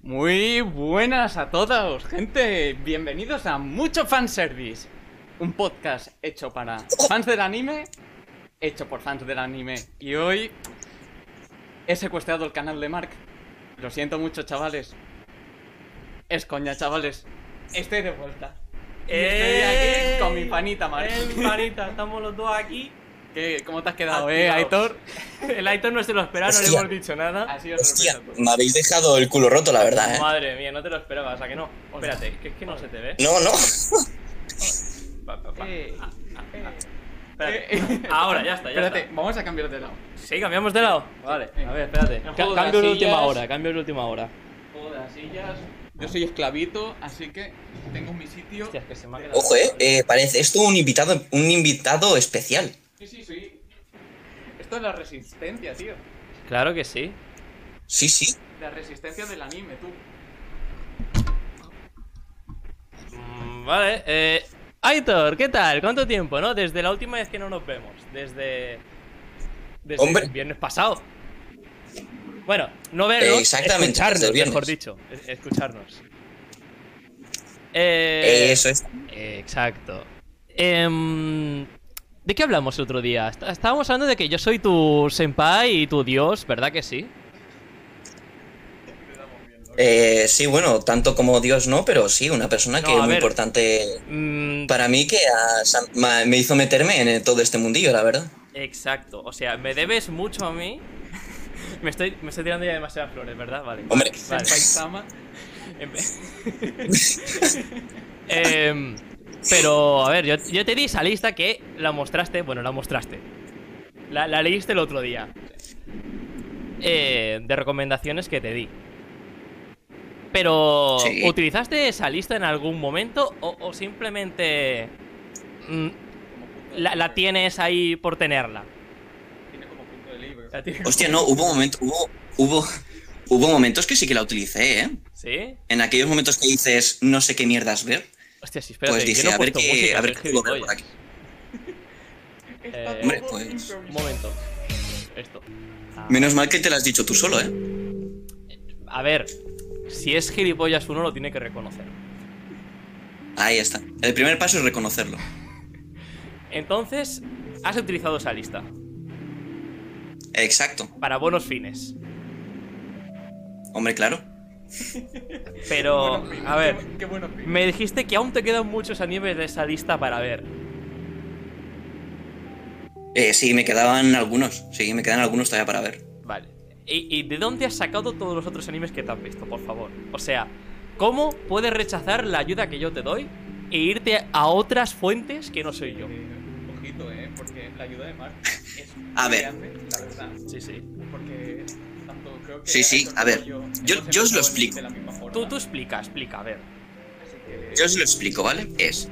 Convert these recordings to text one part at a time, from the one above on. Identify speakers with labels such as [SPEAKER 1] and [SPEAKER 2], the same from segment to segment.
[SPEAKER 1] Muy buenas a todos, gente. Bienvenidos a Mucho Fanservice, un podcast hecho para fans del anime, hecho por fans del anime. Y hoy he secuestrado el canal de Mark. Lo siento mucho, chavales. Es coña, chavales. Estoy de vuelta. Y estoy
[SPEAKER 2] ¡Ey!
[SPEAKER 1] aquí con mi panita, Mark.
[SPEAKER 2] ¡Ey, panita! Estamos los dos aquí.
[SPEAKER 1] ¿Qué- ¿Cómo te has quedado, eh,
[SPEAKER 2] Activaos.
[SPEAKER 1] Aitor?
[SPEAKER 2] El Aitor no se lo esperaba, no le
[SPEAKER 3] Hostia.
[SPEAKER 2] hemos dicho nada.
[SPEAKER 1] Ha sido
[SPEAKER 3] Hostia,
[SPEAKER 1] sorpresa. pues.
[SPEAKER 3] me habéis dejado el culo roto, la verdad, ¿eh?
[SPEAKER 2] Madre mía, no te lo esperabas, ¿a que no? Espérate, que es que no se te ve.
[SPEAKER 3] No, no.
[SPEAKER 2] Va, va, va.
[SPEAKER 1] Eh,
[SPEAKER 2] Espérate.
[SPEAKER 1] eh.
[SPEAKER 2] Ahora, ya está, ya
[SPEAKER 1] Espérate,
[SPEAKER 2] está.
[SPEAKER 1] vamos a cambiar de lado.
[SPEAKER 2] ¿Sí? ¿Cambiamos de lado? Vale,
[SPEAKER 1] venga.
[SPEAKER 2] a ver, espérate.
[SPEAKER 1] juego
[SPEAKER 2] Ca-
[SPEAKER 1] de
[SPEAKER 2] Cambio de
[SPEAKER 1] las
[SPEAKER 2] última
[SPEAKER 1] sillas.
[SPEAKER 2] hora, cambio de última hora.
[SPEAKER 1] Yo soy esclavito, así que tengo mi sitio.
[SPEAKER 2] Hostia, es que se me ha quedado.
[SPEAKER 3] Ojo, eh, eh, parece esto un invitado, un invitado especial.
[SPEAKER 1] Sí, sí, sí. Esto es la resistencia, tío.
[SPEAKER 2] Claro que sí.
[SPEAKER 3] Sí, sí.
[SPEAKER 1] La resistencia del anime, tú.
[SPEAKER 2] Mm, Vale, eh. Aitor, ¿qué tal? ¿Cuánto tiempo, no? Desde la última vez que no nos vemos. Desde. Desde
[SPEAKER 3] Hombre.
[SPEAKER 2] el viernes pasado. Bueno, no vernos,
[SPEAKER 3] Exactamente, desde
[SPEAKER 2] escucharnos,
[SPEAKER 3] el viernes.
[SPEAKER 2] mejor dicho. es- Escucharnos.
[SPEAKER 3] Eh,
[SPEAKER 2] Eh,
[SPEAKER 3] eso es.
[SPEAKER 2] Exacto. Em, ¿De qué hablamos el otro día? Est- Estábamos hablando de que yo soy tu senpai y tu dios, ¿verdad que sí?
[SPEAKER 3] Eh, sí, bueno, tanto como Dios no, pero sí, una persona
[SPEAKER 2] No,
[SPEAKER 3] que
[SPEAKER 2] a
[SPEAKER 3] es muy
[SPEAKER 2] ver.
[SPEAKER 3] importante
[SPEAKER 2] Mm,
[SPEAKER 3] para mí que ah, sa- ma- me hizo meterme en eh, todo este mundillo, la verdad.
[SPEAKER 2] Exacto, o sea, me debes mucho a mí. Me estoy, me estoy tirando ya demasiadas flores, ¿verdad? Vale.
[SPEAKER 3] Hombre.
[SPEAKER 2] Vale.
[SPEAKER 1] Senpai-sama.
[SPEAKER 2] Em- Em, pero, a ver, yo, yo te di esa lista que la mostraste, bueno, la mostraste. La, la leíste el otro día. Eh, de recomendaciones que te di. Pero,
[SPEAKER 3] Sí.
[SPEAKER 2] ¿utilizaste esa lista en algún momento o, o simplemente mm, la, la tienes ahí por tenerla?
[SPEAKER 1] Tiene como punto de libro.
[SPEAKER 2] La tienes-
[SPEAKER 3] Hostia, no, hubo momentos, hubo, hubo, hubo momentos que sí que la utilicé, ¿eh?
[SPEAKER 2] ¿Sí?
[SPEAKER 3] En aquellos momentos que dices, no sé qué mierdas ver,
[SPEAKER 2] Hostia, sí, espérate,
[SPEAKER 3] Pues dije,
[SPEAKER 2] yo no he
[SPEAKER 3] a ver
[SPEAKER 2] puesto
[SPEAKER 3] qué-
[SPEAKER 2] música,
[SPEAKER 3] a ver
[SPEAKER 2] soy
[SPEAKER 3] qué puedo ver
[SPEAKER 2] gilipollas.
[SPEAKER 3] por aquí.
[SPEAKER 2] Eh,
[SPEAKER 1] Está
[SPEAKER 2] hombre,
[SPEAKER 1] todo
[SPEAKER 3] pues,
[SPEAKER 2] Un
[SPEAKER 1] improvisado.
[SPEAKER 2] momento. Esto. Ah.
[SPEAKER 3] menos mal que te lo has dicho tú solo, ¿eh?
[SPEAKER 2] A ver, si es gilipollas uno lo tiene que reconocer.
[SPEAKER 3] Ahí está. El primer paso es reconocerlo.
[SPEAKER 2] Entonces, has utilizado esa lista
[SPEAKER 3] Exacto.
[SPEAKER 2] para buenos fines.
[SPEAKER 3] Hombre, claro.
[SPEAKER 2] Pero,
[SPEAKER 1] Qué bueno,
[SPEAKER 2] a ver,
[SPEAKER 1] qué- Qué bueno, Pim.
[SPEAKER 2] me dijiste que aún te quedan muchos animes de esa lista para ver.
[SPEAKER 3] Eh, sí, me quedaban algunos. Sí, me quedan algunos todavía para ver.
[SPEAKER 2] Vale. ¿Y, y de dónde has sacado todos los otros animes que te has visto, por favor? O sea, ¿cómo puedes rechazar la ayuda que yo te doy e irte a otras fuentes que no soy yo?
[SPEAKER 1] Eh, Ojito, eh, porque la ayuda de Mark es
[SPEAKER 3] A
[SPEAKER 1] muy
[SPEAKER 3] ver.
[SPEAKER 1] grande, la verdad.
[SPEAKER 2] Sí, sí.
[SPEAKER 1] Porque tanto creo que.
[SPEAKER 3] Sí, sí,
[SPEAKER 1] Aitor
[SPEAKER 3] a ver.
[SPEAKER 1] como
[SPEAKER 3] Yo-
[SPEAKER 1] hemos
[SPEAKER 3] yo os lo
[SPEAKER 1] empezado
[SPEAKER 3] explico.
[SPEAKER 1] de la misma forma,
[SPEAKER 2] Tú, tú explica, explica, a ver.
[SPEAKER 1] así que-
[SPEAKER 3] Yo os lo explico, ¿vale? Es.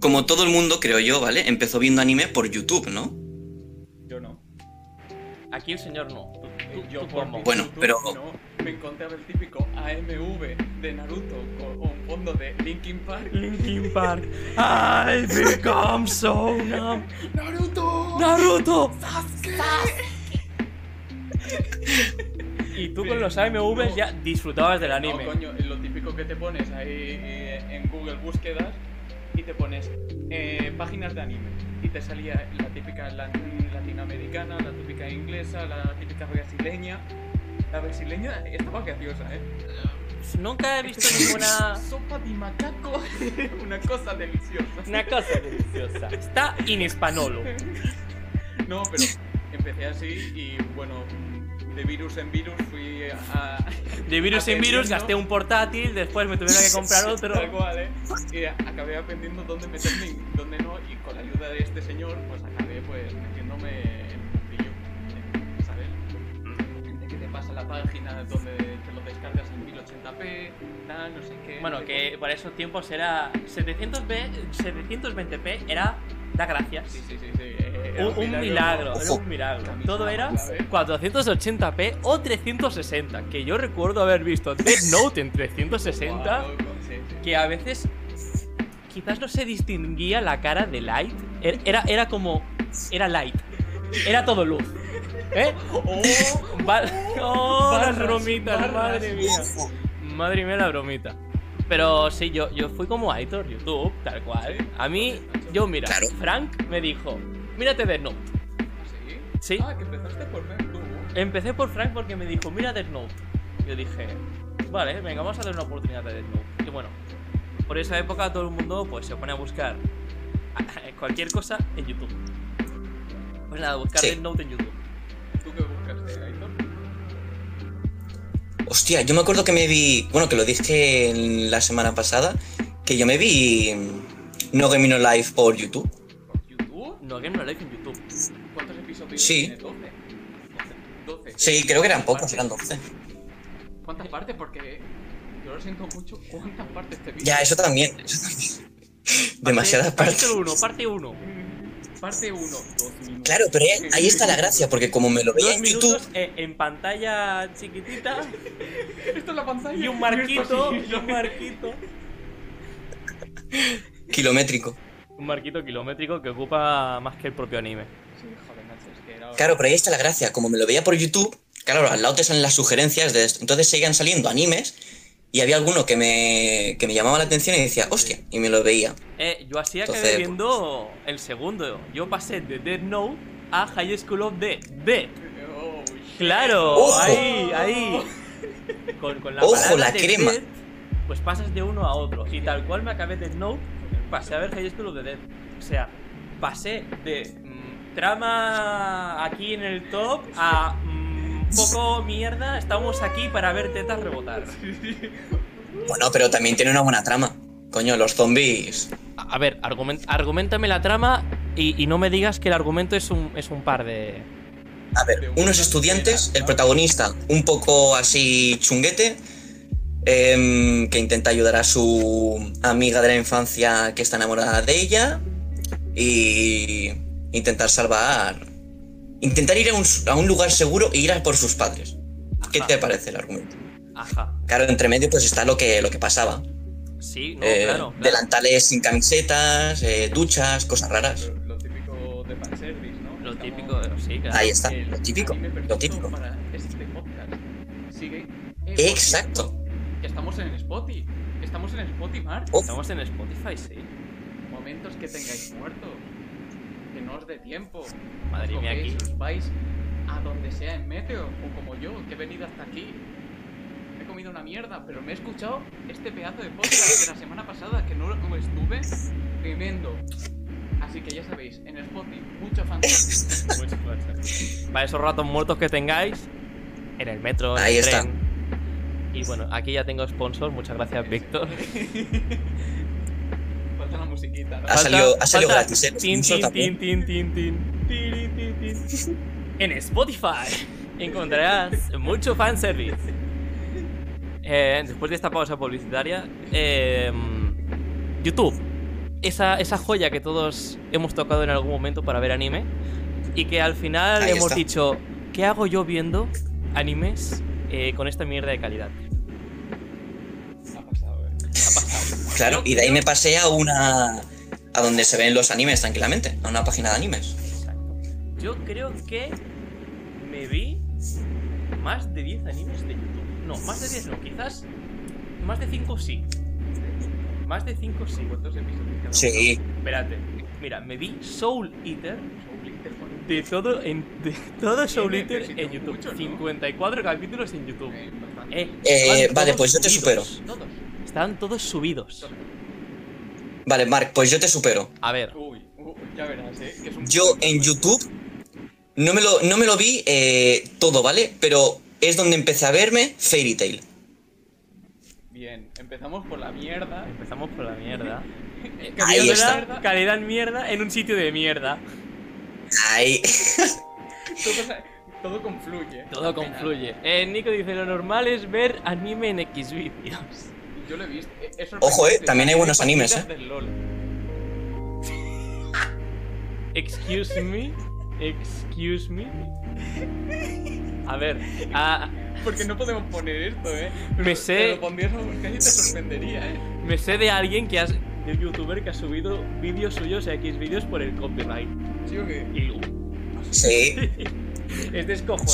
[SPEAKER 3] Como todo el mundo, creo yo, ¿vale? Empezó viendo anime por YouTube, ¿no?
[SPEAKER 1] Yo no.
[SPEAKER 2] Aquí el señor no. Tú- tú-
[SPEAKER 1] Eh, Yo
[SPEAKER 2] tú
[SPEAKER 1] por
[SPEAKER 2] cómo.
[SPEAKER 1] mi
[SPEAKER 3] Bueno,
[SPEAKER 1] YouTube
[SPEAKER 3] pero-
[SPEAKER 1] no, me encontré el típico AMV de Naruto con un fondo de Linkin Park.
[SPEAKER 2] Linkin Park. I become so numb.
[SPEAKER 1] Naruto.
[SPEAKER 2] Naruto.
[SPEAKER 1] Sasuke.
[SPEAKER 2] Y tú con los AMVs ya disfrutabas del
[SPEAKER 1] No,
[SPEAKER 2] anime.
[SPEAKER 1] coño, lo típico que te pones ahí eh, en Google búsquedas y te pones eh, páginas de anime y te salía la típica lat- latinoamericana, la típica inglesa, la típica brasileña. La brasileña estaba graciosa, ¿eh?
[SPEAKER 2] Nunca he visto ninguna
[SPEAKER 1] Sopa de macaco, una cosa deliciosa.
[SPEAKER 2] una cosa deliciosa. Está in hispanolo.
[SPEAKER 1] No, pero empecé así y bueno, de virus en virus fui a.
[SPEAKER 2] De virus en virus gasté un portátil, después me tuvieron que comprar otro.
[SPEAKER 1] Tal cual, ¿eh? Y acabé aprendiendo dónde meterme y dónde no, y con la ayuda de este señor, pues acabé pues metiéndome en un mundillo, eh, ¿sabes?
[SPEAKER 2] Mm.
[SPEAKER 1] De que te pasa la página donde te lo descargas en 1080p, tal, no sé qué.
[SPEAKER 2] Bueno,
[SPEAKER 1] no sé
[SPEAKER 2] que para esos tiempos era 700p, 720p era da
[SPEAKER 1] qué.
[SPEAKER 2] gracias.
[SPEAKER 1] Sí, sí, sí, sí. eh, era
[SPEAKER 2] Un, un milagro, era un milagro. Todo era 480p o 360, que yo recuerdo haber visto Death Note en 360.
[SPEAKER 1] Guau, loco, sí, sí.
[SPEAKER 2] que a veces quizás no se distinguía la cara de Light. Era, era, era como. Era Light. Era todo luz. ¿Eh?
[SPEAKER 1] Oh,
[SPEAKER 2] Va- oh, las
[SPEAKER 1] barras,
[SPEAKER 2] bromitas,
[SPEAKER 1] barras.
[SPEAKER 2] madre mía. Madre mía la bromita. Pero sí, yo, yo fui como Aitor, YouTube, tal cual. A mí, yo mira,
[SPEAKER 3] Claro.
[SPEAKER 2] Frank me dijo, mírate Death Note.
[SPEAKER 1] ¿Sí?
[SPEAKER 2] Sí.
[SPEAKER 1] Ah, que empezaste por ver tú.
[SPEAKER 2] Empecé por Frank porque me dijo, mira Death Note. Yo dije, vale, venga, vamos a darle una oportunidad a Death Note. Y bueno, por esa época todo el mundo pues se pone a buscar cualquier cosa en YouTube. Pues nada, buscar
[SPEAKER 3] Sí.
[SPEAKER 2] Death Note en YouTube.
[SPEAKER 1] ¿Tú qué buscaste, Aitor?
[SPEAKER 3] Hostia, yo me acuerdo que me vi. Bueno, que lo dije en la semana pasada. Que yo me vi. mm, No Game No Life por YouTube.
[SPEAKER 1] ¿Por YouTube?
[SPEAKER 2] No, Game No Life en YouTube.
[SPEAKER 1] ¿Cuántos episodios
[SPEAKER 3] Sí.
[SPEAKER 1] tiene? ¿12? ¿12?
[SPEAKER 3] Sí, creo que eran pocos, eran 12.
[SPEAKER 1] ¿Cuántas partes? Porque yo lo siento mucho. ¿Cuántas partes te vi?
[SPEAKER 3] Ya, eso también. Eso también. Demasiadas partes.
[SPEAKER 2] Parte 1, parte 1.
[SPEAKER 1] Parte 1, 2 minutos.
[SPEAKER 3] Claro, pero ahí- ahí está la gracia, porque como me lo veía
[SPEAKER 2] Dos
[SPEAKER 3] en YouTube.
[SPEAKER 2] minutos eh, en pantalla chiquitita
[SPEAKER 1] Esto es la pantalla.
[SPEAKER 2] y un marquito, y
[SPEAKER 1] esto
[SPEAKER 2] un
[SPEAKER 1] sí.
[SPEAKER 2] marquito.
[SPEAKER 3] Kilométrico.
[SPEAKER 2] Un marquito kilométrico que ocupa más que el propio anime.
[SPEAKER 1] Sí, joder, macho, es que era-
[SPEAKER 3] Claro, pero ahí está la gracia. Como me lo veía por YouTube, claro, al lado te salen las sugerencias de esto. Entonces seguían saliendo animes y había alguno que me, que me llamaba la atención y decía, hostia, y me lo veía.
[SPEAKER 2] Eh, yo así acabé
[SPEAKER 3] Entonces, pues.
[SPEAKER 2] viendo el segundo. Yo pasé de Dead Note a High School of Dead. Dead.
[SPEAKER 1] Oh, shit.
[SPEAKER 2] Claro,
[SPEAKER 3] ¡Ojo!
[SPEAKER 2] ahí, ahí. Con, con la
[SPEAKER 3] ¡Ojo,
[SPEAKER 2] palabra
[SPEAKER 3] la
[SPEAKER 2] de
[SPEAKER 3] crema!
[SPEAKER 2] Dead, pues pasas de uno a otro. Y tal cual me acabé Dead Note, pasé a ver High School of the Dead. O sea, pasé de mm, trama aquí en el top a mm, poco mierda, estamos aquí para ver tetas rebotar.
[SPEAKER 3] Bueno, pero también tiene una buena trama. Coño, los zombies.
[SPEAKER 2] A a ver, argumen- argumentame la trama y, y no me digas que el argumento es un, es un par de...
[SPEAKER 3] A ver, unos estudiantes, el protagonista, un poco así chunguete, em, que intenta ayudar a su amiga de la infancia que está enamorada de ella y intentar salvar... Intentar ir a un, a un lugar seguro e ir a por sus padres.
[SPEAKER 2] Ah.
[SPEAKER 3] ¿Qué te parece el argumento?
[SPEAKER 2] Ajá.
[SPEAKER 3] Claro, entre medio pues está lo que, lo que pasaba.
[SPEAKER 2] Sí, no,
[SPEAKER 3] Eh,
[SPEAKER 2] claro. claro.
[SPEAKER 3] Delantales sin camisetas, eh, duchas, cosas raras.
[SPEAKER 1] Lo típico de fanservice, ¿no?
[SPEAKER 2] Lo
[SPEAKER 1] Estamos-
[SPEAKER 2] típico, sí, claro.
[SPEAKER 3] Ahí está,
[SPEAKER 1] el
[SPEAKER 3] lo típico,
[SPEAKER 1] anime
[SPEAKER 3] lo
[SPEAKER 1] perfecto
[SPEAKER 3] típico.
[SPEAKER 1] Para este podcast. Sigue. Eh, por
[SPEAKER 3] Exacto.
[SPEAKER 1] cierto, que estamos en Spotify. Estamos en Spotify, Mark.
[SPEAKER 3] Oh,
[SPEAKER 2] Estamos en Spotify, sí.
[SPEAKER 1] Momentos que tengáis muertos. Que no os dé tiempo.
[SPEAKER 2] Madre
[SPEAKER 1] Os
[SPEAKER 2] mía, aquí.
[SPEAKER 1] cogéis, Os vais a donde sea en meteo. O como yo, que he venido hasta aquí. He comido una mierda, pero me he escuchado este pedazo de podcast de la semana pasada que no lo estuve. Tremendo. Así que ya sabéis, en Spotify, mucho fantasía.
[SPEAKER 2] Para esos ratos muertos que tengáis, en el metro, en
[SPEAKER 3] Ahí
[SPEAKER 2] el
[SPEAKER 3] está.
[SPEAKER 2] tren. Y bueno, aquí ya tengo sponsors, muchas gracias, Víctor.
[SPEAKER 1] Falta la musiquita, ¿no?
[SPEAKER 3] Ha salido- ha salido gratis, ¿eh?
[SPEAKER 2] Tin,
[SPEAKER 3] Sponsor
[SPEAKER 2] tin, tin,
[SPEAKER 3] también.
[SPEAKER 2] tin, tin, tin, tirin, tin, tin. En Spotify encontrarás mucho fanservice. Eh, después de esta pausa publicitaria, eh, YouTube, esa, esa joya que todos hemos tocado en algún momento para ver anime y que al final
[SPEAKER 3] Ahí
[SPEAKER 2] hemos
[SPEAKER 3] está.
[SPEAKER 2] dicho, ¿qué hago yo viendo animes eh, con esta mierda de calidad?
[SPEAKER 1] Ha pasado, eh.
[SPEAKER 3] Claro, y de ahí me pasé a una. a donde se ven los animes tranquilamente, a una página de animes.
[SPEAKER 2] Exacto. Yo creo que me vi más de 10 animes de YouTube. No, más de 10 no, quizás más de 5 sí. Más de 5 sí.
[SPEAKER 1] ¿Cuántos episodios cada
[SPEAKER 3] Sí,
[SPEAKER 2] Espérate. Mira, me vi Soul Eater
[SPEAKER 1] uno? Soul Eater, bueno,
[SPEAKER 2] de todo en de todo Soul
[SPEAKER 1] Tiene
[SPEAKER 2] Eater
[SPEAKER 1] éxito
[SPEAKER 2] en YouTube.
[SPEAKER 1] mucho, ¿no?
[SPEAKER 2] 54 capítulos en YouTube.
[SPEAKER 1] eh, bastante.
[SPEAKER 2] Eh,
[SPEAKER 3] Eh,
[SPEAKER 2] estaban
[SPEAKER 3] vale,
[SPEAKER 2] todos
[SPEAKER 3] pues yo te
[SPEAKER 2] subidos.
[SPEAKER 1] Todos.
[SPEAKER 2] Estaban todos subidos.
[SPEAKER 3] vale, Mark, pues yo te supero.
[SPEAKER 2] A ver,
[SPEAKER 1] Uy, uy, ya verás, eh. Que es un
[SPEAKER 3] Yo en YouTube no me lo, no me lo vi eh, todo, ¿vale? Pero es donde empecé a verme Fairy Tail.
[SPEAKER 1] Bien, empezamos por la mierda.
[SPEAKER 2] empezamos por la mierda.
[SPEAKER 3] Ahí
[SPEAKER 2] Mierda,
[SPEAKER 3] está.
[SPEAKER 2] Calidad mierda en un sitio de mierda.
[SPEAKER 3] Ahí.
[SPEAKER 1] Todo, se- todo confluye.
[SPEAKER 2] Todo
[SPEAKER 1] Al final.
[SPEAKER 2] confluye. Eh, Nico dice, lo normal es ver anime en X vídeos.
[SPEAKER 1] Yo lo he visto. eh, es
[SPEAKER 3] Ojo, eh,
[SPEAKER 1] sorprendente.
[SPEAKER 3] también hay buenos animes,
[SPEAKER 1] partidas
[SPEAKER 3] eh.
[SPEAKER 1] del LOL.
[SPEAKER 2] Excuse me. Excuse me. A ver, ah,
[SPEAKER 1] Porque no podemos poner esto, eh. Pero
[SPEAKER 2] Me sé-
[SPEAKER 1] Te lo pondrías a buscar y te sorprendería, eh.
[SPEAKER 2] me sé de alguien que has... De un youtuber que ha subido vídeos suyos a X vídeos por el copyright.
[SPEAKER 1] Sí, o qué?
[SPEAKER 2] Y-
[SPEAKER 3] Sí.
[SPEAKER 2] Es descojonante.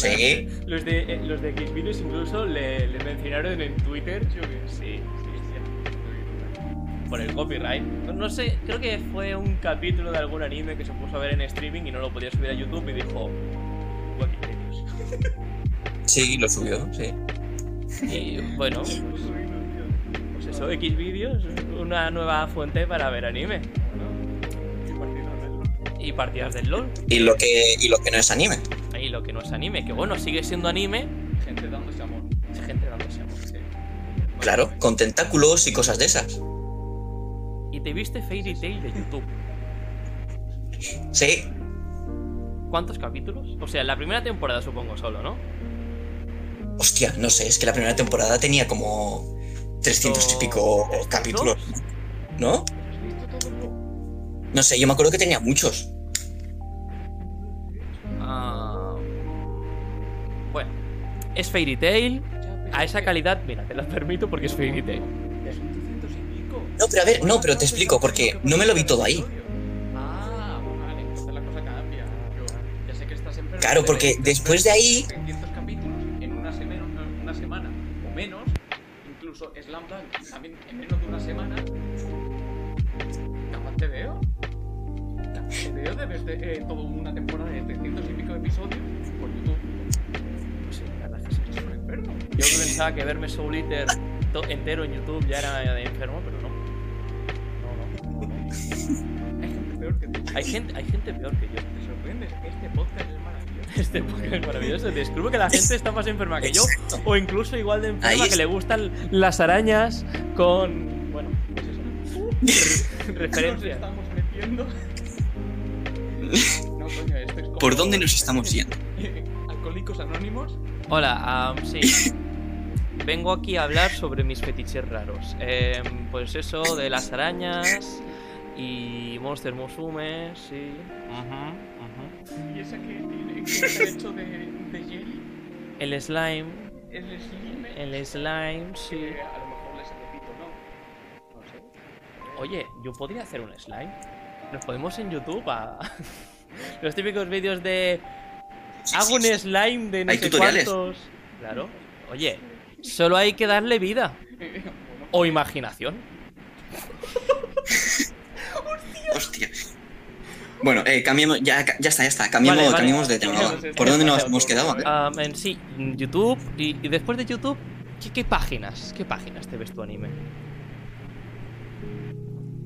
[SPEAKER 3] Sí.
[SPEAKER 2] Los de, eh, los de Xvideos incluso le, le mencionaron en Twitter. Yo que sí, sí, sí. Por el copyright. No, no sé, creo que fue un capítulo de algún anime que se puso a ver en streaming y no lo podía subir a YouTube y dijo. "Guay, qué nervios".
[SPEAKER 3] Sí, lo subió, sí.
[SPEAKER 2] Y bueno, pues eso, Xvideos, una nueva fuente para ver anime. Y partidas del LOL.
[SPEAKER 3] Y lo que, y lo que no es anime.
[SPEAKER 2] Ahí lo que no es anime, que bueno, sigue siendo anime.
[SPEAKER 1] Gente dándose amor.
[SPEAKER 2] Hay gente dándose amor.
[SPEAKER 1] pues,
[SPEAKER 3] Claro, con tentáculos y cosas de esas.
[SPEAKER 2] Y te viste Fairy Tail de YouTube.
[SPEAKER 3] Sí,
[SPEAKER 2] ¿Cuántos capítulos? O sea, la primera temporada supongo solo, ¿no?
[SPEAKER 3] hostia, no sé, es que la primera temporada tenía como 300 y pico
[SPEAKER 2] ¿Dos?
[SPEAKER 3] capítulos, ¿no? No sé, yo me acuerdo que tenía muchos.
[SPEAKER 2] Ah, bueno, es Fairy Tail. A esa calidad, mira, te la permito porque es Fairy Tail.
[SPEAKER 3] No, pero a ver, no, pero te explico, porque no me lo vi todo ahí.
[SPEAKER 1] Ah, vale, entonces la cosa cambia. Yo ya sé que estás enfermo.
[SPEAKER 3] Claro, porque
[SPEAKER 1] pero-
[SPEAKER 3] después de ahí-
[SPEAKER 1] 300 capítulos en una semana, una semana o menos, incluso Slam Dunk también en menos de una semana. Capaz te veo. Capaz te veo debes de eh, toda una temporada de 300 y pico episodios por YouTube.
[SPEAKER 2] Pues sí, la verdad es que sí.
[SPEAKER 1] Es un enfermo.
[SPEAKER 2] Yo pensaba que verme Soul Eater to- entero en YouTube ya era de enfermo, pero no. No,
[SPEAKER 1] Hay gente peor que tú.
[SPEAKER 2] no. Hay gente, hay gente peor que yo.
[SPEAKER 1] Te sorprendes. Este podcast es maravilloso.
[SPEAKER 2] Este podcast es maravilloso. Descubro que la gente está más enferma que yo.
[SPEAKER 3] Exacto.
[SPEAKER 2] O incluso igual de
[SPEAKER 3] Ahí
[SPEAKER 2] enferma que
[SPEAKER 3] es-
[SPEAKER 2] le gustan las arañas con. Bueno, pues eso. Re-
[SPEAKER 1] Nos
[SPEAKER 2] Referencias.
[SPEAKER 1] estamos metiendo. No, coño, esto es como-
[SPEAKER 3] ¿Por dónde nos estamos yendo?
[SPEAKER 1] Alcohólicos Anónimos.
[SPEAKER 2] Hola, am, sí. Vengo aquí a hablar sobre mis fetiches raros. Em, pues eso de las arañas y Monster Musume, sí. Ujú,
[SPEAKER 1] Y esa que tiene que está hecho de, de jelly.
[SPEAKER 2] ujú. El slime,
[SPEAKER 1] El slime.
[SPEAKER 2] el slime, sí.
[SPEAKER 1] que a lo mejor les repito, ¿no? No sé.
[SPEAKER 2] Oye, yo podría hacer un slime. Nos podemos en YouTube a. Los típicos vídeos de. Hago un slime de no
[SPEAKER 3] Hay
[SPEAKER 2] sé
[SPEAKER 3] tutoriales.
[SPEAKER 2] cuántos. Claro. Oye, solo hay que darle vida.
[SPEAKER 1] Bueno,
[SPEAKER 2] O imaginación.
[SPEAKER 3] Hostia. Bueno, eh, cambiemos, ya, ya está, ya está, cambiemos,
[SPEAKER 2] Vale, vale.
[SPEAKER 3] cambiemos de tema. va. ¿Por dónde nos hemos quedado? A ver.
[SPEAKER 2] Am, en sí, YouTube. Y, y después de YouTube, ¿qué, qué páginas? ¿Qué páginas te ves tu anime?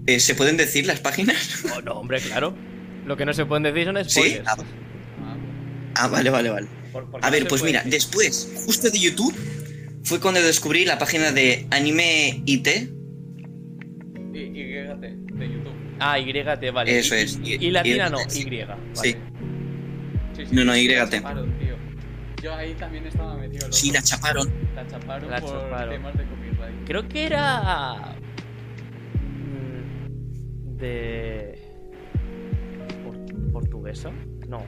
[SPEAKER 3] Eh, ¿Se pueden decir las páginas?
[SPEAKER 2] Oh, no, hombre, claro. Lo que no se pueden decir son
[SPEAKER 3] Sí.
[SPEAKER 2] spoilers.
[SPEAKER 3] Ah, ah, vale, vale, vale.
[SPEAKER 2] Por- porque
[SPEAKER 3] A
[SPEAKER 2] no
[SPEAKER 3] ver,
[SPEAKER 2] se
[SPEAKER 3] pues
[SPEAKER 2] puede
[SPEAKER 3] mira,
[SPEAKER 2] decir.
[SPEAKER 3] después, justo de YouTube, fue cuando descubrí la página de Anime IT.
[SPEAKER 1] y, y fíjate, de YouTube.
[SPEAKER 2] Ah, YT, vale.
[SPEAKER 3] Eso
[SPEAKER 2] Y-
[SPEAKER 3] es,
[SPEAKER 2] Y,
[SPEAKER 3] y-
[SPEAKER 2] y latina
[SPEAKER 3] y-
[SPEAKER 2] no,
[SPEAKER 3] sí.
[SPEAKER 2] Y. Vale.
[SPEAKER 3] Sí,
[SPEAKER 1] Sí,
[SPEAKER 3] No, no,
[SPEAKER 1] sí,
[SPEAKER 3] Y,
[SPEAKER 1] la
[SPEAKER 3] te.
[SPEAKER 1] chaparon, tío. Yo ahí también estaba metido. loco.
[SPEAKER 3] sí, la chaparon.
[SPEAKER 1] La chaparon
[SPEAKER 2] La
[SPEAKER 1] por
[SPEAKER 2] chaparon.
[SPEAKER 1] temas de copyright.
[SPEAKER 2] Creo que era. mm, De. por- ¿Portuguesa? No.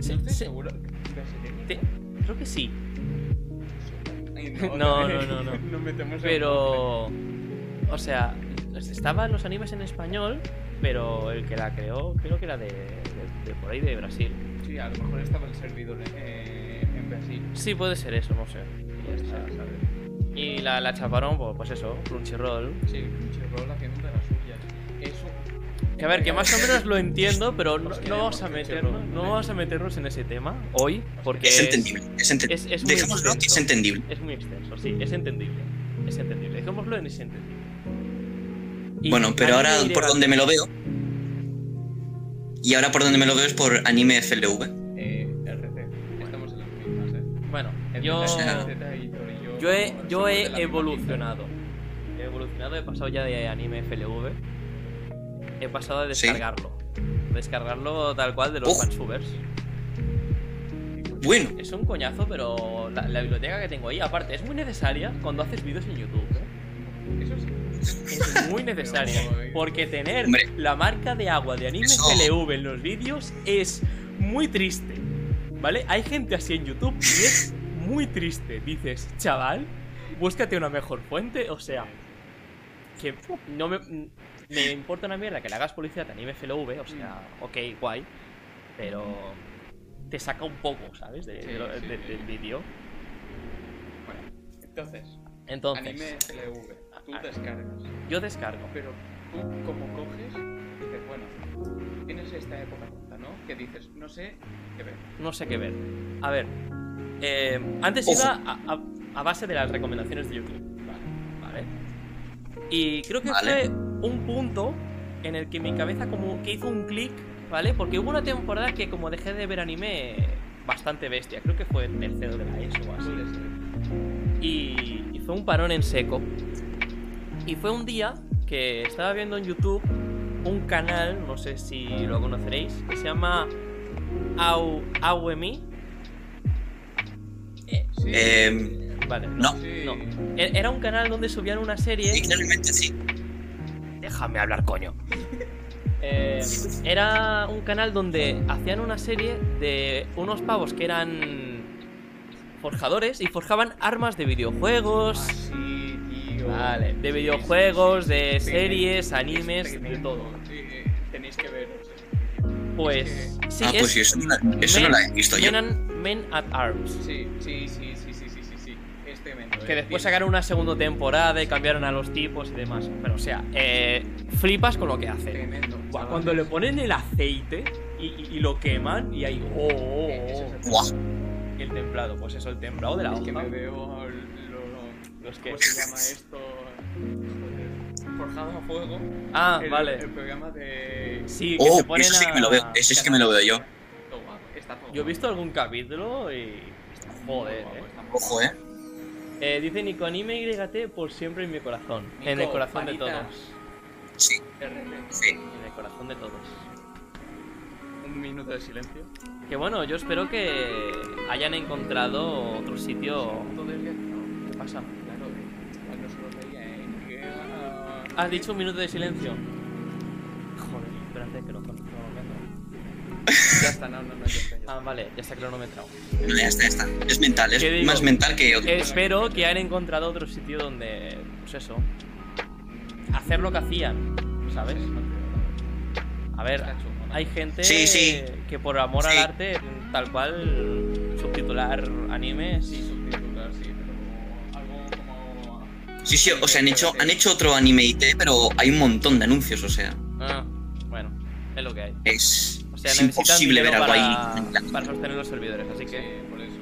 [SPEAKER 2] Sí,
[SPEAKER 1] no estoy
[SPEAKER 2] sí,
[SPEAKER 1] seguro. ¿De serio?
[SPEAKER 2] te- creo que sí,
[SPEAKER 1] Ay,
[SPEAKER 2] No,
[SPEAKER 1] otra vez.
[SPEAKER 2] no, no, no.
[SPEAKER 1] Nos metemos en-
[SPEAKER 2] pero. O sea, estaban los animes en español, pero el que la creó creo que era de, de- de por ahí, de Brasil.
[SPEAKER 1] Sí, a lo mejor estaba el servidor eh, en Brasil.
[SPEAKER 2] Sí, puede ser eso, no sé. Y ya está, ¿sabes? Y la, la chaparon, pues, pues eso, Crunchyroll.
[SPEAKER 1] Sí, Crunchyroll haciendo de las suyas. Eso.
[SPEAKER 2] Que a ver, que más o menos lo entiendo, pero no,
[SPEAKER 1] Nos
[SPEAKER 2] no vamos a
[SPEAKER 1] queremos,
[SPEAKER 2] meternos,
[SPEAKER 1] Crunchyroll,
[SPEAKER 2] no
[SPEAKER 1] ¿eh?
[SPEAKER 2] vamos a meternos en ese tema hoy, porque
[SPEAKER 3] Es
[SPEAKER 2] es,
[SPEAKER 3] entendible, es entendible.
[SPEAKER 2] es- es muy
[SPEAKER 3] Dejémoslo que es
[SPEAKER 2] extenso.
[SPEAKER 3] entendible.
[SPEAKER 2] es muy extenso, sí, es entendible, es entendible, dejémoslo en es entendible. Y
[SPEAKER 3] Bueno, pero
[SPEAKER 2] anime
[SPEAKER 3] ahora
[SPEAKER 2] iré
[SPEAKER 3] por
[SPEAKER 2] a-
[SPEAKER 3] donde me lo veo. Y ahora por donde me lo veo es por anime FLV.
[SPEAKER 1] Eh, RT. Estamos en las mismas, eh.
[SPEAKER 2] Bueno,
[SPEAKER 1] Entre
[SPEAKER 2] yo,
[SPEAKER 1] la RT y Torillo
[SPEAKER 2] yo he, yo
[SPEAKER 1] somos
[SPEAKER 2] he
[SPEAKER 1] de la misma
[SPEAKER 2] evolucionado, he evolucionado, he pasado ya de anime FLV, he pasado a
[SPEAKER 3] Sí.
[SPEAKER 2] descargarlo, descargarlo tal cual de los
[SPEAKER 3] Uf.
[SPEAKER 2] fansubers.
[SPEAKER 3] Bueno,
[SPEAKER 2] Es un coñazo, pero la, la biblioteca que tengo ahí, aparte, es muy necesaria cuando haces vídeos en YouTube. ¿eh?
[SPEAKER 1] pinta. Eso sí.
[SPEAKER 2] Es muy necesaria.
[SPEAKER 1] Pero, eh,
[SPEAKER 2] Porque tener
[SPEAKER 3] Hombre.
[SPEAKER 2] la marca de agua de anime
[SPEAKER 3] Eso.
[SPEAKER 2] CLV en los vídeos es muy triste. ¿Vale? Hay gente así en YouTube y es muy triste. Dices, chaval, búscate una mejor fuente. O sea, que no me, me importa una mierda que le hagas publicidad a anime CLV. O sea, ok, guay. Pero te saca un poco, ¿sabes? De-
[SPEAKER 1] Sí,
[SPEAKER 2] de lo-
[SPEAKER 1] sí,
[SPEAKER 2] de-
[SPEAKER 1] sí.
[SPEAKER 2] Del vídeo.
[SPEAKER 1] Bueno, entonces,
[SPEAKER 2] Entonces,
[SPEAKER 1] anime LV, tú
[SPEAKER 2] Ah.
[SPEAKER 1] descargas.
[SPEAKER 2] yo descargo.
[SPEAKER 1] Pero tú, como coges, dices, bueno, tienes esta época tonta, ¿no? Que dices, no sé qué ver.
[SPEAKER 2] No sé qué ver. A ver. eh, antes
[SPEAKER 3] Ojo.
[SPEAKER 2] iba a, a- a base de las recomendaciones de YouTube. Vale. Y creo que
[SPEAKER 3] Vale.
[SPEAKER 2] fue un punto en el que mi cabeza como que hizo un clic, ¿vale? Porque hubo una temporada que como dejé de ver anime bastante bestia. Creo que fue en tercero de la ESO o así.
[SPEAKER 1] Puede ser.
[SPEAKER 2] y, y fue un parón en seco. Y fue un día que estaba viendo en YouTube un canal, no sé si lo conoceréis, que se llama Au, Auemi.
[SPEAKER 1] Sí,
[SPEAKER 3] Em,
[SPEAKER 2] Vale,
[SPEAKER 3] no,
[SPEAKER 1] sí.
[SPEAKER 2] no. E- Era un canal donde subían una serie.
[SPEAKER 3] claramente sí.
[SPEAKER 2] Déjame hablar, coño. Eh, era un canal donde hacían una serie de unos pavos que eran forjadores y forjaban armas de videojuegos.
[SPEAKER 1] Ah, sí, tío.
[SPEAKER 2] Vale,
[SPEAKER 1] Sí,
[SPEAKER 2] de videojuegos,
[SPEAKER 1] sí, sí.
[SPEAKER 2] de
[SPEAKER 1] Es
[SPEAKER 2] series,
[SPEAKER 1] tremendo,
[SPEAKER 2] animes,
[SPEAKER 1] es
[SPEAKER 2] de
[SPEAKER 1] tremendo.
[SPEAKER 2] todo.
[SPEAKER 1] Sí, eh, tenéis que ver.
[SPEAKER 2] Pues sí,
[SPEAKER 3] ah, pues sí,
[SPEAKER 2] es
[SPEAKER 3] eso, no la- eso no
[SPEAKER 2] Men-
[SPEAKER 3] la he visto yo.
[SPEAKER 2] Men, and- Men at Arms.
[SPEAKER 1] Sí, sí, sí, sí, sí, sí, sí, sí. Es tremendo.
[SPEAKER 2] Que
[SPEAKER 1] eh. Tiene-
[SPEAKER 2] después sacaron una segunda temporada y cambiaron a los tipos y demás. Pero o sea, eh, flipas con lo que hacen.
[SPEAKER 1] Tremendo.
[SPEAKER 2] Buah,
[SPEAKER 1] chavales.
[SPEAKER 2] cuando le ponen el aceite y, y- y lo queman y ahí... Oh, oh,
[SPEAKER 1] Eh, eso
[SPEAKER 2] oh.
[SPEAKER 1] es-
[SPEAKER 3] Buah,
[SPEAKER 2] Y el templado, pues eso, el templado de la
[SPEAKER 1] Es que me pues
[SPEAKER 2] hoja.
[SPEAKER 1] veo el- lo, lo-
[SPEAKER 2] Los que...
[SPEAKER 1] ¿Cómo se llama esto? Joder. Forjado a fuego.
[SPEAKER 2] Ah,
[SPEAKER 1] el,
[SPEAKER 2] vale.
[SPEAKER 1] El programa de.
[SPEAKER 2] Sí, que
[SPEAKER 3] oh,
[SPEAKER 2] se ponen
[SPEAKER 3] eso sí que
[SPEAKER 2] a-
[SPEAKER 3] me lo veo, ese sí que me lo veo yo.
[SPEAKER 1] Todo guapo, Está todo
[SPEAKER 2] Yo he
[SPEAKER 1] guapo,
[SPEAKER 2] visto algún capítulo y... Joder,
[SPEAKER 1] guapo,
[SPEAKER 2] eh.
[SPEAKER 1] está muy
[SPEAKER 3] Ojo, eh.
[SPEAKER 2] Eh, dice Nico Anime YT por siempre en mi corazón.
[SPEAKER 1] Nico,
[SPEAKER 2] en el corazón de
[SPEAKER 1] palitas.
[SPEAKER 2] todos.
[SPEAKER 3] Sí,
[SPEAKER 1] guapo.
[SPEAKER 3] sí.
[SPEAKER 2] En el corazón de todos.
[SPEAKER 1] Un minuto de silencio.
[SPEAKER 2] Que bueno, yo espero que hayan encontrado otro sitio.
[SPEAKER 1] Todo el día. No,
[SPEAKER 2] ¿Qué pasa?
[SPEAKER 1] claro, eh, igual no se lo veía, eh. Que, ah,
[SPEAKER 2] ¿Has dicho un minuto de silencio? Joder, espérate que lo cronometro.
[SPEAKER 1] Ya está, no, no, no, ya está. ya está.
[SPEAKER 2] Ah, vale, ya está cronometrado.
[SPEAKER 3] No, ya está, ya está. Es mental,
[SPEAKER 2] ¿Qué
[SPEAKER 3] es
[SPEAKER 2] digo?
[SPEAKER 3] más mental que otro.
[SPEAKER 2] Espero que hayan encontrado otro sitio donde, pues eso, hacer lo que hacían, ¿sabes? A ver,
[SPEAKER 1] Está chungo, ¿no?
[SPEAKER 2] hay gente
[SPEAKER 3] Sí, sí.
[SPEAKER 2] que por amor
[SPEAKER 3] Sí.
[SPEAKER 2] al arte, tal cual, subtitular animes.
[SPEAKER 1] Sí, subtitular, sí, pero algo como.
[SPEAKER 3] Sí, sí, o sea, han hecho, han hecho otro anime IT, pero hay un montón de anuncios, o sea,
[SPEAKER 2] Ah, bueno, es lo que hay.
[SPEAKER 3] es,
[SPEAKER 2] O sea,
[SPEAKER 3] es
[SPEAKER 2] necesitan
[SPEAKER 3] imposible ver
[SPEAKER 2] dinero
[SPEAKER 3] algo
[SPEAKER 2] para,
[SPEAKER 3] ahí.
[SPEAKER 2] para sostener los servidores, así que
[SPEAKER 1] Sí, por eso.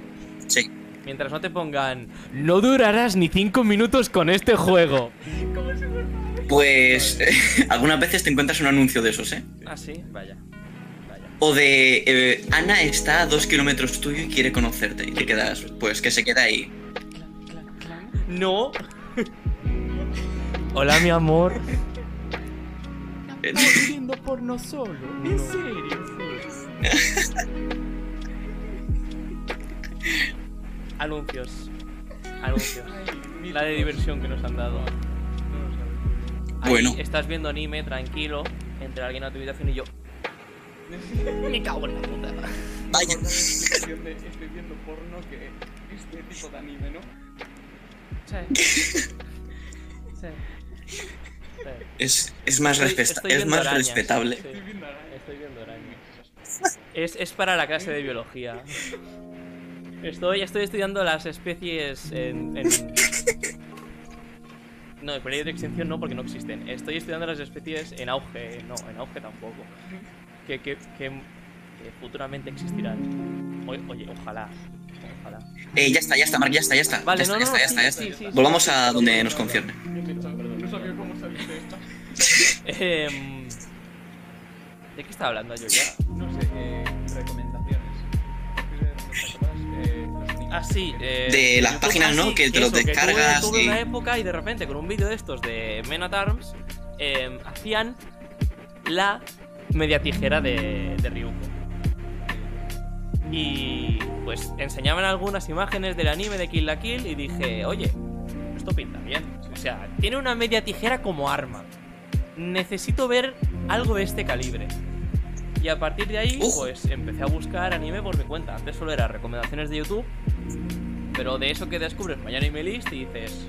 [SPEAKER 3] Sí.
[SPEAKER 2] mientras no te pongan no durarás ni 5 minutos con este juego.
[SPEAKER 3] Pues algunas veces te encuentras un anuncio de esos, ¿eh?
[SPEAKER 2] Ah, sí, vaya. Vaya.
[SPEAKER 3] O de eh, Ana está a dos kilómetros tuyo y quiere conocerte. Y te quedas, pues que se queda ahí.
[SPEAKER 2] No. Hola, mi amor.
[SPEAKER 3] Eh,
[SPEAKER 2] viendo porno solo. En serio. Anuncios. Anuncios. La de diversión que nos han dado. Ahí
[SPEAKER 3] Bueno.
[SPEAKER 2] Estás viendo anime tranquilo, entre alguien a tu habitación y yo. Me cago en la puta.
[SPEAKER 3] Vaya.
[SPEAKER 1] Estoy viendo porno que este tipo de anime, ¿no?
[SPEAKER 2] Sí. Sí.
[SPEAKER 3] Es, es más,
[SPEAKER 2] Estoy-
[SPEAKER 3] respeta-
[SPEAKER 2] estoy
[SPEAKER 3] es
[SPEAKER 2] viendo
[SPEAKER 3] más
[SPEAKER 2] arañas,
[SPEAKER 3] respetable.
[SPEAKER 2] sí.
[SPEAKER 1] Estoy viendo arañas.
[SPEAKER 2] Estoy viendo arañas. Es, es para la clase de biología. Estoy, estoy estudiando las especies en. en- No, en peligro de extinción no, porque no existen. Estoy estudiando las especies en auge. No, en auge tampoco. Que, que, que, que futuramente existirán. O- oye, ojalá. Ojalá.
[SPEAKER 3] Eh, ya está, ya está, Mark, ya está, ya está.
[SPEAKER 2] Vale,
[SPEAKER 3] ya,
[SPEAKER 2] no,
[SPEAKER 3] está,
[SPEAKER 2] no,
[SPEAKER 3] ya está, ya está,
[SPEAKER 2] sí, sí,
[SPEAKER 3] ya está.
[SPEAKER 2] sí, sí.
[SPEAKER 3] Volvamos a donde nos concierne.
[SPEAKER 1] No sabía cómo salir de esta.
[SPEAKER 2] Em, ¿De qué estaba hablando yo ya?
[SPEAKER 1] No sé, eh, recomendaciones. Eh, los niños.
[SPEAKER 2] Ah, sí. eh,
[SPEAKER 3] De las
[SPEAKER 2] YouTube,
[SPEAKER 3] páginas,
[SPEAKER 2] ah,
[SPEAKER 3] ¿no?
[SPEAKER 2] sí,
[SPEAKER 3] Que te los
[SPEAKER 2] eso, que tuve-
[SPEAKER 3] descargas
[SPEAKER 2] tuve
[SPEAKER 3] y-
[SPEAKER 2] una época y de repente con un vídeo de estos de Men at Arms eh, hacían la media tijera de, de Ryuko. Y pues enseñaban algunas imágenes del anime de Kill la Kill y dije, oye, esto pinta bien. O sea, tiene una media tijera como arma. Necesito ver algo de este calibre. Y a partir de ahí,
[SPEAKER 3] Uf.
[SPEAKER 2] pues empecé a buscar anime por mi cuenta. Antes solo era recomendaciones de YouTube. Pero de eso que descubres My Anime List y dices,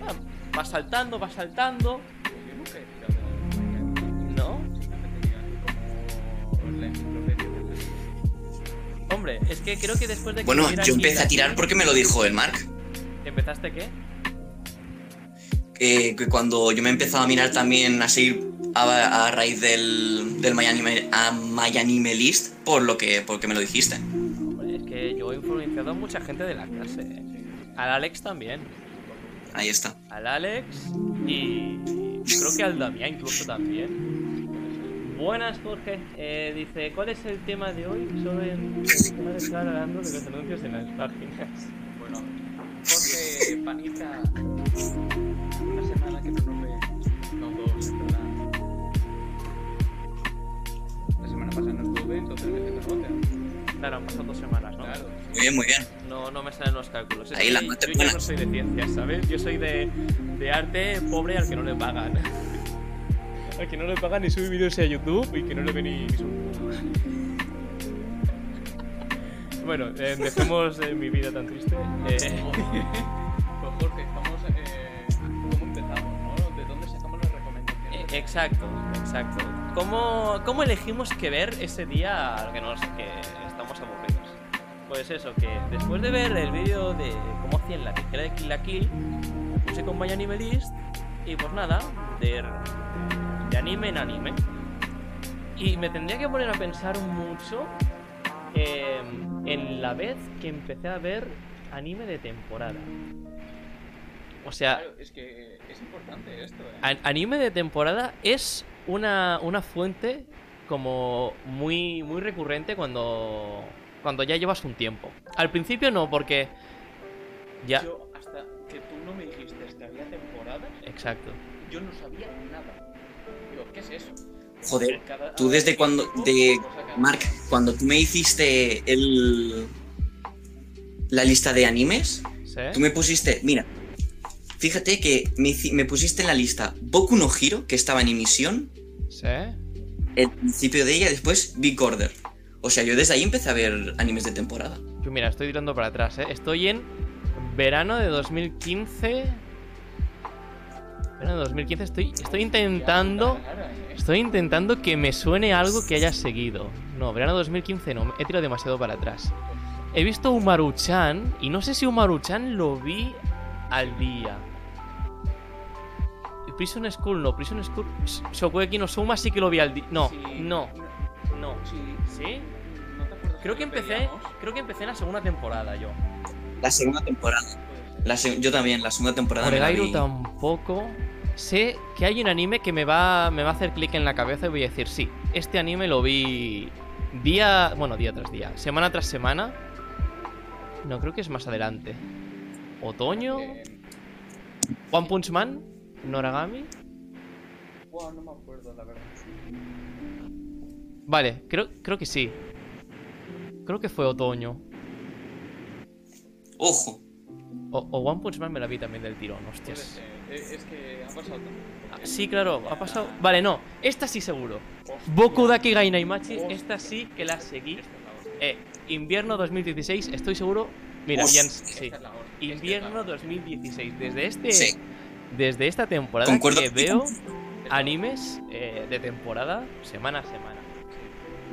[SPEAKER 2] "Ah, vas saltando, vas saltando.
[SPEAKER 1] Yo nunca he tirado de la
[SPEAKER 2] No.
[SPEAKER 1] Siempre me tenía como la enciclopedia del anime.
[SPEAKER 2] hombre. Es que creo que después de que.
[SPEAKER 3] Bueno,
[SPEAKER 2] hubiera
[SPEAKER 3] yo empecé
[SPEAKER 2] quitado-
[SPEAKER 3] a tirar porque me lo dijo el Mark.
[SPEAKER 2] ¿Empezaste qué?
[SPEAKER 3] Que, que cuando yo me he empezado a mirar también así a, a raíz del, del My, Anime, a My Anime List, por lo que porque me lo dijiste.
[SPEAKER 2] Hombre, es que yo he influenciado a mucha gente de la clase. ¿eh? Al Alex también.
[SPEAKER 3] Ahí está.
[SPEAKER 2] Al Alex y. y Creo que al Damián incluso también. Buenas, Jorge. Eh, dice: ¿Cuál es el tema de hoy? Solo en. Solo estar hablando de los anuncios en las páginas.
[SPEAKER 1] Bueno, Jorge Paniza, una semana que no nos ve, no dos, en verdad. La semana pasada no estuve, entonces me tengo otra.
[SPEAKER 2] Claro, han pasado dos semanas, ¿no?
[SPEAKER 1] Claro.
[SPEAKER 3] Muy bien, muy bien.
[SPEAKER 2] No, no me salen los cálculos. Es
[SPEAKER 3] Ahí
[SPEAKER 2] que
[SPEAKER 3] las
[SPEAKER 2] yo
[SPEAKER 3] mates
[SPEAKER 2] ya
[SPEAKER 3] buenas.
[SPEAKER 2] no soy de ciencias, ¿sabes? Yo soy de, de arte pobre al que no le pagan. al que no le pagan ni sube vídeos a YouTube y que no le ven ni, ni su- Bueno, eh, dejemos eh, mi vida tan triste. Eh,
[SPEAKER 1] Pues Jorge, vamos, eh, ¿cómo empezamos, no? ¿De dónde sacamos las
[SPEAKER 2] eh,
[SPEAKER 1] recomendaciones?
[SPEAKER 2] exacto, exacto. ¿Cómo, ¿Cómo elegimos que ver ese día al que, nos, que estamos aburridos? Pues eso, que después de ver el vídeo de cómo hacían la tijera de Kill la Kill, me puse con Vaya Anime List y pues nada, de, de anime en anime. Y me tendría que poner a pensar mucho eh, en la vez que empecé a ver anime de temporada. O sea,
[SPEAKER 1] Claro, es que es importante esto, eh.
[SPEAKER 2] An- anime de temporada es una, una fuente como muy, muy recurrente cuando, cuando ya llevas un tiempo. Al principio no, porque... Ya,
[SPEAKER 1] Yo, hasta que tú no me dijiste que había temporadas,
[SPEAKER 2] exacto.
[SPEAKER 1] yo no sabía nada. Digo, ¿qué es eso?
[SPEAKER 3] Joder,
[SPEAKER 1] Cada-
[SPEAKER 3] tú desde cuando- de-
[SPEAKER 1] Pues sacan-
[SPEAKER 3] Mark, cuando tú me hiciste el, la lista de animes, tú
[SPEAKER 2] ¿Sí?
[SPEAKER 3] me pusiste, mira, fíjate que me, hici- me pusiste en la lista Boku no Hiro, que estaba en emisión,
[SPEAKER 2] ¿Sí?
[SPEAKER 3] el principio de ella, después Big Order. O sea, yo desde ahí empecé a ver animes de temporada.
[SPEAKER 2] Yo mira, estoy tirando para atrás, ¿eh? Estoy en verano de 2015... Verano de 2015 estoy, estoy intentando...
[SPEAKER 1] Ya, cara, eh.
[SPEAKER 2] Estoy intentando que me suene algo que haya seguido. No, verano 2015 no, he tirado demasiado para atrás. He visto Umaru-chan y no sé si Umaru-chan lo vi al día. Y Prison School no, Prison School. Sh- Shokugeki no Soma sí que lo vi al día. No,
[SPEAKER 1] Sí.
[SPEAKER 2] no, no.
[SPEAKER 1] Sí.
[SPEAKER 2] ¿Sí?
[SPEAKER 1] ¿No te acuerdas que
[SPEAKER 2] Creo que
[SPEAKER 1] lo
[SPEAKER 2] empecé,
[SPEAKER 1] pedíamos?
[SPEAKER 2] creo que empecé en la segunda temporada yo.
[SPEAKER 3] La segunda temporada.
[SPEAKER 1] Pues,
[SPEAKER 3] La se- yo también, la segunda temporada. me la
[SPEAKER 2] Oregairu
[SPEAKER 3] vi.
[SPEAKER 2] tampoco. Sé que hay un anime que me va, me va a hacer clic en la cabeza y voy a decir, sí, este anime lo vi día, bueno, día tras día, semana tras semana. No, creo que es más adelante. Otoño,
[SPEAKER 1] eh,
[SPEAKER 2] One Punch Man, Noragami.
[SPEAKER 1] Wow, no me acuerdo, la verdad.
[SPEAKER 2] Vale, creo, creo que sí. Creo que fue otoño.
[SPEAKER 3] Ojo,
[SPEAKER 2] O, o One Punch Man me la vi también del tirón,
[SPEAKER 1] Puede
[SPEAKER 2] hostias.
[SPEAKER 1] ser. Eh, Es que ha pasado tanto.
[SPEAKER 2] Ah, Sí, claro, ha pasado. Vale, no, esta sí seguro. Boku Daki Gai Naimachi, esta sí que la seguí.
[SPEAKER 1] Esta es la hostia.
[SPEAKER 2] Eh, invierno 2016, estoy seguro. Mira,
[SPEAKER 3] Uf.
[SPEAKER 2] Jan, sí.
[SPEAKER 1] Esta es la hostia. Esta es la
[SPEAKER 2] Invierno 2016. Desde este.
[SPEAKER 3] Sí.
[SPEAKER 2] Desde esta temporada
[SPEAKER 3] Concuerdo
[SPEAKER 2] que veo
[SPEAKER 3] contigo.
[SPEAKER 2] animes eh, de temporada semana a semana.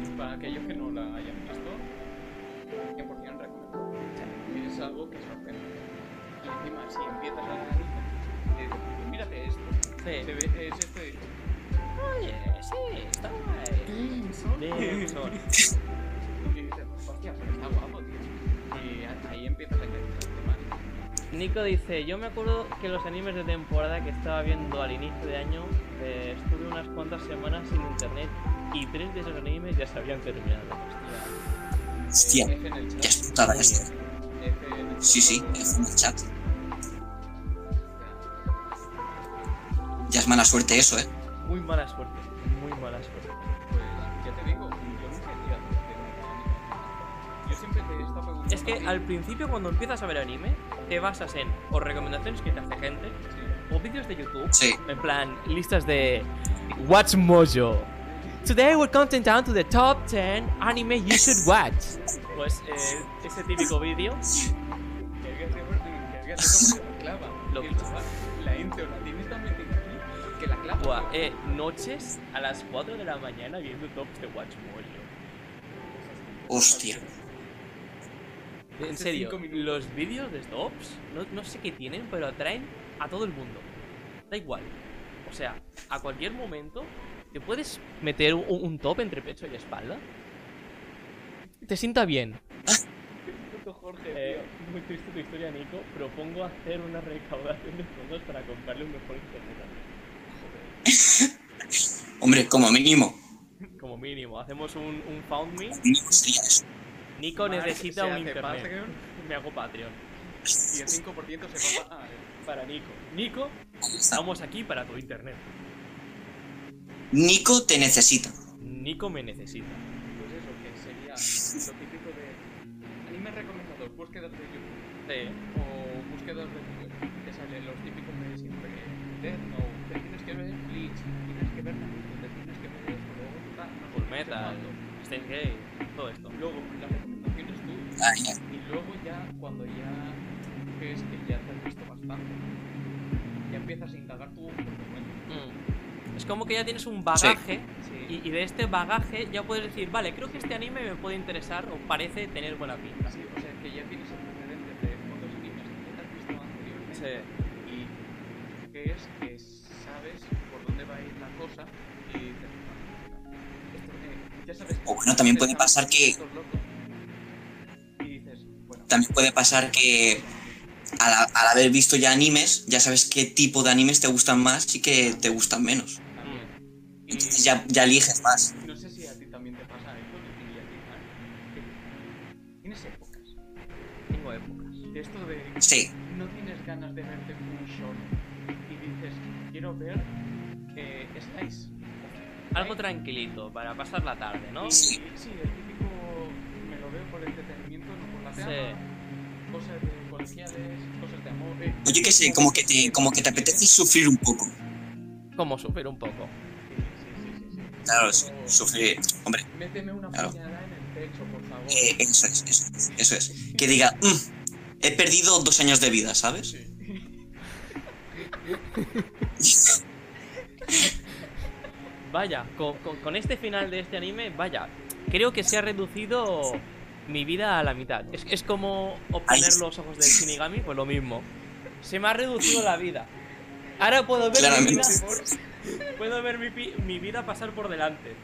[SPEAKER 1] Sí. Para aquellos que no la hayan visto, 100% recomendado. Es algo que sorprende. Y encima, si empiezas a ver anime, eh, mírate esto. Te ve- es este esto y-
[SPEAKER 2] sí, está guay.
[SPEAKER 1] y dices, hostia, pero está guapo, tío. Y a- ahí empiezas a caer más.
[SPEAKER 2] Nico dice, yo me acuerdo que los animes de temporada que estaba viendo al inicio de año, eh, estuve unas cuantas semanas sin internet y tres de esos animes ya se habían terminado.
[SPEAKER 3] hostia,
[SPEAKER 1] eh, F en el chat.
[SPEAKER 3] qué putada esta.
[SPEAKER 1] F en el chat.
[SPEAKER 3] Sí, sí, es en el chat. Ya es mala suerte eso, ¿eh?
[SPEAKER 2] Muy mala suerte, muy mala suerte.
[SPEAKER 1] Pues ya te digo, yo nunca he tirado de anime. Yo siempre te he estado preguntando.
[SPEAKER 2] Es que
[SPEAKER 1] a ti,
[SPEAKER 2] al principio cuando empiezas a ver anime, te basas en o recomendaciones que te hace gente,
[SPEAKER 1] sí.
[SPEAKER 2] o vídeos de YouTube,
[SPEAKER 3] Sí.
[SPEAKER 2] en plan listas de Watch Mojo. Today we're counting down to the top 10 anime you should watch. Pues eh, ese típico vídeo.
[SPEAKER 1] Que fíjate por- que fíjate cómo se la clava.
[SPEAKER 2] Lo-
[SPEAKER 1] El chaval, la intro la tiene tan metida aquí que la clava.
[SPEAKER 2] Buah, eh, noches a las 4 de la mañana viendo tops de Watch Mojo.
[SPEAKER 3] Hostia.
[SPEAKER 2] En
[SPEAKER 1] Hace
[SPEAKER 2] serio,
[SPEAKER 1] cinco minutos.
[SPEAKER 2] los vídeos de Stops, no, no sé qué tienen, pero atraen a todo el mundo. Da igual. O sea, a cualquier momento, ¿te puedes meter un, un top entre pecho y espalda? Te sienta bien.
[SPEAKER 4] Jorge,
[SPEAKER 2] Eh,
[SPEAKER 4] tío, muy triste tu historia, Nico. Propongo hacer una recaudación de fondos para comprarle un mejor internet. a Nico.
[SPEAKER 3] Hombre, como mínimo.
[SPEAKER 2] Como mínimo, hacemos un, un Found Me.
[SPEAKER 3] mínimo sería eso.
[SPEAKER 2] Nico
[SPEAKER 1] Mark
[SPEAKER 2] necesita
[SPEAKER 1] se
[SPEAKER 2] un
[SPEAKER 1] hace
[SPEAKER 2] internet.
[SPEAKER 4] ¿eh?
[SPEAKER 1] Patreon
[SPEAKER 2] Me hago Patreon.
[SPEAKER 1] Y el 5% se va a...
[SPEAKER 4] Para Nico. Nico,
[SPEAKER 2] Estamos aquí para tu internet.
[SPEAKER 3] Nico te necesita.
[SPEAKER 2] Nico me necesita.
[SPEAKER 1] Pues eso, que sería lo típico de anime recomendado, búsquedas de YouTube
[SPEAKER 4] eh,
[SPEAKER 2] Sí.
[SPEAKER 1] o búsquedas de Google, que salen los típicos de siempre. Death Note, te tienes que ver Bleach, tienes que ver Naruto, te tienes que ver esto, luego tal, no sé,
[SPEAKER 2] Full
[SPEAKER 1] no sé
[SPEAKER 2] Metal,
[SPEAKER 1] cuánto.
[SPEAKER 2] Steins Gate, Este todo esto.
[SPEAKER 1] Luego, las recomendaciones tú,
[SPEAKER 3] Ay, ay.
[SPEAKER 1] y luego ya, cuando ya crees que ya te has visto bastante, ya empiezas a indagar tú por tu cuenta.
[SPEAKER 2] Mm. Es como que ya tienes un bagaje
[SPEAKER 1] Sí,
[SPEAKER 2] y, y de este bagaje ya puedes decir, vale, creo que este anime me puede interesar o parece tener buena pinta.
[SPEAKER 1] así, o sea, que ya tienes antecedentes de otros animes que te has visto anteriormente. y que es que sabes por dónde va a ir la cosa y te esto, eh, ya sabes
[SPEAKER 3] O bueno, también puede pasar que-
[SPEAKER 1] Estos locos. y dices bueno
[SPEAKER 3] También puede pasar que al, al haber visto ya animes, ya sabes qué tipo de animes te gustan más y qué te gustan menos.
[SPEAKER 1] también y
[SPEAKER 3] Entonces ya, ya eliges más.
[SPEAKER 1] no sé si a ti también te pasa esto y a ti ¿eh? Que tienes épocas
[SPEAKER 2] Tengo épocas.
[SPEAKER 1] de esto de
[SPEAKER 3] Sí,
[SPEAKER 1] no tienes ganas de verte un shonen y dices quiero ver eh, Slice
[SPEAKER 2] Algo tranquilito para pasar la tarde, ¿no?
[SPEAKER 1] Y- Sí, el típico me lo veo por entretenimiento, no por la
[SPEAKER 2] Sí.
[SPEAKER 1] tele. Cosas de colegiales, cosas de amor. eh,
[SPEAKER 3] pues yo qué sé, como que te, como que te apetece sufrir un poco.
[SPEAKER 2] Como super un poco.
[SPEAKER 1] Sí, sí, sí, sí, sí.
[SPEAKER 3] Claro, su-
[SPEAKER 1] Pero
[SPEAKER 3] sufrir. Hombre,
[SPEAKER 1] Méteme una
[SPEAKER 3] claro.
[SPEAKER 1] puñalada en el pecho, por favor.
[SPEAKER 3] eh, eso es, eso es, eso es. Que diga, "Mm, he perdido dos años de vida, ¿sabes?
[SPEAKER 2] Vaya, con, con- con este final de este anime, vaya, creo que se ha reducido mi vida a la mitad. Es, es como obtener los ojos del Shinigami, pues lo mismo. Se me ha reducido la vida. Ahora puedo ver mi vida,
[SPEAKER 3] Claramente.
[SPEAKER 2] puedo ver mi, pi- mi vida pasar por delante.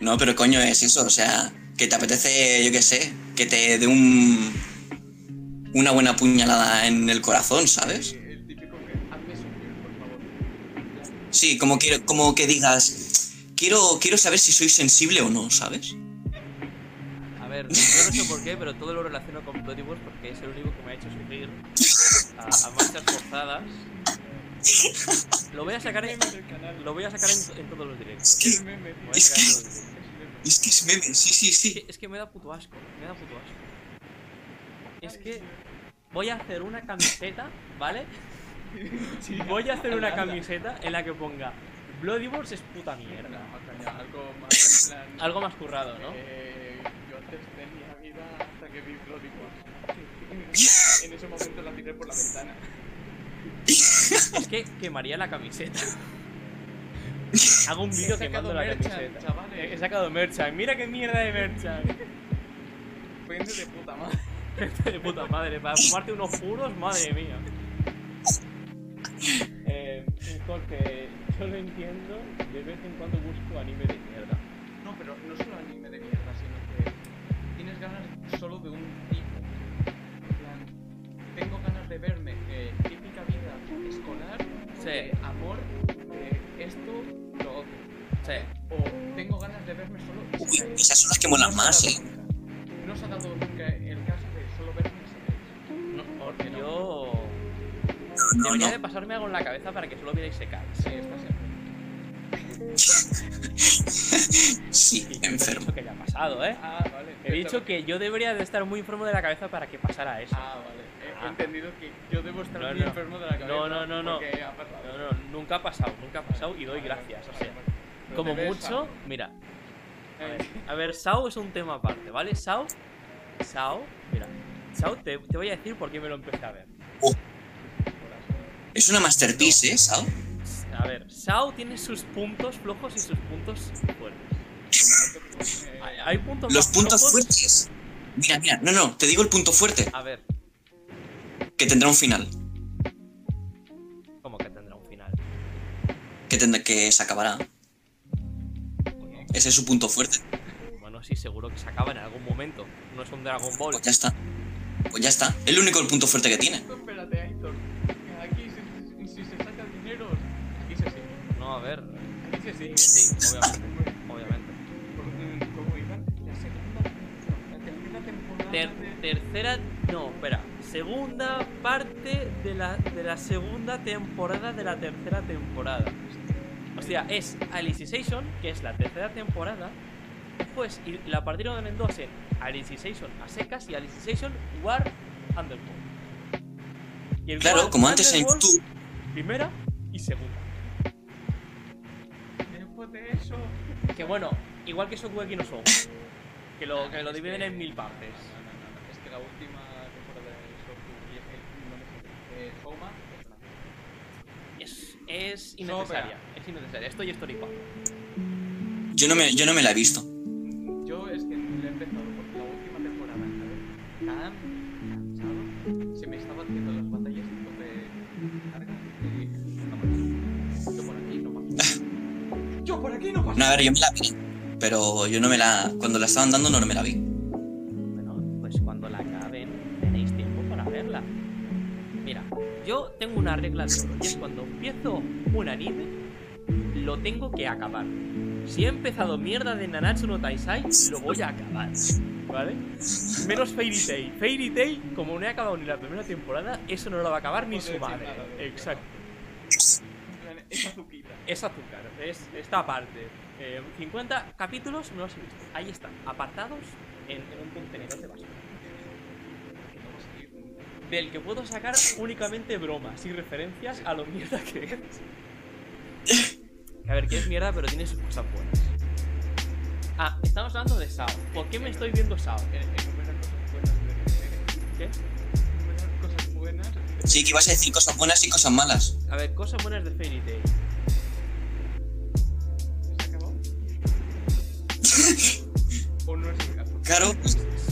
[SPEAKER 3] No, pero coño, es eso, o sea, que te apetece, yo qué sé, que te dé un. una buena puñalada en el corazón, ¿sabes?
[SPEAKER 1] Eh, el típico que hazme sufrir, por favor.
[SPEAKER 3] Sí, como que, como que digas, quiero, quiero saber si soy sensible o no, ¿sabes?
[SPEAKER 2] A ver, yo no sé por qué, pero todo lo relaciono con Plotibus porque es el único que me ha hecho sufrir a, a marchas forzadas. Lo voy a sacar en, lo voy a sacar en, en todos los directos.
[SPEAKER 1] El meme,
[SPEAKER 2] Lo
[SPEAKER 1] tío,
[SPEAKER 2] voy a
[SPEAKER 3] Es
[SPEAKER 2] sacar en
[SPEAKER 3] que-
[SPEAKER 2] todos los directos.
[SPEAKER 3] Es que es meme, sí, sí,
[SPEAKER 2] Es
[SPEAKER 3] sí.
[SPEAKER 2] que, es que me da puto asco, me da puto asco. Es que voy a hacer una camiseta, ¿vale?
[SPEAKER 1] Sí,
[SPEAKER 2] Voy a hacer una
[SPEAKER 1] Anda.
[SPEAKER 2] camiseta en la que ponga Bloodivores es puta mierda.
[SPEAKER 1] Mierda, coño, algo más en plan.
[SPEAKER 2] Algo más currado, ¿no?
[SPEAKER 1] Eh, yo antes tenía vida hasta que vi Bloody Wars. En ese momento la tiré por la ventana.
[SPEAKER 2] Es que quemaría la camiseta. Hago un vídeo
[SPEAKER 1] He sacado
[SPEAKER 2] quemando la
[SPEAKER 1] merchan,
[SPEAKER 2] camiseta.
[SPEAKER 1] chavales.
[SPEAKER 2] He sacado merchan, mira qué mierda de merchan.
[SPEAKER 1] Vende de puta madre.
[SPEAKER 2] de puta madre, para fumarte unos puros, madre mía.
[SPEAKER 4] eh, Jorge, yo lo entiendo. De vez en cuando busco anime de mierda.
[SPEAKER 1] No, pero no solo anime de mierda, sino que tienes ganas solo de un tipo. En plan, tengo ganas de verme eh, típica vida escolar,
[SPEAKER 2] Sí.
[SPEAKER 1] eh, amor, eh, esto, lo otro.
[SPEAKER 2] Sí.
[SPEAKER 1] O tengo ganas de verme solo.
[SPEAKER 3] Uy,
[SPEAKER 1] Isekai.
[SPEAKER 3] esas son las que molan
[SPEAKER 1] No se ha
[SPEAKER 3] más,
[SPEAKER 1] dado
[SPEAKER 3] eh.
[SPEAKER 1] nunca. No se ha dado nunca el caso de solo verme Isekai.
[SPEAKER 2] No, porque yo.
[SPEAKER 3] No,
[SPEAKER 2] Debería
[SPEAKER 3] no,
[SPEAKER 2] de pasarme algo en la cabeza para que solo viera y se cae.
[SPEAKER 1] Sí, está siempre.
[SPEAKER 3] sí,
[SPEAKER 2] Y yo no he
[SPEAKER 3] enfermo.
[SPEAKER 2] dicho que ya ha pasado, ¿eh?
[SPEAKER 1] Ah, vale.
[SPEAKER 2] He dicho que yo debería de estar muy enfermo de la cabeza para que pasara eso.
[SPEAKER 1] Ah, vale. He
[SPEAKER 2] Ah.
[SPEAKER 1] entendido que yo debo estar
[SPEAKER 2] No,
[SPEAKER 1] muy
[SPEAKER 2] no.
[SPEAKER 1] enfermo de la cabeza.
[SPEAKER 2] No, no, no, no.
[SPEAKER 1] Porque ha pasado.
[SPEAKER 2] No, no, nunca ha pasado, nunca ha pasado y doy
[SPEAKER 1] Vale,
[SPEAKER 2] gracias. O
[SPEAKER 1] vale,
[SPEAKER 2] sea,
[SPEAKER 1] vale. Pero
[SPEAKER 2] como
[SPEAKER 1] te ves
[SPEAKER 2] mucho,
[SPEAKER 1] sano.
[SPEAKER 2] mira. A
[SPEAKER 1] Eh,
[SPEAKER 2] ver, a ver, Sao es un tema aparte, ¿vale? Sao, Sao, mira. Sao, te, te voy a decir por qué me lo empecé a ver.
[SPEAKER 3] Es una masterpiece, ¿eh? ¿Sabes?
[SPEAKER 2] A ver, Sao tiene sus puntos flojos y sus puntos fuertes. Hay- Hay puntos
[SPEAKER 3] Los
[SPEAKER 2] más
[SPEAKER 3] puntos
[SPEAKER 2] flojos.
[SPEAKER 3] fuertes. Mira, mira, no, no, te digo el punto fuerte,
[SPEAKER 2] A ver,
[SPEAKER 3] que tendrá un final,
[SPEAKER 2] como que tendrá un final.
[SPEAKER 3] que, tendrá, que se acabará.
[SPEAKER 2] Bueno,
[SPEAKER 3] Ese es su punto fuerte.
[SPEAKER 2] bueno, sí, seguro que se acaba en algún momento. No es un Dragon Ball.
[SPEAKER 3] Pues ya está. Pues ya está. Es lo único el punto fuerte que tiene.
[SPEAKER 1] Espérate, Aitor. Aquí si, si se saca dinero, aquí se sigue.
[SPEAKER 2] No, a ver.
[SPEAKER 1] Aquí se sigue.
[SPEAKER 2] Sí, obviamente. obviamente.
[SPEAKER 1] Por- Como iban, la segunda, la tercera temporada.
[SPEAKER 2] Ter-
[SPEAKER 1] de-
[SPEAKER 2] tercera, no, espera. Segunda parte de la, de la segunda temporada de la tercera temporada. O sea, es Alicization, que es la tercera temporada. Después y la partieron en dos en Alicization a secas y Alicization War Underworld. Y el
[SPEAKER 3] Claro,
[SPEAKER 2] War
[SPEAKER 3] como antes en
[SPEAKER 2] Underworld,
[SPEAKER 3] YouTube.
[SPEAKER 2] Primera y segunda.
[SPEAKER 1] Después de eso.
[SPEAKER 2] Que bueno, igual que Sokueki no son. Que lo, que lo dividen en mil partes.
[SPEAKER 1] No, no, no, no, Es que la última temporada de Shoku y el no me sale. Eh, Soma es una mierda.
[SPEAKER 2] Es, es
[SPEAKER 1] No, espera.
[SPEAKER 2] innecesaria. es innecesaria. Esto ya es Tori cuatro.
[SPEAKER 3] Yo no me, yo no me la he visto.
[SPEAKER 1] Mm, Yo es que le he empezado porque la última temporada estaba tan cansado, se me estaba haciendo las batallas de largas y dije, no más. Yo por aquí no paso. Yo por aquí no paso.
[SPEAKER 3] No, a ver, yo me la vi. Pero yo no me la. Cuando la estaban dando, no me la vi.
[SPEAKER 2] Bueno, pues cuando la acaben tenéis tiempo para verla. Mira, yo tengo una regla de oro y es cuando empiezo un anime, lo tengo que acabar. Si he empezado mierda de Nanatsu no Taisai, lo voy a acabar. ¿Vale? Menos Fairy Tail. Fairy Tail, como no he acabado ni la primera temporada, eso no lo va a acabar ni su madre. Exacto.
[SPEAKER 1] Esa azuquita.
[SPEAKER 2] Es azúcar, es esta parte. Eh, 50 capítulos no los he visto. Ahí están, apartados en, en un contenedor de basura.
[SPEAKER 1] Que no va a salir nunca.
[SPEAKER 2] del que puedo sacar únicamente bromas y referencias a lo mierda que es. A ver, que es mierda, pero tiene sus cosas buenas. Ah, estamos hablando de Sao. ¿Por qué me estoy viendo Sao?
[SPEAKER 1] Eh, Enumerar cosas buenas de
[SPEAKER 2] ¿Qué?
[SPEAKER 1] Enumerar cosas buenas de-
[SPEAKER 3] Sí, que ibas a decir cosas buenas y cosas malas.
[SPEAKER 2] A ver, cosas buenas de Fairy Tail.
[SPEAKER 1] ¿Se acabó? ¿O no es el caso?
[SPEAKER 3] Claro,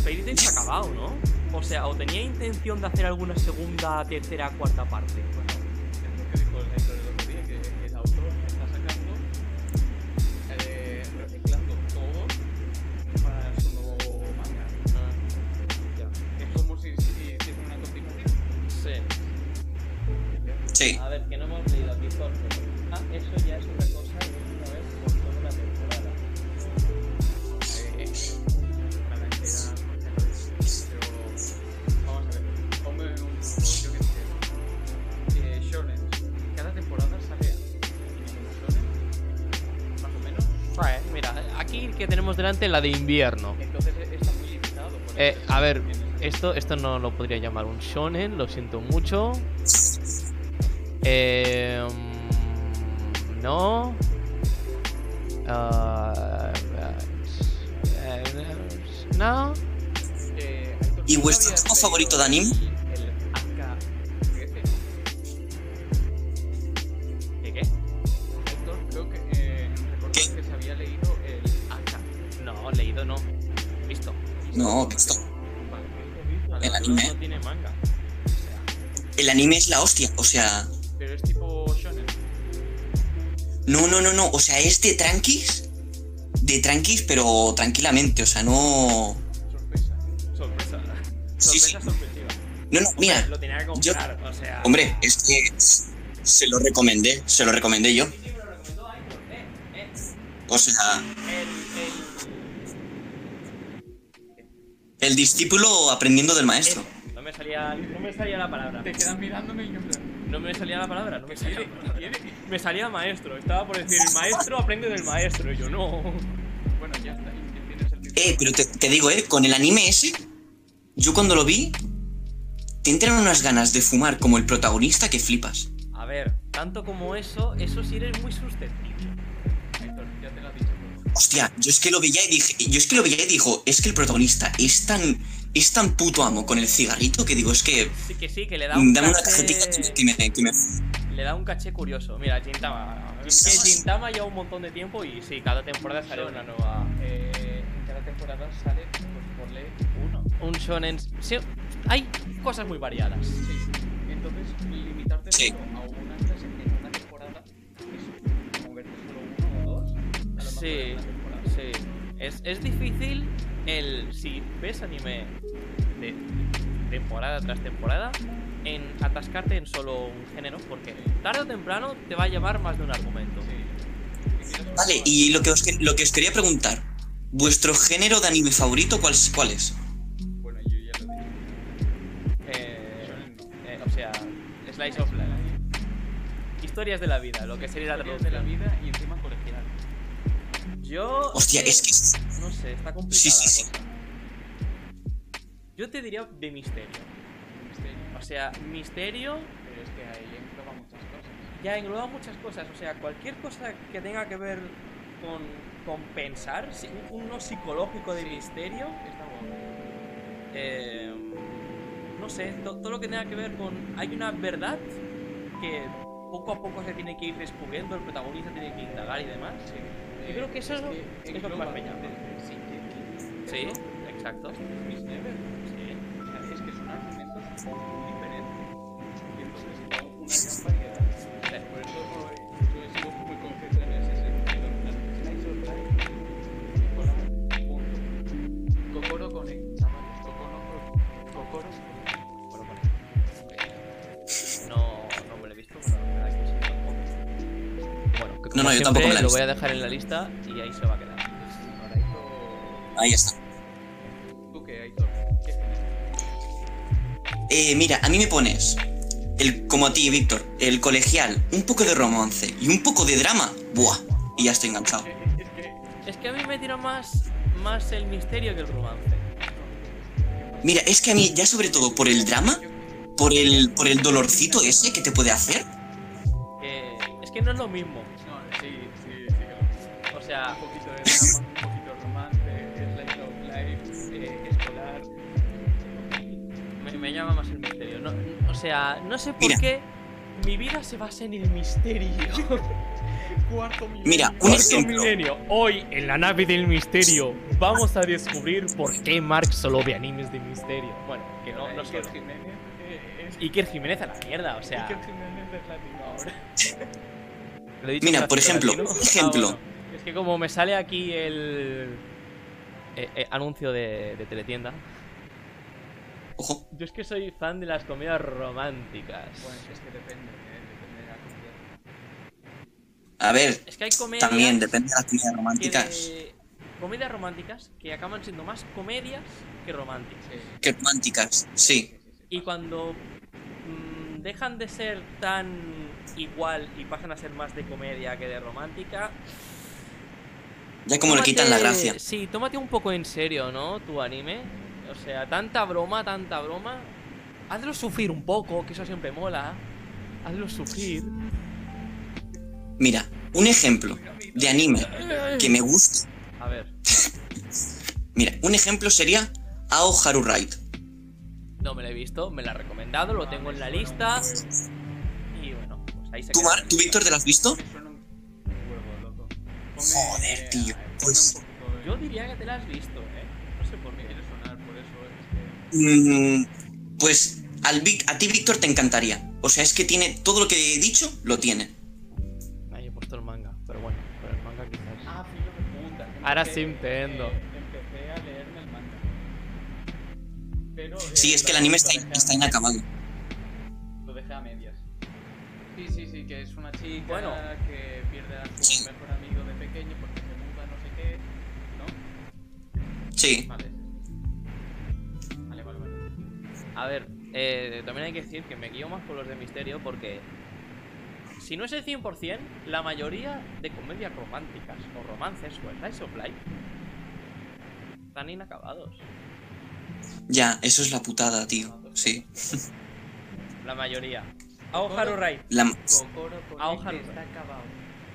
[SPEAKER 2] Fairy Tail se ha acabado, ¿no? O sea, o tenía intención de hacer alguna segunda, tercera, cuarta parte.
[SPEAKER 1] Bueno, es lo que dijo el editor el otro día, que el autor está sacando, eh, reciclando todo para su nuevo manga. Es como si, si tiene una continuación.
[SPEAKER 2] Sí.
[SPEAKER 3] sí.
[SPEAKER 2] A ver, que no hemos leído aquí Thor, pero- Ah, eso ya es una cosa de una vez por toda la temporada.
[SPEAKER 1] Eh, para la entera, pero vamos a ver, ponme un yo que sé. Eh, shonen. Cada temporada sale a shonen, más o menos.
[SPEAKER 2] Vale, mira, aquí que tenemos delante la de invierno.
[SPEAKER 1] Entonces eh, está muy limitado. por
[SPEAKER 2] Eh,
[SPEAKER 1] eso
[SPEAKER 2] a ver,
[SPEAKER 1] tienes-
[SPEAKER 2] esto, esto no lo podría llamar un shonen, lo siento mucho. Eh, mm, no. Ah, eh, no.
[SPEAKER 1] Eh, Aitor,
[SPEAKER 3] ¿Y
[SPEAKER 1] ¿tú
[SPEAKER 3] vuestro
[SPEAKER 1] habías
[SPEAKER 3] juego
[SPEAKER 1] leído
[SPEAKER 3] favorito de anime?
[SPEAKER 1] El el Aka juguete?
[SPEAKER 2] ¿Qué qué?
[SPEAKER 1] Aitor, creo que eh, recuerdo
[SPEAKER 3] ¿Qué?
[SPEAKER 1] que se había leído el Aka.
[SPEAKER 2] Ah, No, leído no. Visto.
[SPEAKER 3] No, esto.
[SPEAKER 1] Vale,
[SPEAKER 3] El anime.
[SPEAKER 2] No tiene manga.
[SPEAKER 3] El anime es la hostia. O sea.
[SPEAKER 1] Pero es tipo shonen.
[SPEAKER 3] No, no, no, no. O sea, es de tranquis. De tranquis, pero tranquilamente. O sea, no.
[SPEAKER 1] Sorpresa.
[SPEAKER 2] Sorpresa.
[SPEAKER 3] Sí, sí.
[SPEAKER 2] Sorpresa sorpresiva.
[SPEAKER 3] No, no, mira.
[SPEAKER 2] Lo tenía que comprar, o sea.
[SPEAKER 3] Hombre, es que se lo recomendé, se lo recomendé yo.
[SPEAKER 2] Sí, sí, me lo recomendó Aitor. Eh, eh.
[SPEAKER 3] O sea,
[SPEAKER 2] El,
[SPEAKER 3] el discípulo aprendiendo del
[SPEAKER 2] el,
[SPEAKER 3] maestro.
[SPEAKER 2] el. No me salía. No me salía la palabra.
[SPEAKER 1] Te quedas mirándome y yo en plan,
[SPEAKER 2] No me salía la palabra, no
[SPEAKER 1] ¿qué
[SPEAKER 2] me salía.
[SPEAKER 1] quiere?
[SPEAKER 2] la
[SPEAKER 1] ¿Qué
[SPEAKER 2] palabra.
[SPEAKER 1] quiere?
[SPEAKER 2] Me salía maestro, estaba por decir, el maestro aprende del maestro, y yo no.
[SPEAKER 1] Bueno, ya está. y que tienes el título.
[SPEAKER 3] Eh, pero te, te digo, eh, con el anime ese, yo cuando lo vi, te entran unas ganas de fumar como el protagonista que flipas.
[SPEAKER 2] A ver, tanto como eso, eso sí eres muy susceptible.
[SPEAKER 3] Eh.
[SPEAKER 1] Aitor, ya te lo he dicho. pues, todo.
[SPEAKER 3] Hostia, yo es que lo veía y dije, yo es que lo veía y digo, es que el protagonista es tan, es tan puto amo con el cigarrito que digo, es que
[SPEAKER 2] Sí que sí, que le da un
[SPEAKER 3] dame una
[SPEAKER 2] caché-
[SPEAKER 3] cajetita que me- que me, que me-
[SPEAKER 2] Le da un caché curioso. Mira, Gintama. Que Gintama lleva un montón de tiempo y sí, cada temporada sale una nueva.
[SPEAKER 1] Eh, temporada sale, pues por ley, uno.
[SPEAKER 2] Un shonen. Sí, hay cosas muy variadas.
[SPEAKER 1] Sí. Entonces, limitarte
[SPEAKER 3] Sí.
[SPEAKER 1] solo a una clase en una temporada es como verte solo uno o dos. A lo mejor
[SPEAKER 2] Sí.
[SPEAKER 1] en una temporada.
[SPEAKER 2] Sí, es, es difícil el si ves anime de temporada tras temporada en atascarte en solo un género porque tarde o temprano te va a llevar más de un argumento.
[SPEAKER 3] Vale, y lo que os, que- lo que os quería preguntar, ¿vuestro género de anime favorito cuál, es- cuál es?
[SPEAKER 1] Bueno, yo ya lo dije.
[SPEAKER 2] Eh, eh, o sea, slice of life. Historias de la vida, lo que sería la
[SPEAKER 1] Historias de la
[SPEAKER 2] traducción.
[SPEAKER 1] vida y encima colegial.
[SPEAKER 2] Yo
[SPEAKER 3] Hostia, es que es-
[SPEAKER 2] no sé, está complicada
[SPEAKER 3] Sí, sí,
[SPEAKER 2] la cosa. Yo te diría de misterio.
[SPEAKER 1] Misterio.
[SPEAKER 2] O sea, misterio
[SPEAKER 1] Este, Pero es que ahí engloba muchas cosas.
[SPEAKER 2] ya engloba muchas cosas, o sea, cualquier cosa que tenga que ver con, con pensar, si- un no psicológico de misterio,
[SPEAKER 1] Está guapo.
[SPEAKER 2] eh, no sé, to- todo lo que tenga que ver con... Hay una verdad que poco a poco se tiene que ir descubriendo, el protagonista tiene que indagar y demás.
[SPEAKER 1] Sí.
[SPEAKER 2] Yo creo que eso es lo- es lo que más me llama.
[SPEAKER 1] Sí, que-
[SPEAKER 2] Sí,
[SPEAKER 1] ¿no?
[SPEAKER 2] exacto.
[SPEAKER 1] Miss Never, sí. O sea, es que son argumentos muy diferentes. Y entonces tengo una gran variedad. Por eso eh, yo he sido muy concreto en ese sentido. Slice of life, Nicolás, punto. Kokoro con E, chavales. Kokoro, Kokoro. Kokoro con E.
[SPEAKER 2] No, no me lo he visto, pero la verdad es que sí, tampoco. Bueno, que
[SPEAKER 3] No, no, yo
[SPEAKER 2] siempre,
[SPEAKER 3] tampoco me la he
[SPEAKER 2] lo
[SPEAKER 3] visto.
[SPEAKER 2] voy a dejar en la lista y ahí se va a quedar.
[SPEAKER 3] ahí está.
[SPEAKER 1] ¿Tú qué, Aitor? ¿Qué tienes?
[SPEAKER 3] Eh, mira, a mí me pones, el, como a ti, Víctor, el colegial, un poco de romance y un poco de drama. Buah, y ya estoy enganchado.
[SPEAKER 1] Es que,
[SPEAKER 2] Es que a mí me tira más, más el misterio que el romance.
[SPEAKER 3] Mira, es que a mí, ya sobre todo por el drama, por el, por el dolorcito ese que te puede hacer,
[SPEAKER 2] Eh, es que no es lo mismo.
[SPEAKER 1] no, sí, sí, sí.
[SPEAKER 2] O sea,
[SPEAKER 1] un poquito de drama, un poquito de romance, slice of life, eh, escolar.
[SPEAKER 2] me, me llama más el misterio. No- o sea, no sé por
[SPEAKER 3] Mira.
[SPEAKER 2] qué mi vida se basa en el misterio.
[SPEAKER 1] Cuarto milenio.
[SPEAKER 3] mira, un
[SPEAKER 2] Cuarto
[SPEAKER 3] ejemplo.
[SPEAKER 2] milenio. Hoy, en la nave del misterio, vamos a descubrir por qué Mark solo ve animes de misterio. Bueno, que no, no
[SPEAKER 1] Iker
[SPEAKER 2] solo.
[SPEAKER 1] Jiménez eh, es
[SPEAKER 2] Iker Jiménez a la mierda, o sea.
[SPEAKER 1] Iker Jiménez es latino ahora.
[SPEAKER 2] ¿lo he dicho
[SPEAKER 3] Mira,
[SPEAKER 2] que
[SPEAKER 3] por
[SPEAKER 2] era
[SPEAKER 3] ejemplo,
[SPEAKER 2] latino?
[SPEAKER 3] un ejemplo.
[SPEAKER 2] Ah, bueno. Es que como me sale aquí el eh, eh, anuncio de- de teletienda,
[SPEAKER 3] Ojo,
[SPEAKER 2] Yo es que soy fan de las comedias románticas.
[SPEAKER 1] Bueno, es que depende, eh, depende de la comunidad.
[SPEAKER 3] a ver,
[SPEAKER 2] es que hay comedias.
[SPEAKER 3] también depende de las comedias
[SPEAKER 2] que
[SPEAKER 3] románticas.
[SPEAKER 2] de- Comedias románticas que acaban siendo más comedias que románticas.
[SPEAKER 1] Sí,
[SPEAKER 3] Que románticas, sí.
[SPEAKER 1] Eh, sí, sí, sí.
[SPEAKER 2] Y cuando mm, dejan de ser tan igual y pasan a ser más de comedia que de romántica.
[SPEAKER 3] Ya como le
[SPEAKER 2] tómate-
[SPEAKER 3] quitan la gracia.
[SPEAKER 2] Sí, tómate un poco en serio, ¿no? Tu anime. O sea, tanta broma, tanta broma. Hazlo sufrir un poco, que eso siempre mola. Hazlo sufrir.
[SPEAKER 3] Mira, un ejemplo de anime que me gusta
[SPEAKER 2] A ver.
[SPEAKER 3] Mira, un ejemplo sería Ao Haru Ride.
[SPEAKER 2] No me lo he visto, me la ha recomendado, lo
[SPEAKER 1] Ah,
[SPEAKER 2] tengo
[SPEAKER 1] me
[SPEAKER 2] en la
[SPEAKER 1] suena un
[SPEAKER 2] lista.
[SPEAKER 1] huevo.
[SPEAKER 2] Y bueno, pues ahí se
[SPEAKER 3] ¿Tú,
[SPEAKER 2] queda.
[SPEAKER 3] Mar- ¿tú, Víctor, te lo has visto?
[SPEAKER 1] Me suena un huevo, loco.
[SPEAKER 3] Joder,
[SPEAKER 1] eh,
[SPEAKER 3] tío,
[SPEAKER 1] eh, ponme
[SPEAKER 3] pues-
[SPEAKER 1] un poquito de-
[SPEAKER 2] Yo diría que te la has visto, ¿eh? No sé por
[SPEAKER 1] Me
[SPEAKER 2] qué.
[SPEAKER 1] quiere sonar por eso, eh, es que-
[SPEAKER 3] Mm, pues al Vic- a ti, Víctor, te encantaría. O sea, es que tiene todo lo que he dicho, lo tiene.
[SPEAKER 2] Ahí he puesto el manga, pero bueno, pero el manga quizás.
[SPEAKER 1] Ah, filo de puta. que
[SPEAKER 2] Ahora
[SPEAKER 1] empecé-
[SPEAKER 2] sí entiendo.
[SPEAKER 1] eh, empecé a leerme el manga. Pero, eh,
[SPEAKER 3] Sí, es que el
[SPEAKER 1] lo-
[SPEAKER 3] anime
[SPEAKER 1] lo
[SPEAKER 3] está,
[SPEAKER 1] dejé a-
[SPEAKER 3] está inacabado.
[SPEAKER 1] Lo dejé a medias. Sí, sí, sí, que es una chica
[SPEAKER 2] Bueno.
[SPEAKER 1] que pierde a su
[SPEAKER 3] Sí.
[SPEAKER 1] mejor amigo de pequeño porque se muda no sé qué, ¿no?
[SPEAKER 3] Sí,
[SPEAKER 1] Vale. Vale, vale, vale.
[SPEAKER 2] A ver, eh, también hay que decir que me guío más por los de misterio porque. Si no es el 100%, la mayoría de comedias románticas o romances o slice of life están inacabados.
[SPEAKER 3] ya, eso es la putada, tío. Sí.
[SPEAKER 2] La mayoría. Aoharu Rai.
[SPEAKER 3] La-
[SPEAKER 1] Kokoro con
[SPEAKER 2] Ah,
[SPEAKER 1] el
[SPEAKER 2] ojalá.
[SPEAKER 1] que está acabado.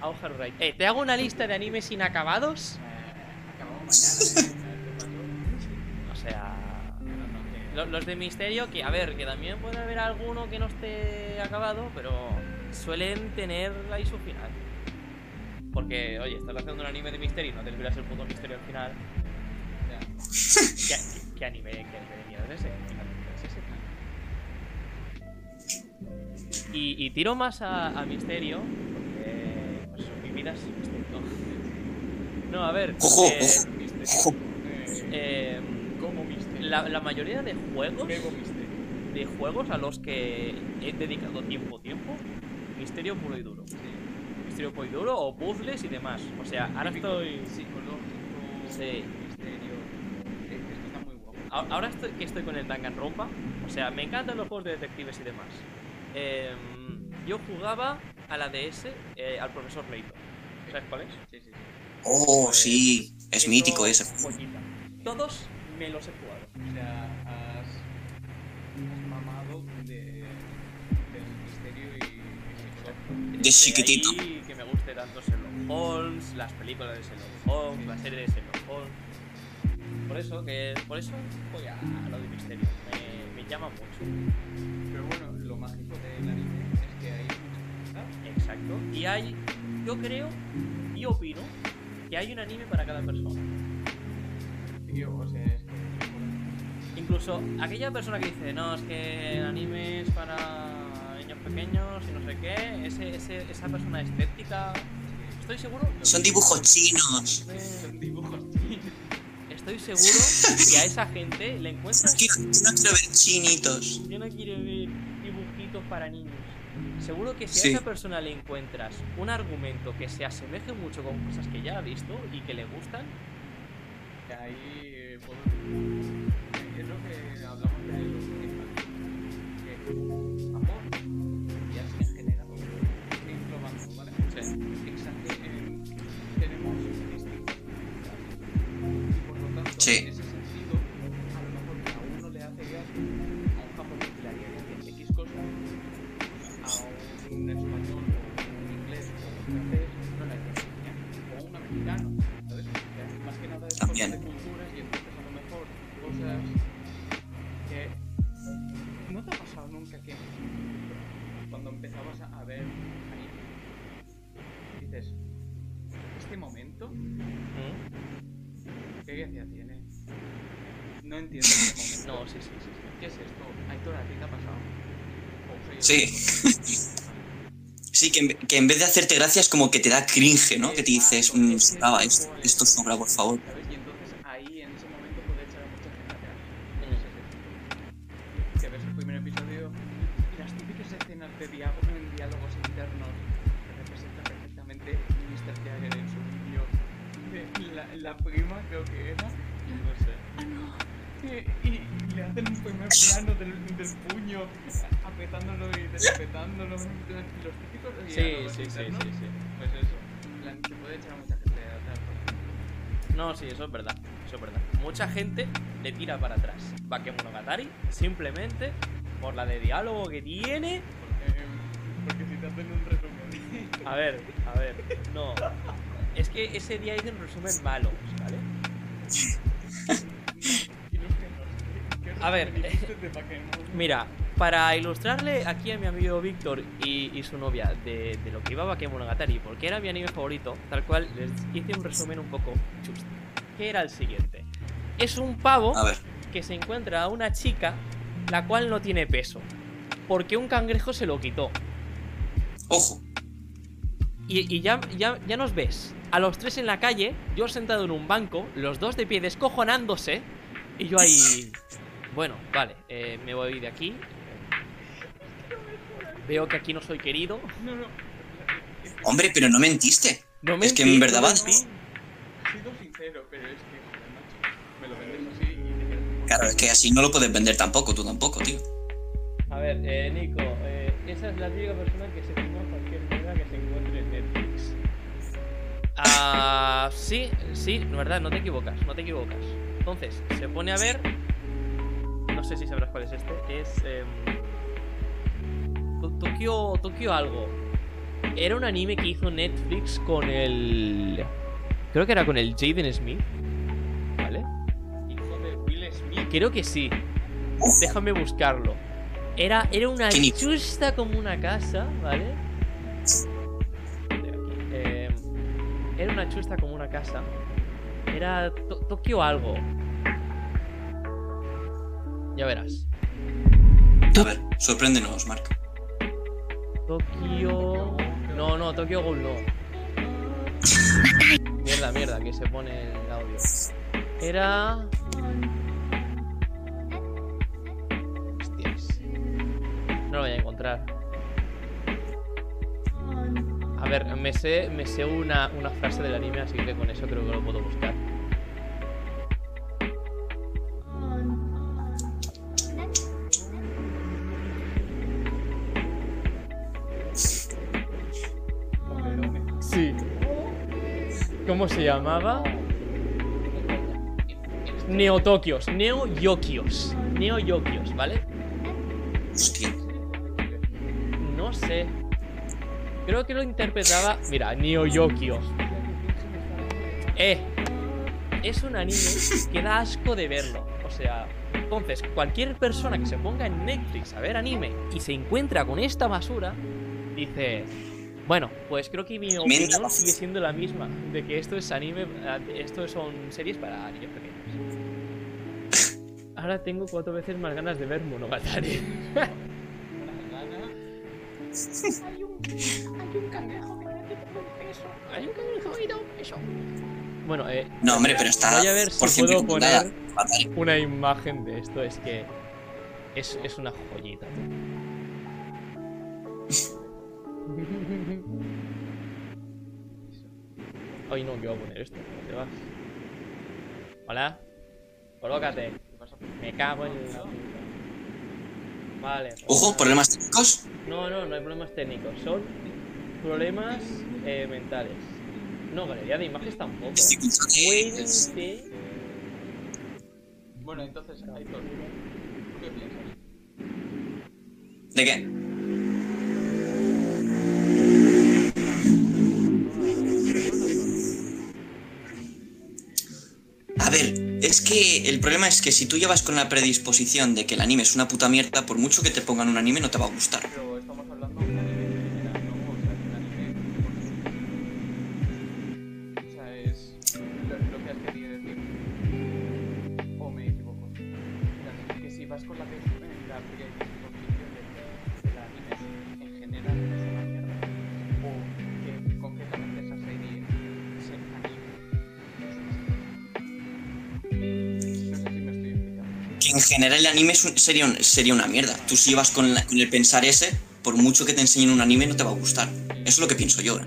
[SPEAKER 2] Aoharu Rai. Eh, te hago una lista de animes inacabados.
[SPEAKER 1] Eh, acabamos mañana. ¿eh? ¿Sabes qué
[SPEAKER 2] O sea.
[SPEAKER 1] pasó? No, no, que-
[SPEAKER 2] Lo- Los de misterio, que a ver, que también puede haber alguno que no esté acabado, pero suelen tener ahí su final. Porque, oye, estás haciendo un anime de misterio y no te esperas el puto misterio al final.
[SPEAKER 1] ya.
[SPEAKER 2] ¿Qué, qué anime, qué anime de mierda es ese? Y, y tiro más a, a misterio, porque pues, eso, mi vida es un misterio. No, a ver.
[SPEAKER 3] Ojo,
[SPEAKER 2] eh,
[SPEAKER 3] Ojo.
[SPEAKER 2] eh,
[SPEAKER 1] Como misterio.
[SPEAKER 2] la, la mayoría de juegos,
[SPEAKER 1] Bebo misterio.
[SPEAKER 2] de juegos a los que he dedicado tiempo, tiempo, misterio puro y duro. Misterio puro y duro o puzzles y demás. O sea, ahora estoy.
[SPEAKER 1] Psicológico.
[SPEAKER 2] Sí.
[SPEAKER 1] Misterio. Eh, esto está muy guapo.
[SPEAKER 2] A- Ahora estoy, que estoy con el Danganronpa, o sea, me encantan los juegos de detectives y demás. Eh, yo jugaba a la DS eh, al profesor Layton. ¿Sabes cuál es?
[SPEAKER 1] Sí, sí, sí.
[SPEAKER 3] Oh, sí. Es
[SPEAKER 2] Eso,
[SPEAKER 3] mítico ese.
[SPEAKER 2] joyita. Todos me los he jugado.
[SPEAKER 1] O sea, has, has mamado de, del misterio y, y psicológico.
[SPEAKER 3] De chiquitito.
[SPEAKER 2] ahí que me guste tanto Sherlock Holmes, las películas de Sherlock Holmes, la serie de Sherlock Holmes. Por eso, que, por eso voy a lo de misterio. Me, me llama mucho.
[SPEAKER 1] Pero bueno, lo mágico del anime es que hay muchas cosas.
[SPEAKER 2] Exacto. Y hay, yo creo y opino que hay un anime para cada persona.
[SPEAKER 1] Tío, o sea, es que.
[SPEAKER 2] Incluso aquella persona que dice, no, es que el anime es para niños pequeños y no sé qué, ese, ese- esa persona escéptica, estoy seguro.
[SPEAKER 3] Son dibujos chinos.
[SPEAKER 1] Son dibujos chinos.
[SPEAKER 2] Estoy seguro que a esa gente le encuentras.
[SPEAKER 3] Quiero- no quiero ver chinitos.
[SPEAKER 2] Yo no quiero ver dibujitos para niños. Seguro que si
[SPEAKER 3] Sí.
[SPEAKER 2] a esa persona le encuentras un argumento que se asemeje mucho con cosas que ya ha visto y que le gustan,
[SPEAKER 1] Que ahí. eh, puedo- eh, Es lo que hablamos de los infantiles. Que. Amor. Ya se en general. Que englobando, ¿vale? O sea, exagere- en- tenemos distintas culturas. Y por lo tanto,
[SPEAKER 3] Sí.
[SPEAKER 1] en ese sentido, a lo mejor que a uno le hace gracia, a un japonés le haría gracia X cosa, a un español o un inglés o un francés no le haría gracia, o un americano, ¿sabes? Que Más que nada es
[SPEAKER 3] También.
[SPEAKER 1] cosa de culturas y entonces a lo mejor cosas que... ¿No te ha pasado nunca que cuando empezabas a a ver anime, dices, este momento ¿Qué gracia tiene? No entiendo este momento.
[SPEAKER 2] no, sí, sí, sí. sí.
[SPEAKER 1] ¿Qué es esto? Aitor, ¿a ti te ha pasado? O soy yo
[SPEAKER 3] Sí. Sí, que en, ve- que en vez de hacerte gracias, como que te da cringe, ¿no? Que te dices, "Mm, sobraba esto, esto sobra, por favor.
[SPEAKER 1] el- ¿Sabes? Y entonces ahí, en ese momento, puede echar a mucha gente atrás.
[SPEAKER 2] Mm.
[SPEAKER 1] En ese sentido. Que ves el primer episodio y las típicas escenas de diálogo en diálogos internos que representa perfectamente Mr. Jagger en su vídeo. de La, la prima, creo que era. Ah, No sé. Eh, y le hacen un primer plano del, del puño, apretándolo y despetándolo. Los típicos de diálogos
[SPEAKER 2] sí, sí, sí,
[SPEAKER 1] internos,
[SPEAKER 2] sí.
[SPEAKER 1] Pues eso. En plan, se puede echar a mucha gente atrás.
[SPEAKER 2] No, sí, eso es verdad. Eso es verdad. Mucha gente le tira para atrás. Bakemonogatari, simplemente por la de diálogo que tiene.
[SPEAKER 1] Porque, eh, porque si te hacen un resumen.
[SPEAKER 2] A ver, a ver, no. Es que ese día hice un resumen malo, ¿vale?
[SPEAKER 1] y los que no. ¿qué
[SPEAKER 2] A ver,
[SPEAKER 1] resumen hiciste de Pokémon?
[SPEAKER 2] Mira, para ilustrarle aquí a mi amigo Víctor y, y su novia de, de lo que iba Bakemonogatari, porque era mi anime favorito, tal cual, les hice un resumen un poco chusto. Que era el siguiente. Es un pavo
[SPEAKER 3] A ver.
[SPEAKER 2] que se encuentra a una chica la cual no tiene peso, porque un cangrejo se lo quitó.
[SPEAKER 3] Ojo.
[SPEAKER 2] Y, y ya, ya, ya nos ves. A los tres en la calle, yo sentado en un banco, los dos de pie descojonándose, y yo ahí. Bueno, vale, eh, me voy de aquí. Veo que aquí no soy querido.
[SPEAKER 1] No, no.
[SPEAKER 3] Hombre, pero no mentiste.
[SPEAKER 2] No me
[SPEAKER 3] Es que en verdad va.
[SPEAKER 1] He sido sincero, pero es que, joder, macho. Me lo vendes así y te quedas como-
[SPEAKER 3] Claro, es que así no lo puedes vender tampoco, tú tampoco, tío.
[SPEAKER 2] A ver, eh, Nico, eh, esa es la típica persona que se toma cualquier mierda que se encuentre en Netflix. Ah, sí, sí, la verdad, no te equivocas, no te equivocas. Entonces, se pone a ver. No sé si sabrás cuál es este. Es. em, To- Tokio. Tokio algo. Era un anime que hizo Netflix con el. Creo que era con el Jaden Smith. ¿Vale?
[SPEAKER 1] Hijo de Will Smith.
[SPEAKER 2] Creo que sí.
[SPEAKER 3] Uf.
[SPEAKER 2] Déjame buscarlo. Era, era una
[SPEAKER 3] ¿Qué ni-
[SPEAKER 2] chusta como una casa, ¿vale? Eh, era una chusta como una casa. Era To- Tokio algo. Ya verás.
[SPEAKER 3] A ver, sorpréndenos, Mark.
[SPEAKER 2] Tokio. No, no, Tokio Ghoul no. Mierda, mierda, que se pone el audio. Era. Hostias. No lo voy a encontrar. A ver, me sé, me sé una, una frase del anime, así que con eso creo que lo puedo buscar. Sí. ¿Cómo se llamaba? Neotokios, Neo Yokios. Neo Yokios, ¿vale?
[SPEAKER 3] Hostia.
[SPEAKER 2] No sé. Creo que lo interpretaba. Mira, Neo Yokio. Eh. Es un anime que da asco de verlo. O sea, entonces, cualquier persona que se ponga en Netflix a ver anime y se encuentra con esta basura, dice. Bueno, pues creo que mi opinión sigue siendo la misma, de que esto es anime, esto son series para niños pequeños. Ahora tengo cuatro veces más ganas de ver Monogatari. Bueno, eh,
[SPEAKER 3] No, hombre, pero está
[SPEAKER 2] Voy a ver si
[SPEAKER 3] por cien
[SPEAKER 2] puedo
[SPEAKER 3] recomendada.
[SPEAKER 2] una imagen de esto es que es, es una joyita. Ay, no, que voy a poner esto. ¿Dónde te vas? Hola. Colócate. Me cago en la puta. Vale.
[SPEAKER 3] Ojo,
[SPEAKER 2] pues nada.
[SPEAKER 3] problemas técnicos.
[SPEAKER 2] No, no, no hay problemas técnicos. Son problemas eh, mentales. No, galería de imágenes tampoco.
[SPEAKER 3] Estoy pensando que es-
[SPEAKER 2] Fuente.
[SPEAKER 1] Bueno, entonces, Aitor, ¿qué piensas?
[SPEAKER 3] ¿De qué? A ver, es que el problema es que si tú llevas con la predisposición de que el anime es una puta mierda, por mucho que te pongan un anime no te va a gustar.
[SPEAKER 1] Pero estamos hablando de un anime de primera, ¿no? O sea, que un anime por su- O sea, es lo, lo que has querido decir. O me equivoco. Claro, Que si vas con la, pre- la predisposición de que el anime en general es una mierda, o que concretamente esa serie es el anime. No sé si me estoy explicando.
[SPEAKER 3] Que en general el anime es un- sería, un- sería una mierda. Tú si llevas con, la- con el pensar ese, por mucho que te enseñen un anime no te va a gustar. Eso es lo que pienso yo. ¿eh?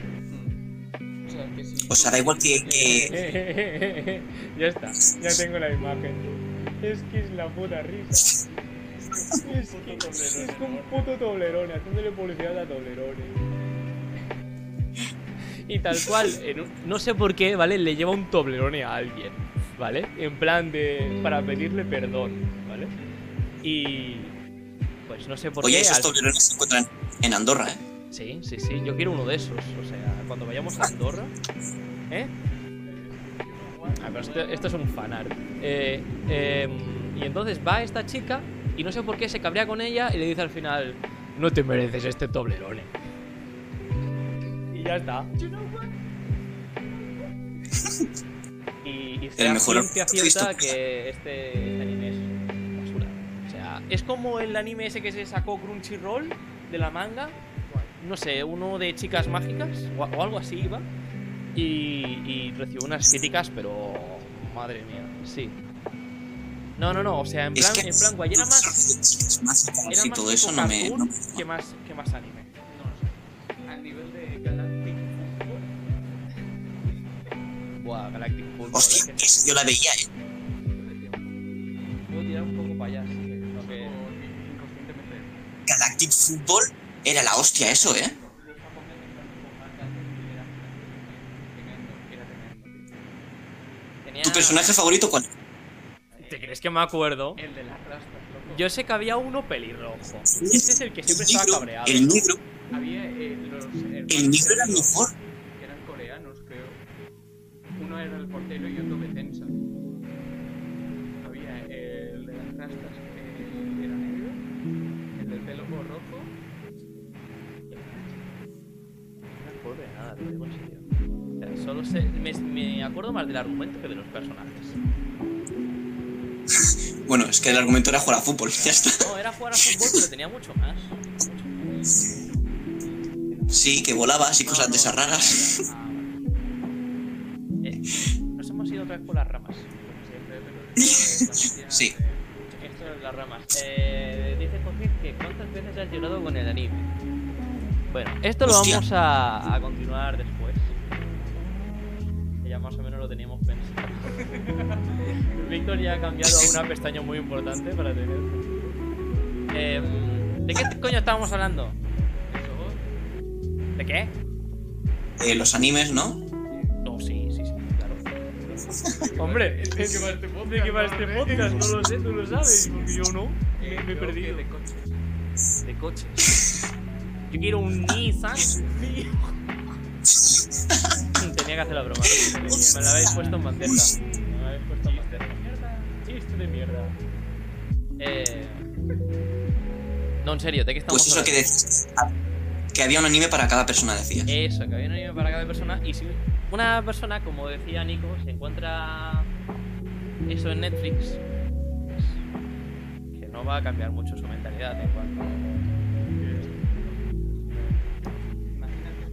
[SPEAKER 1] O sea, que si
[SPEAKER 3] O sea, da igual que- que,
[SPEAKER 2] ya está, ya tengo la imagen. Es que es la puta risa. Es que es como un puto toblerón, haciéndole publicidad a toblerones. Y tal cual, en un- no sé por qué, ¿vale? Le lleva un toblerone a alguien, ¿vale? En plan de. para pedirle perdón, ¿vale? Y. Pues no sé por
[SPEAKER 3] Oye,
[SPEAKER 2] qué.
[SPEAKER 3] esos
[SPEAKER 2] al-
[SPEAKER 3] toblerones se encuentran en Andorra, ¿eh?
[SPEAKER 2] Sí, sí, sí, yo quiero uno de esos. O sea, cuando vayamos a Andorra. ¿Eh? Ah, pero esto, esto es un fanart. Eh, eh, y entonces va esta chica y no sé por qué se cabrea con ella y le dice al final: No te mereces este toblerone. Y ya está. Y, y se
[SPEAKER 3] El
[SPEAKER 2] da
[SPEAKER 3] mejor
[SPEAKER 2] ciencia
[SPEAKER 3] artista
[SPEAKER 2] cierta
[SPEAKER 3] que-
[SPEAKER 2] que este, este anime es basura. O sea, es como el anime ese que se sacó Crunchyroll de la manga. No sé, uno de chicas mágicas o, o algo así iba. Y, y recibió unas críticas, pero. Madre mía, sí. No, no, no, o sea, en plan, en plan, guay, era más.
[SPEAKER 3] Es más
[SPEAKER 2] Era
[SPEAKER 3] y
[SPEAKER 2] más
[SPEAKER 3] todo
[SPEAKER 2] tipo
[SPEAKER 3] eso no me...
[SPEAKER 2] cartoon
[SPEAKER 3] no me-
[SPEAKER 2] que más, que más anime.
[SPEAKER 1] a nivel de Galactic Football,
[SPEAKER 2] Buah, Galactic Football.
[SPEAKER 3] Hostia,
[SPEAKER 2] eh, que-
[SPEAKER 3] es- yo la veía, ¿eh?
[SPEAKER 2] Puedo tirar un poco para allá, sí, que- no, que-
[SPEAKER 1] inconscientemente
[SPEAKER 3] Galactic Football era la hostia eso, ¿eh?
[SPEAKER 1] los japoneses están con marcas de primera, tremendo, era tremendo. tío.
[SPEAKER 2] tenía-
[SPEAKER 3] ¿Tu personaje favorito cuál?
[SPEAKER 2] ¿Te crees que me acuerdo?
[SPEAKER 1] El de las rastas, loco.
[SPEAKER 2] Yo sé que había uno pelirrojo. Ese es el que siempre estaba cabreado.
[SPEAKER 3] el negro,
[SPEAKER 1] Había eh, los
[SPEAKER 3] el
[SPEAKER 1] hermanos
[SPEAKER 3] negro era el mejor.
[SPEAKER 1] que eran coreanos, creo. Uno era el portero y otro defensa. Había el de las rastas, eh, que era negro, el del pelo rojo.
[SPEAKER 2] No me acuerdo de nada, te lo digo en serio. O sea, Solo sé, me, me acuerdo más del argumento que de los personajes.
[SPEAKER 3] Bueno, es que el argumento era jugar a fútbol, ya está.
[SPEAKER 2] No, era jugar a fútbol, pero tenía mucho más. Mucho más.
[SPEAKER 3] Sí, que volabas y cosas de esas raras.
[SPEAKER 2] Ah, vale. Eh, nos hemos ido otra vez por las ramas. como siempre, pero esto es la magia
[SPEAKER 3] Sí.
[SPEAKER 2] de- Esto es las ramas. Eh, dice Jorge que cuántas veces has llorado con el anime. Bueno, esto lo
[SPEAKER 3] Hostia.
[SPEAKER 2] vamos a, a continuar después. Que ya más o menos lo teníamos pensado. Víctor ya ha cambiado a una pestaña muy importante para tener. Em, ¿De qué coño estábamos hablando? ¿De qué?
[SPEAKER 3] Eh, los animes, ¿no?
[SPEAKER 2] No, sí, sí, sí, claro. Hombre, ¿de
[SPEAKER 1] ¿De qué va este podcast?
[SPEAKER 2] qué va este podcast? No lo sé, tú lo sabes, porque yo no.
[SPEAKER 1] Eh,
[SPEAKER 2] Me, me he
[SPEAKER 1] creo
[SPEAKER 2] perdido.
[SPEAKER 1] que de coche.
[SPEAKER 2] De coches. Yo quiero un Nissan. Tenía que hacer la broma. Me la habéis puesto en bandeja. Me la habéis puesto en bandeja. Chiste de mierda. Eh. No, en serio, ¿de qué estamos
[SPEAKER 3] Pues eso que
[SPEAKER 2] hablando?
[SPEAKER 3] decías. Que había un anime para cada persona, decías.
[SPEAKER 2] Eso, que había un anime para cada persona. Y si una persona, como decía Nico, se encuentra eso en Netflix, pues, que no va a cambiar mucho su mentalidad en cuanto
[SPEAKER 1] Imagínate, que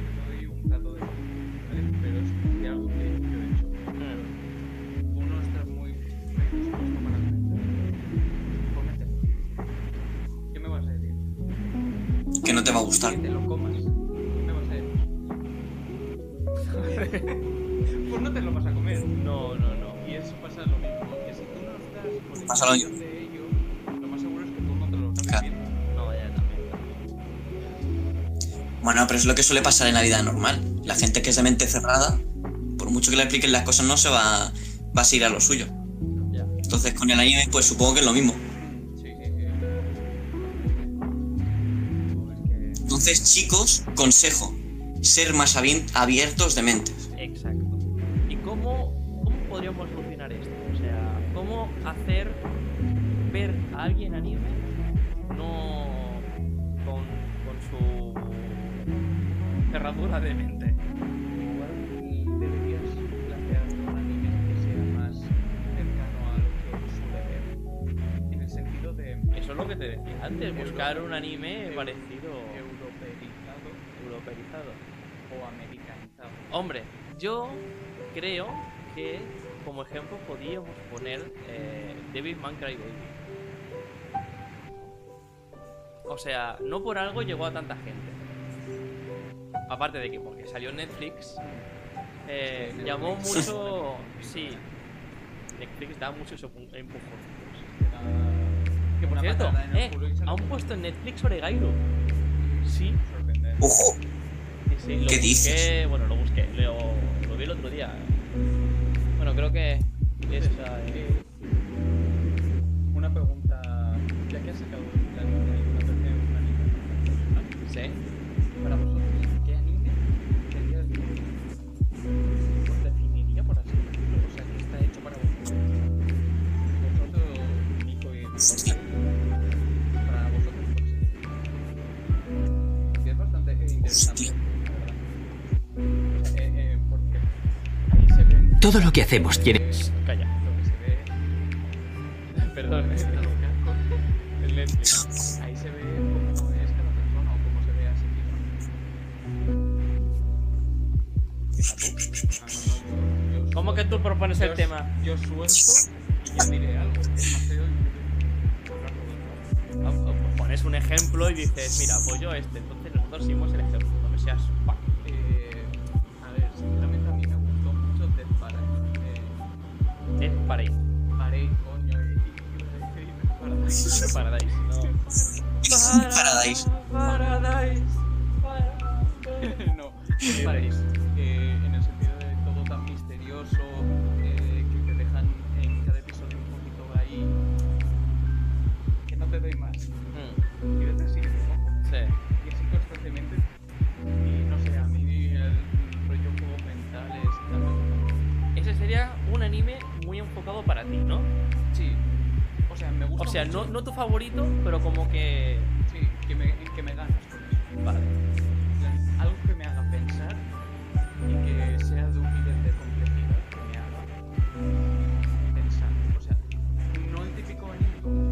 [SPEAKER 1] te doy un plato de comida, ¿vale? Pero es de algo que yo he hecho.
[SPEAKER 3] Hmm.
[SPEAKER 2] Mm,
[SPEAKER 1] Tú no estás muy predispuesto para comer. Cómetelo. ¿Qué me vas a decir?
[SPEAKER 3] Que no te va a gustar.
[SPEAKER 1] Que te lo comas. ¿Qué me vas a decir? pues no te lo vas a comer.
[SPEAKER 2] No, no, no.
[SPEAKER 1] Y eso pasa lo mismo. Que si tú no estás con el
[SPEAKER 3] Pasa lo mismo.
[SPEAKER 1] de ello, lo más seguro es que tú no te lo vas a
[SPEAKER 3] Claro.
[SPEAKER 1] vivir.
[SPEAKER 2] No, ya también. también.
[SPEAKER 3] Bueno, pero es lo que suele pasar en la vida normal. La gente que es de mente cerrada, por mucho que le expliquen las cosas, no se va, va a seguir a lo suyo.
[SPEAKER 2] Ya.
[SPEAKER 3] Entonces con el anime, pues supongo que es lo mismo.
[SPEAKER 1] Sí, eh, sí, sí. O es que-
[SPEAKER 3] Entonces, chicos, consejo, ser más abien- abiertos de mente.
[SPEAKER 2] Exacto. ¿Y cómo, cómo podríamos solucionar esto? O sea, ¿cómo hacer ver a alguien anime no con, con su cerradura de mente?
[SPEAKER 1] Igual deberías plantearte un anime que sea más cercano a lo que suele ver. En el sentido de
[SPEAKER 2] Eso es lo que te decía antes, buscar un anime
[SPEAKER 1] Eu-
[SPEAKER 2] parecido
[SPEAKER 1] europeizado
[SPEAKER 2] europeizado.
[SPEAKER 1] o americanizado.
[SPEAKER 2] Hombre, yo creo que como ejemplo podríamos poner eh, Devil Man Cry Baby. O sea, no por algo llegó a tanta gente. Aparte de que porque salió en Netflix, eh,
[SPEAKER 1] Sí,
[SPEAKER 2] llamó
[SPEAKER 1] Netflix.
[SPEAKER 2] mucho. Sí, Netflix da muchos empu- empujoncitos.
[SPEAKER 1] Era-
[SPEAKER 2] Que por
[SPEAKER 1] una
[SPEAKER 2] cierto,
[SPEAKER 1] patada en el
[SPEAKER 2] eh,
[SPEAKER 1] culo y se lo-
[SPEAKER 2] han puesto en Netflix Oregairu. Sí,
[SPEAKER 1] sorprender.
[SPEAKER 3] ¡Ojo!
[SPEAKER 2] Sí, sí, lo
[SPEAKER 3] ¿Qué
[SPEAKER 2] busqué,
[SPEAKER 3] dices?
[SPEAKER 2] Bueno, lo busqué, lo, lo vi el otro día. Bueno, creo que esa es-
[SPEAKER 1] Eh, Una pregunta, ya que has sacado el anime y una tercera un anime,
[SPEAKER 2] ah, Sí.
[SPEAKER 1] para vosotros, ¿qué anime sería os definiría por así decirlo? O sea, que está hecho para vosotros. Vosotros, Nico y Jorge, para vosotros, ¿cuál sería? Que es bastante eh, interesante, la verdad. O sea, eh, eh, porque ahí se ven
[SPEAKER 5] Todo lo que hacemos tiene...
[SPEAKER 2] Calla.
[SPEAKER 1] lo que se ve
[SPEAKER 2] Perdón.
[SPEAKER 1] es que no. El Netflix. Ahí se ve cómo es cada persona o cómo se ve a sí mismo.
[SPEAKER 2] ¿Cómo que tú propones el
[SPEAKER 1] yo,
[SPEAKER 2] tema?
[SPEAKER 1] Yo suelto y ya diré algo. Es más feo y- por la ropa.
[SPEAKER 2] Ah, ah, Pones un ejemplo y dices, mira, pues yo este. Entonces nosotros seguimos el ejemplo, no me seas pa.
[SPEAKER 1] Eh, a ver, sinceramente a mí me gustó mucho Death Parade. Eh,
[SPEAKER 2] Death Parade.
[SPEAKER 1] Parade, coño, eh, iba a decir Death Parade.
[SPEAKER 2] No Paradise, no.
[SPEAKER 3] Paradise.
[SPEAKER 2] Paradise. Paradise.
[SPEAKER 1] no, me paréis. Eh, en el sentido de todo tan misterioso, eh, que te dejan en cada episodio un poquito ahí. Que no te doy más.
[SPEAKER 2] Mm,
[SPEAKER 1] Y veces sí que te cojo.
[SPEAKER 2] Sí.
[SPEAKER 1] Y así constantemente. Y no sé, a mí el rollo juego mental es también.
[SPEAKER 2] Ese sería un anime muy enfocado para ti, ¿no?
[SPEAKER 1] Sí. O sea, me gusta.
[SPEAKER 2] O sea, no,
[SPEAKER 1] mucho.
[SPEAKER 2] no tu favorito, pero como que.
[SPEAKER 1] Sí, que me, que me ganas con eso.
[SPEAKER 2] Vale.
[SPEAKER 1] plan, algo que me haga pensar y que sea de un nivel de complejidad que me haga pensar. O sea, no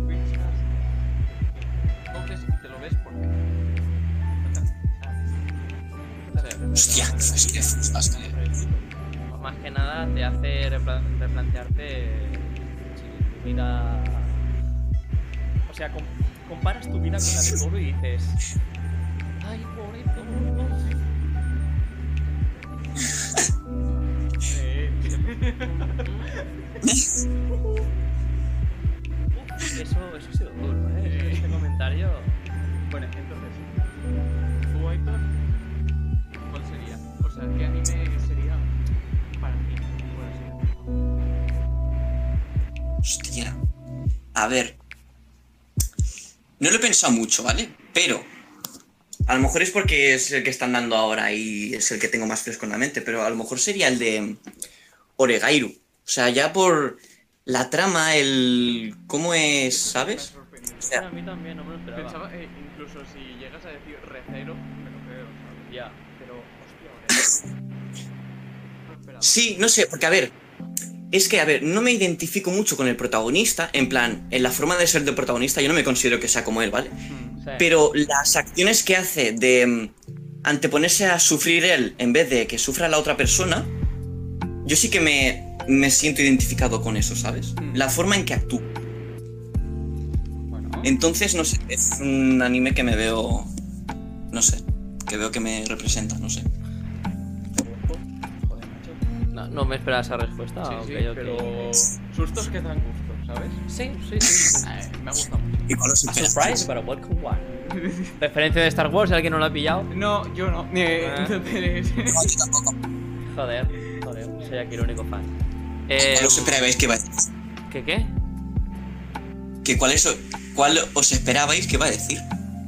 [SPEAKER 3] Hostia, es que fustas, tío.
[SPEAKER 2] Pues más que nada te hace repla- replantearte si tu vida. O sea, com- comparas tu vida con la de Toro y dices. ¡Ay, pobre Toro!
[SPEAKER 6] Eh,
[SPEAKER 2] Uf, Eso, eso ha sido duro, ¿eh? Este comentario.
[SPEAKER 1] Bueno, entonces, tú, Aitor, ¿cuál sería? O sea, ¿qué anime sería para ti? por así decirlo?
[SPEAKER 3] Hostia. A ver. No lo he pensado mucho, ¿vale? Pero. A lo mejor es porque es el que están dando ahora y es el que tengo más fresco en la mente, pero a lo mejor sería el de Oregairu. O sea, ya por la trama, el. ¿Cómo es,
[SPEAKER 1] Me
[SPEAKER 3] sabes?
[SPEAKER 1] sorprendió.
[SPEAKER 3] O sea,
[SPEAKER 2] A mí también, no me lo esperaba.
[SPEAKER 1] Pensaba, eh, incluso si llegas a decir recero, me lo creo, ¿sabes?
[SPEAKER 2] Ya.
[SPEAKER 1] Pero, hostia, ahora. No esperaba.
[SPEAKER 3] Sí, no sé, porque a ver, es que, a ver, no me identifico mucho con el protagonista, en plan, en la forma de ser del protagonista, yo no me considero que sea como él, ¿vale?
[SPEAKER 2] Sí.
[SPEAKER 3] Pero las acciones que hace de mm, anteponerse a sufrir él en vez de que sufra la otra persona, yo sí que me, me siento identificado con eso, ¿sabes?
[SPEAKER 2] Mm.
[SPEAKER 6] Hmm.
[SPEAKER 3] La forma en que actúa.
[SPEAKER 6] bueno,
[SPEAKER 3] Entonces, no sé, es un anime que me veo, no sé, que veo que me representa, no sé.
[SPEAKER 1] Joder, macho.
[SPEAKER 2] No, no me esperaba esa respuesta.
[SPEAKER 1] Sí,
[SPEAKER 2] aunque
[SPEAKER 1] sí,
[SPEAKER 2] yo
[SPEAKER 1] pero
[SPEAKER 2] creí-
[SPEAKER 1] sustos que dan gusto, ¿sabes?
[SPEAKER 2] Sí, sí, sí.
[SPEAKER 6] eh, me ha gustado mucho.
[SPEAKER 3] Y con los
[SPEAKER 2] Surprise, pero welcome one. Referencia de Star Wars, si alguien no lo ha pillado.
[SPEAKER 6] No, yo no. Eh,
[SPEAKER 2] Ah.
[SPEAKER 6] entonces.
[SPEAKER 3] No, yo tampoco.
[SPEAKER 2] Joder, joder, soy aquí el único fan.
[SPEAKER 3] No
[SPEAKER 2] Eh,
[SPEAKER 3] los esperabais que iba a decir.
[SPEAKER 2] ¿Qué qué?
[SPEAKER 3] que cuál, es, cuál os esperabais que iba a decir.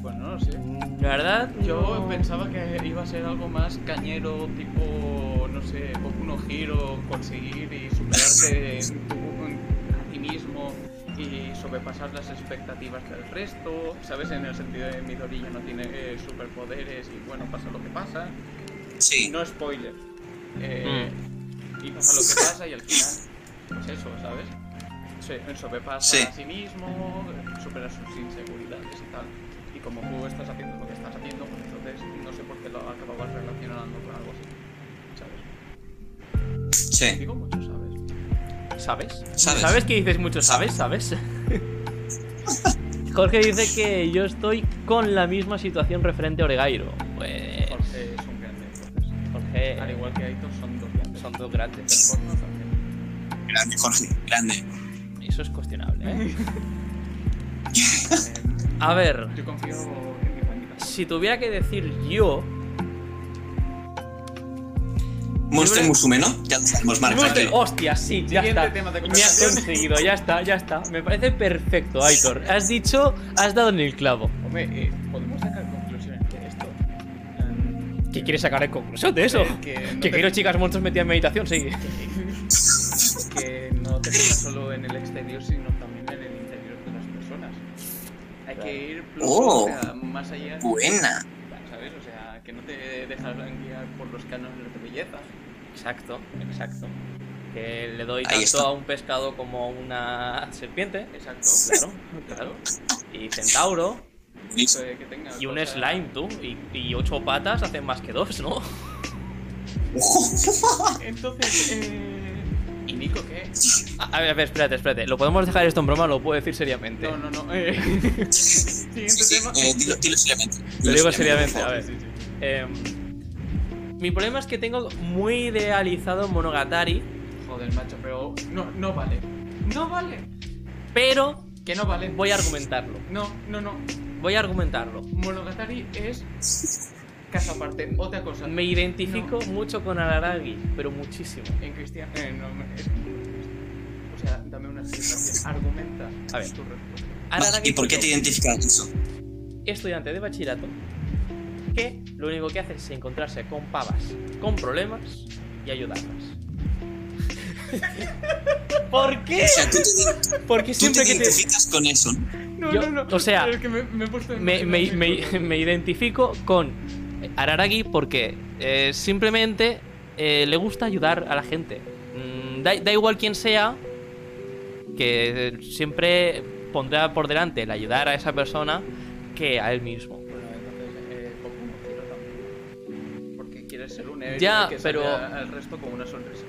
[SPEAKER 1] Pues no lo sé.
[SPEAKER 2] La verdad,
[SPEAKER 1] Yo
[SPEAKER 2] no-
[SPEAKER 1] pensaba que iba a ser algo más cañero, tipo, no sé, Boku no giro, conseguir y superarte en tu- en- a ti mismo y sobrepasar las expectativas del resto, ¿sabes? En el sentido de Midoriya no tiene eh, superpoderes y bueno, pasa lo que pasa.
[SPEAKER 3] Sí.
[SPEAKER 1] No spoiler. Eh,
[SPEAKER 2] Mm.
[SPEAKER 1] Y pasa lo que pasa y al final, pues eso, ¿sabes? Se sobrepasa
[SPEAKER 3] Sí.
[SPEAKER 1] a sí mismo, supera sus inseguridades y tal. Y como tú estás haciendo lo que estás haciendo, pues entonces no sé por qué lo acababas relacionando con algo así. ¿Sabes?
[SPEAKER 3] Sí,
[SPEAKER 1] Digo mucho, ¿sabes?
[SPEAKER 2] ¿Sabes?
[SPEAKER 3] ¿Sabes?
[SPEAKER 2] que dices mucho, ¿sabes? ¿Sabes? Jorge dice que yo estoy con la misma situación referente a Oregairo. Pues.
[SPEAKER 1] Jorge es un grande, entonces.
[SPEAKER 2] Jorge.
[SPEAKER 1] Al igual que Aitor, son dos grandes.
[SPEAKER 2] Son
[SPEAKER 1] Son
[SPEAKER 2] dos grandes.
[SPEAKER 1] porno también.
[SPEAKER 3] grande, Jorge, grande.
[SPEAKER 2] Eso es cuestionable, ¿eh? A ver,
[SPEAKER 1] Eh, Yo confío en mi fanita.
[SPEAKER 2] si tuviera que decir yo.
[SPEAKER 3] Monster Musume, ¿no? Ya lo sabemos, Marc,
[SPEAKER 2] Monster-
[SPEAKER 3] tranquilo.
[SPEAKER 2] Hostia, sí, ya
[SPEAKER 6] Siguiente
[SPEAKER 2] está.
[SPEAKER 6] tema de
[SPEAKER 2] Me has
[SPEAKER 6] conversación.
[SPEAKER 2] conseguido, ya está, ya está. Me parece perfecto, Aitor. Has dicho, has dado en el clavo.
[SPEAKER 1] Hombre, eh, ¿podemos sacar conclusiones de esto? Em,
[SPEAKER 2] ¿Qué quieres sacar en conclusión de eso?
[SPEAKER 1] eh, que no
[SPEAKER 2] que
[SPEAKER 1] te-
[SPEAKER 2] quiero chicas monstruos metidas en meditación, sí.
[SPEAKER 1] que no te fijas solo en el exterior, sino también en el interior de las personas. Hay
[SPEAKER 2] Claro.
[SPEAKER 1] que ir plus,
[SPEAKER 3] Oh.
[SPEAKER 1] o sea, más allá,
[SPEAKER 3] Buena.
[SPEAKER 1] ¿sabes? O sea, que no te dejas guiar por los cánones de belleza.
[SPEAKER 2] Exacto, exacto. Que le doy
[SPEAKER 3] Ahí
[SPEAKER 2] tanto
[SPEAKER 3] está.
[SPEAKER 2] a un pescado como a una serpiente.
[SPEAKER 1] Exacto,
[SPEAKER 2] Claro, claro.
[SPEAKER 1] claro.
[SPEAKER 2] Y centauro.
[SPEAKER 1] Que, que tenga
[SPEAKER 2] Y un
[SPEAKER 1] cosas-
[SPEAKER 2] slime, tú. Y, y ocho patas hacen más que dos, ¿no?
[SPEAKER 1] Ah, Entonces, eh... ¿y Nico qué?
[SPEAKER 2] A a ver, a ver, espérate, espérate. ¿Lo podemos dejar esto en broma o lo puedo decir seriamente?
[SPEAKER 1] No, no, no. eh.
[SPEAKER 3] Sí,
[SPEAKER 1] Siguiente
[SPEAKER 3] sí,
[SPEAKER 1] tema.
[SPEAKER 3] eh, dilo, dilo seriamente.
[SPEAKER 2] Lo
[SPEAKER 3] Dilo
[SPEAKER 2] digo
[SPEAKER 3] seriamente,
[SPEAKER 2] seriamente, a ver. Em, mi problema es que tengo muy idealizado Monogatari,
[SPEAKER 1] Joder, macho, pero no, no vale. No vale.
[SPEAKER 2] pero
[SPEAKER 1] Que no vale.
[SPEAKER 2] voy a argumentarlo.
[SPEAKER 1] No, no, no.
[SPEAKER 2] Voy a argumentarlo.
[SPEAKER 1] Monogatari es casa aparte. Otra cosa.
[SPEAKER 2] Me identifico mucho con Araragi, pero muchísimo.
[SPEAKER 1] En cristiano. Eh, no, es- o sea, dame una explicación. Argumenta
[SPEAKER 2] A ver.
[SPEAKER 1] tu respuesta.
[SPEAKER 3] por favor.
[SPEAKER 2] Araragi
[SPEAKER 3] Ah, ¿Y por qué te
[SPEAKER 2] fue
[SPEAKER 3] identificas con eso?
[SPEAKER 2] estudiante de bachillerato que lo único que hace es encontrarse con pavas, con problemas y ayudarlas. ¿Por qué?
[SPEAKER 3] O sea, tú te,
[SPEAKER 2] Porque
[SPEAKER 3] tú te
[SPEAKER 2] siempre que te...
[SPEAKER 3] identificas con eso. ¿no?
[SPEAKER 1] No,
[SPEAKER 2] Yo-
[SPEAKER 1] no, no.
[SPEAKER 2] o sea,
[SPEAKER 1] es que me, me he puesto en
[SPEAKER 2] me, me- me- me identifico con Araragi porque eh, simplemente eh, le gusta ayudar a la gente. Mm, da, da igual quién sea, que eh, siempre pondrá por delante el ayudar a esa persona que a él mismo.
[SPEAKER 1] Bueno, entonces, eh, Boku no Hero también. Porque quiere quieres ser un héroe
[SPEAKER 2] Ya,
[SPEAKER 1] que salve
[SPEAKER 2] pero-
[SPEAKER 1] a- al resto con una sonrisa.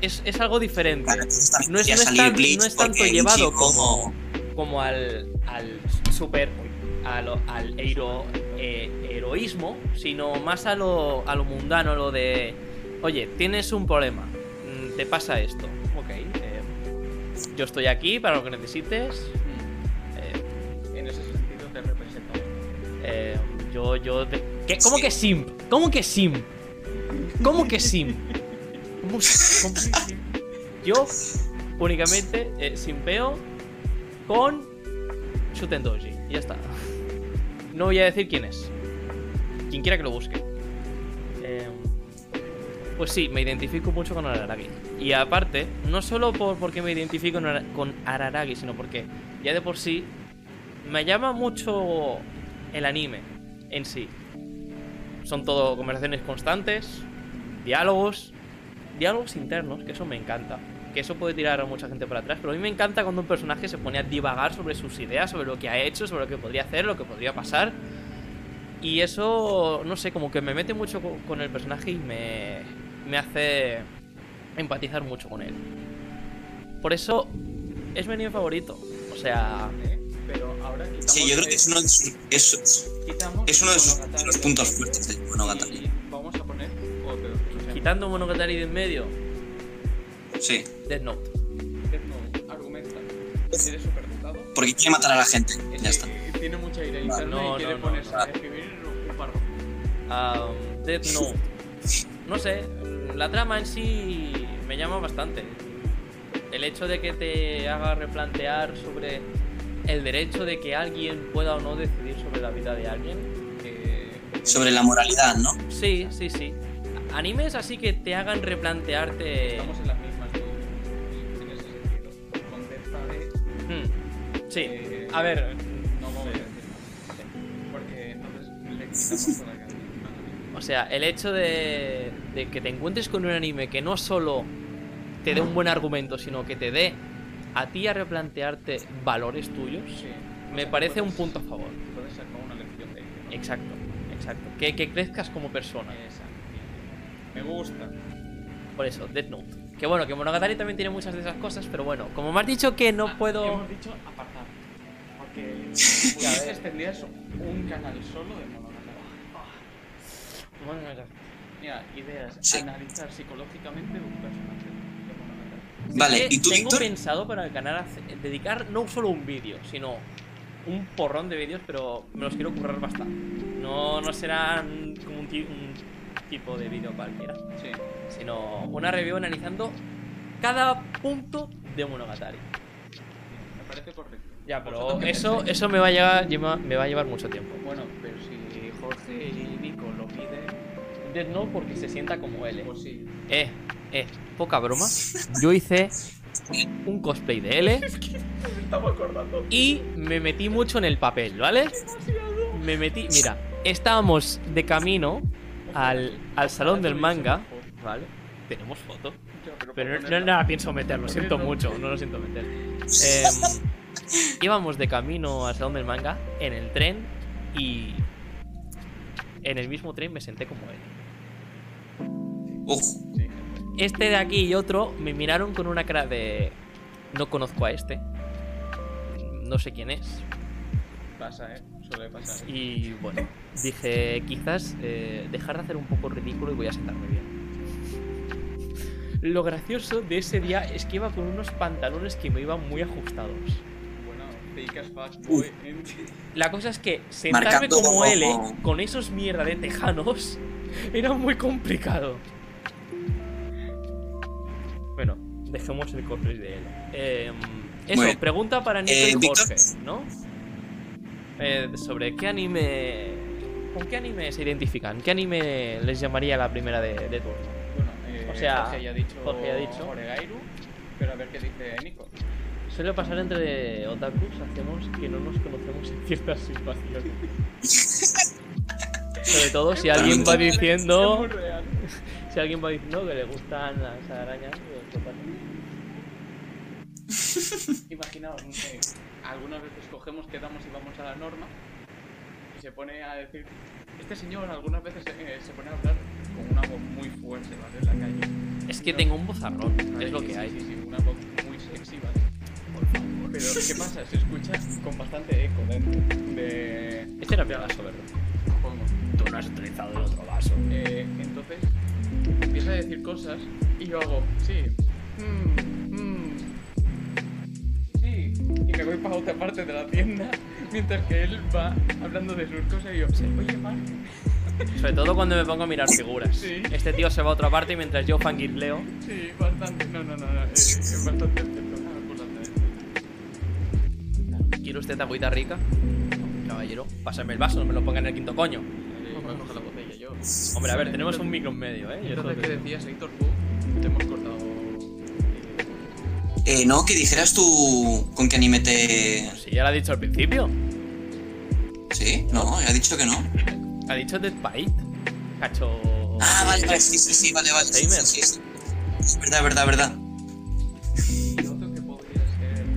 [SPEAKER 2] Es, es algo diferente.
[SPEAKER 3] Claro, entonces también
[SPEAKER 2] No es-
[SPEAKER 3] podría
[SPEAKER 2] no es
[SPEAKER 3] salir
[SPEAKER 2] tan-
[SPEAKER 3] Bleach
[SPEAKER 2] no es tanto
[SPEAKER 3] porque un
[SPEAKER 2] llevado
[SPEAKER 3] chico-
[SPEAKER 2] como- Como al, al super. A lo- al heiro- eh, heroísmo, sino más a lo, a lo mundano, lo de. Oye, tienes un problema. mm, Te pasa esto. Ok. eh, yo estoy aquí para lo que necesites. eh,
[SPEAKER 1] En ese sentido te representa.
[SPEAKER 2] eh, yo, yo. te- ¿Qué- ¿Cómo que simp? ¿Cómo que simp? ¿Cómo que simp? ¿Cómo- cómo- Yo únicamente eh, simpeo con Shuten Doji. Y ya está. No voy a decir quién es. Quien quiera que lo busque. Eh, pues sí, me identifico mucho con Araragi. Y aparte, no solo por, porque me identifico con Ara- con Araragi, sino porque ya de por sí me llama mucho el anime en sí. Son todo conversaciones constantes, diálogos, diálogos internos, que eso me encanta. Que eso puede tirar a mucha gente para atrás, pero a mí me encanta cuando un personaje se pone a divagar sobre sus ideas, sobre lo que ha hecho, sobre lo que podría hacer, lo que podría pasar. Y eso, no sé, como que me mete mucho co- con el personaje y me, me hace empatizar mucho con él. Por eso es mi anime favorito. O sea,
[SPEAKER 1] ¿eh? Pero ahora quitamos.
[SPEAKER 3] Sí, yo creo que es uno de sus, es,
[SPEAKER 1] quitamos
[SPEAKER 3] es uno de sus
[SPEAKER 1] Monogatari
[SPEAKER 3] de los puntos fuertes de Monogatari.
[SPEAKER 1] y Vamos a poner otro. O sea,
[SPEAKER 2] quitando Monogatari de en medio,
[SPEAKER 3] Sí,
[SPEAKER 2] Death Note.
[SPEAKER 1] Death Note, argumenta. Eres superdotado.
[SPEAKER 3] porque quiere matar a la gente.
[SPEAKER 1] Es
[SPEAKER 3] Ya
[SPEAKER 1] que
[SPEAKER 3] está.
[SPEAKER 1] eh, Tiene mucha ira interna
[SPEAKER 2] No,
[SPEAKER 1] y quiere
[SPEAKER 2] no, no,
[SPEAKER 1] ponerse
[SPEAKER 2] no.
[SPEAKER 1] a escribir un párrafo.
[SPEAKER 2] Ah, Death Note. No sé, la trama en sí me llama bastante. El hecho de que te haga replantear sobre el derecho de que alguien pueda o no decidir sobre la vida de alguien.
[SPEAKER 1] Eh,
[SPEAKER 3] Sobre la moralidad, ¿no?
[SPEAKER 2] Sí, sí, sí. Animes así que te hagan replantearte.
[SPEAKER 1] Estamos en las mismas tú, en ese sentido. Con Death Note,
[SPEAKER 2] Hmm, Sí,
[SPEAKER 1] eh,
[SPEAKER 2] a ver.
[SPEAKER 1] No vamos a decir nada. Sí, Porque entonces le quitamos toda la canción.
[SPEAKER 2] O sea, el hecho de, de que te encuentres con un anime que no solo te dé un buen argumento, sino que te dé a ti a replantearte valores tuyos,
[SPEAKER 1] Sí.
[SPEAKER 2] me parece un punto a favor.
[SPEAKER 1] Puedes sacar una lección de ello. ¿no?
[SPEAKER 2] Exacto, exacto. Que, que crezcas como persona.
[SPEAKER 1] Esa, bien. Me gusta.
[SPEAKER 2] Por eso, Death Note. Que bueno, que Monogatari también tiene muchas de esas cosas, pero bueno, como me has dicho que no
[SPEAKER 1] Ah,
[SPEAKER 2] puedo...
[SPEAKER 1] Hemos dicho apartar. Porque si pudieses tendrías un canal solo de Monogatari. Mira, ideas.
[SPEAKER 3] Sí.
[SPEAKER 1] Analizar psicológicamente un personaje de Monogatari.
[SPEAKER 3] Vale,
[SPEAKER 2] Que
[SPEAKER 3] ¿y tú,
[SPEAKER 2] Eh, Tengo
[SPEAKER 3] Víctor?
[SPEAKER 2] pensado para el canal hace- dedicar no solo un vídeo, sino un porrón de vídeos, pero me los quiero currar bastante. No, no serán como un, ti- un tipo de vídeo cualquiera,
[SPEAKER 1] Sí.
[SPEAKER 2] sino una review analizando cada punto de Monogatari.
[SPEAKER 1] Me parece correcto.
[SPEAKER 2] Ya, pero
[SPEAKER 1] Vosotros qué
[SPEAKER 2] eso,
[SPEAKER 1] pensáis.
[SPEAKER 2] eso me va a llevar, lleva- me va a llevar mucho tiempo.
[SPEAKER 1] Bueno, pero si Jorge y Nico lo piden,
[SPEAKER 2] Death Note porque se sienta como él.
[SPEAKER 1] pues sí.
[SPEAKER 2] Eh, eh, poca broma. Yo hice un cosplay de L
[SPEAKER 1] Estamos acordando.
[SPEAKER 2] y me metí mucho en el papel, ¿vale? Me metí, mira, estábamos de camino al, al salón del manga, ¿vale? Tenemos foto. Pero no, no la pienso meter, lo siento mucho, no lo siento meter. Em, íbamos de camino al salón del manga en el tren y en el mismo tren me senté como él.
[SPEAKER 3] Uf,
[SPEAKER 2] Este de aquí y otro me miraron con una cara de. No conozco a este. No sé quién es.
[SPEAKER 1] Pasa, eh. Suele pasar.
[SPEAKER 2] Y bueno, dije, quizás eh, dejar de hacer un poco el ridículo y voy a sentarme bien. Lo gracioso de ese día es que iba con unos pantalones que me iban muy ajustados.
[SPEAKER 1] Bueno, fake as fuck, boy. eh.
[SPEAKER 2] La cosa es que sentarme
[SPEAKER 3] Marcando
[SPEAKER 2] como
[SPEAKER 3] como-
[SPEAKER 2] L con esos mierda de tejanos era muy complicado. Bueno, dejemos el cosplay de él. Eh, eso,
[SPEAKER 3] Bueno.
[SPEAKER 2] pregunta para Nico
[SPEAKER 3] Eh,
[SPEAKER 2] y
[SPEAKER 3] Víctor.
[SPEAKER 2] Jorge, ¿no? Eh, sobre qué anime. ¿Con qué anime se identifican? ¿Qué anime les llamaría la primera de, de turno?
[SPEAKER 1] Bueno, eh,
[SPEAKER 2] O sea,
[SPEAKER 1] Jorge ya ha dicho,
[SPEAKER 2] Jorge ya ha dicho.
[SPEAKER 1] Oregairu, pero a ver qué dice Nico.
[SPEAKER 2] Suele pasar entre otakus, hacemos que no nos conocemos en ciertas situaciones. sobre todo si alguien va
[SPEAKER 1] Es
[SPEAKER 2] diciendo.
[SPEAKER 1] muy real.
[SPEAKER 2] Si alguien va diciendo que le gustan las arañas, pues, ¿qué pasa?
[SPEAKER 1] Imaginaos, no sé, algunas veces cogemos, quedamos y vamos a la norma y se pone a decir, este señor algunas veces eh, se pone a hablar con una voz muy fuerte, ¿vale? En la calle.
[SPEAKER 2] Es que tengo un bozarrón, es lo
[SPEAKER 1] Sí,
[SPEAKER 2] que
[SPEAKER 1] sí,
[SPEAKER 2] hay.
[SPEAKER 1] Sí, sí, una voz muy sexy, ¿vale? Por favor. Pero, ¿qué pasa? Se escucha con bastante eco dentro de...
[SPEAKER 2] Este era mi vaso, ¿verdad?
[SPEAKER 1] supongo.
[SPEAKER 2] Tú no has utilizado el otro vaso.
[SPEAKER 1] Eh, entonces empieza a decir cosas y yo hago, sí, mm, mm, sí, y me voy para otra parte de la tienda mientras que él va hablando de sus cosas y yo, oye, Mark,
[SPEAKER 2] Sobre todo cuando me pongo a mirar figuras.
[SPEAKER 1] Sí.
[SPEAKER 2] Este tío se va a otra parte y mientras yo fangirleo.
[SPEAKER 1] sí, bastante, no, no, no, no, eh, es bastante excepcional por la tarde".
[SPEAKER 2] ¿Quiere usted agüita rica? Caballero, pásame el vaso, no me lo ponga en el quinto coño.
[SPEAKER 1] Eh, voy a coger la botella yo.
[SPEAKER 2] Hombre, a ver, tenemos un micro en medio, ¿eh? Yo
[SPEAKER 1] Entonces,
[SPEAKER 2] solo-
[SPEAKER 1] ¿qué decías, Héctor? Tú, Te hemos cortado... eh,
[SPEAKER 3] Eh, no, que dijeras tú con qué anime te.
[SPEAKER 2] Si ya lo ha dicho al principio.
[SPEAKER 3] Sí, no, ya he dicho que no.
[SPEAKER 2] Ha dicho Dead Bite. Cacho.
[SPEAKER 3] Ah, vale, vale, sí, sí, sí, vale, vale. Sí, sí, sí, sí. Es Verdad, verdad, verdad.
[SPEAKER 1] Y otro que podría ser mm,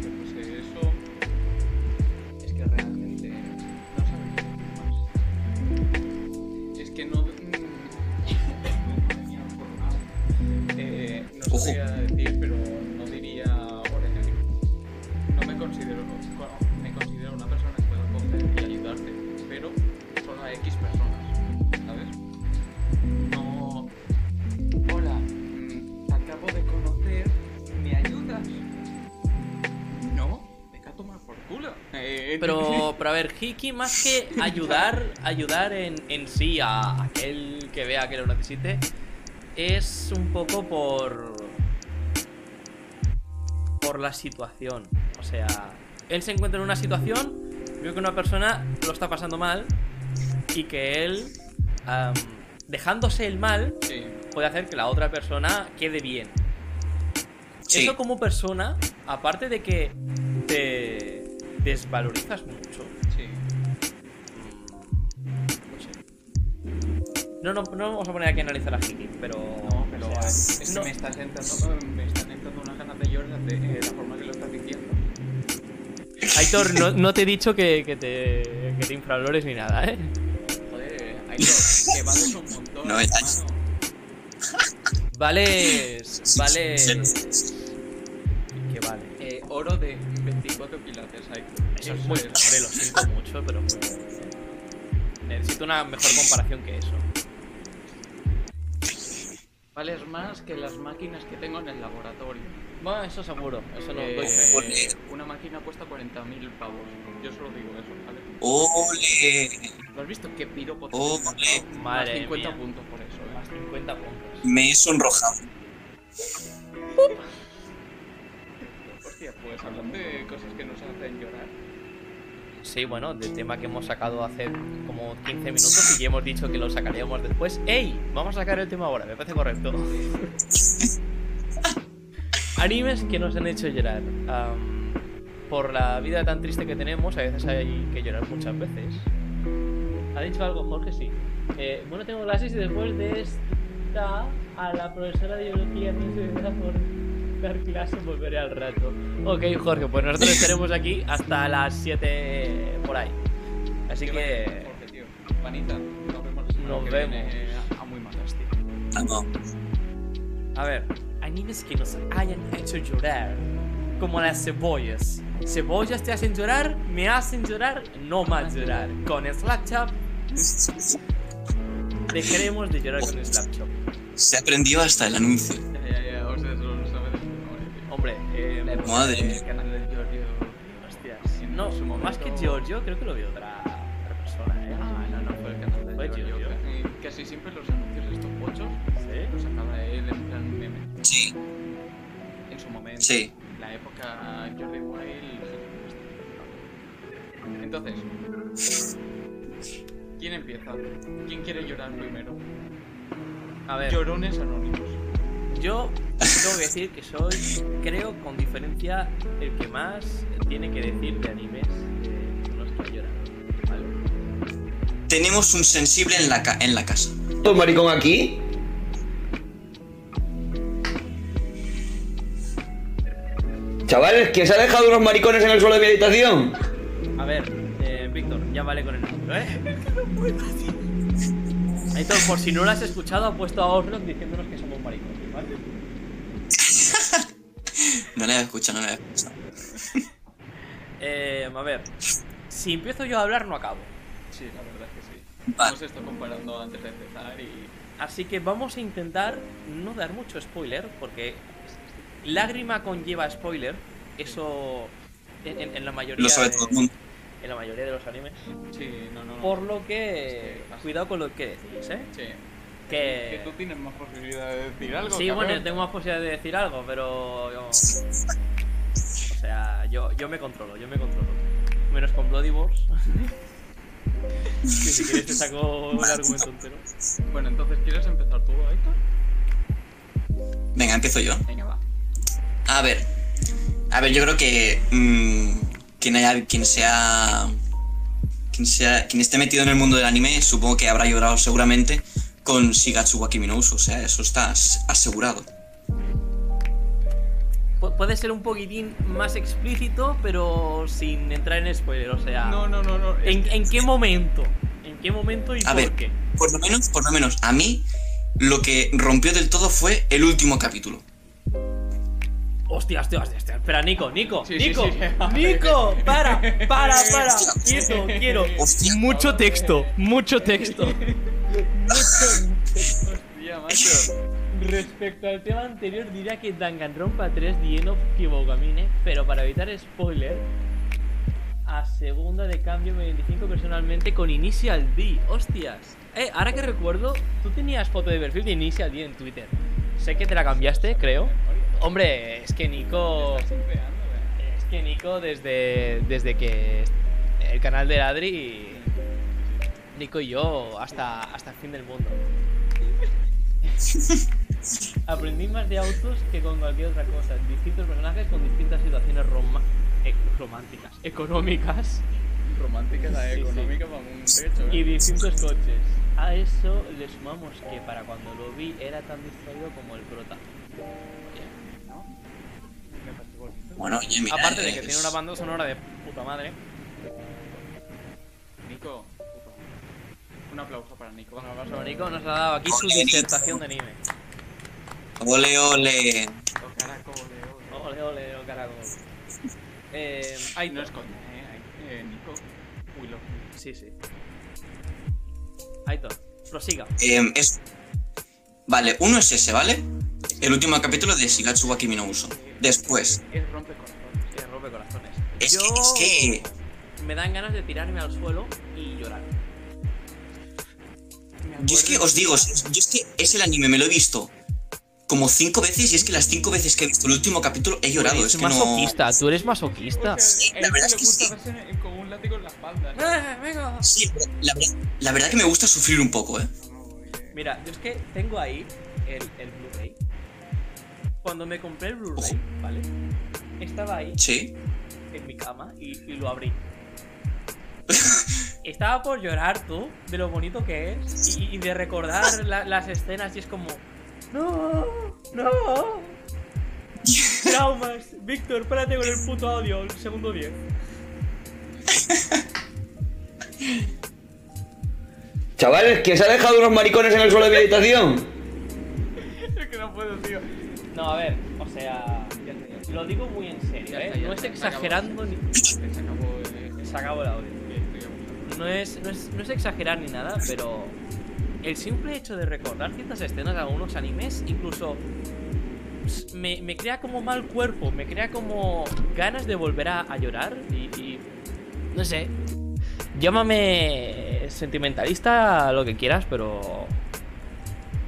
[SPEAKER 1] que fuese eso es que realmente no sabría qué más. Es que no. mm, Eh, no
[SPEAKER 3] Ojo.
[SPEAKER 1] sabría decir, pero no diría orejero. No me considero. Bueno, me considero una persona que puedo coger y ayudarte, pero solo a X personas, ¿sabes? No. Hola, mm, te acabo de conocer, ¿me ayudas? No, me cae a tomar por culo. Eh,
[SPEAKER 2] Pero, pero a ver, Hiki, más que ayudar, ayudar en, en sí a aquel que vea que lo necesite, es un poco por. por la situación. O sea, él se encuentra en una situación, vio que una persona lo está pasando mal y que él, am, dejándose el mal,
[SPEAKER 1] Sí,
[SPEAKER 2] puede hacer que la otra persona quede bien.
[SPEAKER 3] Sí.
[SPEAKER 2] Eso como persona, aparte de que te desvalorizas mucho.
[SPEAKER 1] sí.
[SPEAKER 2] mm, No sé. No, no, no vamos a poner aquí a analizar a Hiki, pero.
[SPEAKER 1] No, pero
[SPEAKER 2] o sea,
[SPEAKER 1] eh, es que
[SPEAKER 2] no.
[SPEAKER 1] me estás entrando, me están entrando unas ganas de llorar de eh, la forma que lo estás diciendo.
[SPEAKER 2] Aitor, no, no te he dicho que, que te, que te infravalores ni nada, ¿eh?
[SPEAKER 1] Joder, eh, Aitor, que vales un montón,
[SPEAKER 3] No,
[SPEAKER 1] hermano.
[SPEAKER 3] es-
[SPEAKER 2] Vales. Vales. Que vale.
[SPEAKER 1] Eh, oro de 24 quilates, Eh, Aitor.
[SPEAKER 2] Eso es muy pobre, lo siento mucho, pero muy- Necesito una mejor comparación que eso.
[SPEAKER 1] Vales más que las máquinas que tengo en el laboratorio.
[SPEAKER 2] Bueno, eso seguro, eso no
[SPEAKER 1] Eh,
[SPEAKER 2] doy fe.
[SPEAKER 3] Ole.
[SPEAKER 1] una máquina cuesta 40.000 pavos. Yo solo digo eso, ¿vale?
[SPEAKER 3] Ole.
[SPEAKER 1] ¿Lo has visto? Qué piropo. te he
[SPEAKER 3] Ole.
[SPEAKER 1] mandado? Más
[SPEAKER 2] Madre
[SPEAKER 1] 50
[SPEAKER 2] mía.
[SPEAKER 1] puntos por eso, ¿eh?
[SPEAKER 2] Más 50 puntos.
[SPEAKER 3] Me he sonrojado.
[SPEAKER 1] Hostia, pues hablando de cosas que nos hacen llorar.
[SPEAKER 2] Sí, bueno, del tema que hemos sacado hace como 15 minutos y ya hemos dicho que lo sacaríamos después. ¡Ey! Vamos a sacar el tema ahora, me parece correcto. Animes que nos han hecho llorar. Am, por la vida tan triste que tenemos, a veces hay que llorar muchas veces. ¿Ha dicho algo Jorge? Sí. Eh, bueno, tengo clases y después de esta, a la profesora de biología no se vendrá por dar clase, volveré al rato. Ok, Jorge, pues nosotros estaremos aquí hasta las 7 por ahí. Así
[SPEAKER 1] Qué
[SPEAKER 2] que...
[SPEAKER 1] valiente, Jorge, tío. Vanita, nos vemos la semana
[SPEAKER 2] Nos
[SPEAKER 1] que
[SPEAKER 2] vemos.
[SPEAKER 1] viene, eh, a- a muy malas, tío. Eh,
[SPEAKER 3] Ah, no.
[SPEAKER 2] A ver, animes que nos hayan hecho llorar. Como las cebollas. Cebollas te hacen llorar, me hacen llorar, no más llorar. Con Slapchop. Dejaremos de llorar con Slapchop.
[SPEAKER 3] Se aprendió hasta el anuncio.
[SPEAKER 1] Ya, ya, ya, eh, o sea, eso lo sabe de memoria, tío.
[SPEAKER 2] Hombre, eh,
[SPEAKER 3] Madre
[SPEAKER 1] El
[SPEAKER 3] mía.
[SPEAKER 1] canal de Giorgio.
[SPEAKER 2] hostias. No,
[SPEAKER 1] Su momento-
[SPEAKER 2] más que Giorgio, creo que lo vio otra, otra persona, ¿eh?
[SPEAKER 1] Ah, no, no, fue el canal de
[SPEAKER 2] Fue
[SPEAKER 1] Giorgio.
[SPEAKER 2] Giorgio.
[SPEAKER 1] Eh, Casi siempre los anuncios de estos pochos los acaba él en plan meme.
[SPEAKER 3] Sí,
[SPEAKER 1] En su momento.
[SPEAKER 3] sí.
[SPEAKER 1] la época Jordi Wild. Entonces, ¿quién empieza? ¿Quién quiere llorar primero?
[SPEAKER 2] A ver, yo,
[SPEAKER 1] Llorones anónimos.
[SPEAKER 2] tengo que decir que soy, creo, con diferencia, el que más tiene que decir de animes eh, que nos ha llorado. ¿vale?
[SPEAKER 3] Tenemos un sensible en la, ca- en la casa.
[SPEAKER 5] ¿Todo maricón aquí? Chavales, que se ha dejado unos maricones en el suelo de mi habitación.
[SPEAKER 2] A ver, eh, Víctor, ya vale con el número, ¿eh? Aitor, por si no lo has escuchado, ha puesto a Orlok diciéndonos que somos maricones, ¿vale?
[SPEAKER 3] No la he escuchado, no la he escuchado.
[SPEAKER 2] Eh, a ver, si empiezo yo a hablar, no acabo.
[SPEAKER 1] Sí, la verdad es que sí.
[SPEAKER 3] Vale.
[SPEAKER 1] Hemos estado comparando antes de empezar y.
[SPEAKER 2] Así que vamos a intentar no dar mucho spoiler, porque lágrima conlleva spoiler. Eso en, en- en la mayoría
[SPEAKER 3] Lo sabe
[SPEAKER 2] de-
[SPEAKER 3] todo el mundo.
[SPEAKER 2] en la mayoría de los animes.
[SPEAKER 1] Sí, no, no. no.
[SPEAKER 2] Por lo que cuidado con lo que decís, ¿eh?
[SPEAKER 1] Sí. Que
[SPEAKER 2] Que
[SPEAKER 1] tú tienes más posibilidad de decir algo.
[SPEAKER 2] sí, bueno, yo
[SPEAKER 1] cabrón.
[SPEAKER 2] tengo más posibilidad de decir algo, pero yo... o sea, yo, yo me controlo, yo me controlo. Menos con Bloody Wars. que si quieres te saco el argumento entero.
[SPEAKER 1] Bueno, entonces, ¿quieres empezar tú, Aitor?
[SPEAKER 3] Venga, empiezo yo.
[SPEAKER 1] Venga, va.
[SPEAKER 3] A ver. A ver, yo creo que. mm, quien haya. Quien sea. Quien sea. Quien esté metido en el mundo del anime, supongo que habrá llorado seguramente con Shigatsu wa Kimi no Uso, O sea, eso está as- asegurado.
[SPEAKER 2] Pu- puede ser un poquitín más explícito, pero sin entrar en spoiler, o sea...
[SPEAKER 1] No, no, no, no.
[SPEAKER 2] ¿en, en qué momento? ¿En qué momento y
[SPEAKER 3] A
[SPEAKER 2] por
[SPEAKER 3] ver.
[SPEAKER 2] qué?
[SPEAKER 3] Por lo menos, por lo menos, a mí. Lo que rompió del todo fue el último capítulo.
[SPEAKER 2] Hostia, hostia, hostia, hostia. Espera, Nico, Nico,
[SPEAKER 1] Sí, sí,
[SPEAKER 2] Nico,
[SPEAKER 1] sí, sí.
[SPEAKER 2] Nico, para, para, para.
[SPEAKER 3] Hostia.
[SPEAKER 2] Quieto, quiero.
[SPEAKER 3] Hostia.
[SPEAKER 2] Mucho texto, mucho texto.
[SPEAKER 1] Hostia, macho.
[SPEAKER 2] Respecto al tema anterior, diría que Danganronpa 3 The End of Kibogamine, pero para evitar spoiler, a segunda de cambio me identifico personalmente con Initial D. Hostias. Eh, ahora que recuerdo, tú tenías foto de perfil de Initial D en Twitter. Sé que te la cambiaste, creo. Hombre, es que Nico...
[SPEAKER 1] Creando, eh.
[SPEAKER 2] Es que Nico, desde, desde que el canal de Adri, Nico y yo, hasta, hasta el fin del mundo. Aprendí más de autos que con cualquier otra cosa. Distintos personajes con distintas situaciones roma- eh, románticas, económicas
[SPEAKER 1] Romántica la
[SPEAKER 2] Sí, sí.
[SPEAKER 1] económica para un techo,
[SPEAKER 2] y
[SPEAKER 1] ¿eh?
[SPEAKER 2] distintos coches. A eso le sumamos que para cuando lo vi era tan distraído como el prota.
[SPEAKER 1] Me parece bonito.
[SPEAKER 3] Bueno, oye, mira, eh,
[SPEAKER 2] Aparte de que
[SPEAKER 3] es-
[SPEAKER 2] tiene una banda sonora de puta madre.
[SPEAKER 1] Nico. ufa. Un aplauso para Nico.
[SPEAKER 2] Bueno, Barcelona Nico nos ha dado aquí su disertación de anime.
[SPEAKER 3] Ole, ole.
[SPEAKER 1] Los caracos, Leo.
[SPEAKER 2] Ole, ole, ole, caracol. Eh,
[SPEAKER 1] Ay,
[SPEAKER 2] Aitor.
[SPEAKER 1] no es coña, eh. Ay, eh, Nico. Uy, lo.
[SPEAKER 2] Sí, sí. Aitor, prosiga.
[SPEAKER 3] Em, es... Vale, uno es ese, ¿vale? El último capítulo de Shigatsu wa Kimi no Uso. Después,
[SPEAKER 1] Es rompe corazones.
[SPEAKER 2] Que rompe corazones.
[SPEAKER 3] Es que- es que-
[SPEAKER 2] Me dan ganas de tirarme al suelo y llorar.
[SPEAKER 3] yo es que os digo, yo es que es el anime, me lo he visto como cinco veces y es que las cinco veces que he visto el último capítulo he llorado.
[SPEAKER 2] Pues
[SPEAKER 3] Es que no.
[SPEAKER 2] tú eres masoquista.
[SPEAKER 3] Sí, la verdad es que sí.
[SPEAKER 1] sí. Con un látigo en la espalda. ¿no?
[SPEAKER 2] venga.
[SPEAKER 3] Sí, la, verdad- la verdad que me gusta sufrir un poco, ¿eh?
[SPEAKER 1] No, oye.
[SPEAKER 2] Mira, yo es que tengo ahí el, el Blu-ray. Cuando me compré el Blu-ray, ¿vale? Estaba ahí
[SPEAKER 3] Sí.
[SPEAKER 2] en mi cama y, y lo abrí. Estaba por llorar tú de lo bonito que es y, y de recordar la- las escenas y es como... No, no. Traumas. Víctor, espérate con el puto audio, el segundo 10.
[SPEAKER 5] Chavales, que se ha dejado unos maricones en el suelo de mi habitación.
[SPEAKER 1] Es que no puedo, tío.
[SPEAKER 2] No, a ver, o sea... Lo digo muy en serio,
[SPEAKER 1] Ya
[SPEAKER 2] ¿eh?
[SPEAKER 1] está, ya
[SPEAKER 2] No
[SPEAKER 1] está,
[SPEAKER 2] es
[SPEAKER 1] se acabó.
[SPEAKER 2] exagerando ni...
[SPEAKER 1] Se acabó eh,
[SPEAKER 2] Se acabó el audio.
[SPEAKER 1] estoy aburrido.
[SPEAKER 2] No es, no, es, no es exagerar ni nada, pero el simple hecho de recordar ciertas escenas de algunos animes, incluso s- me, me crea como mal cuerpo, me crea como ganas de volver a, a llorar y, y- No sé. Llámame sentimentalista, lo que quieras, pero.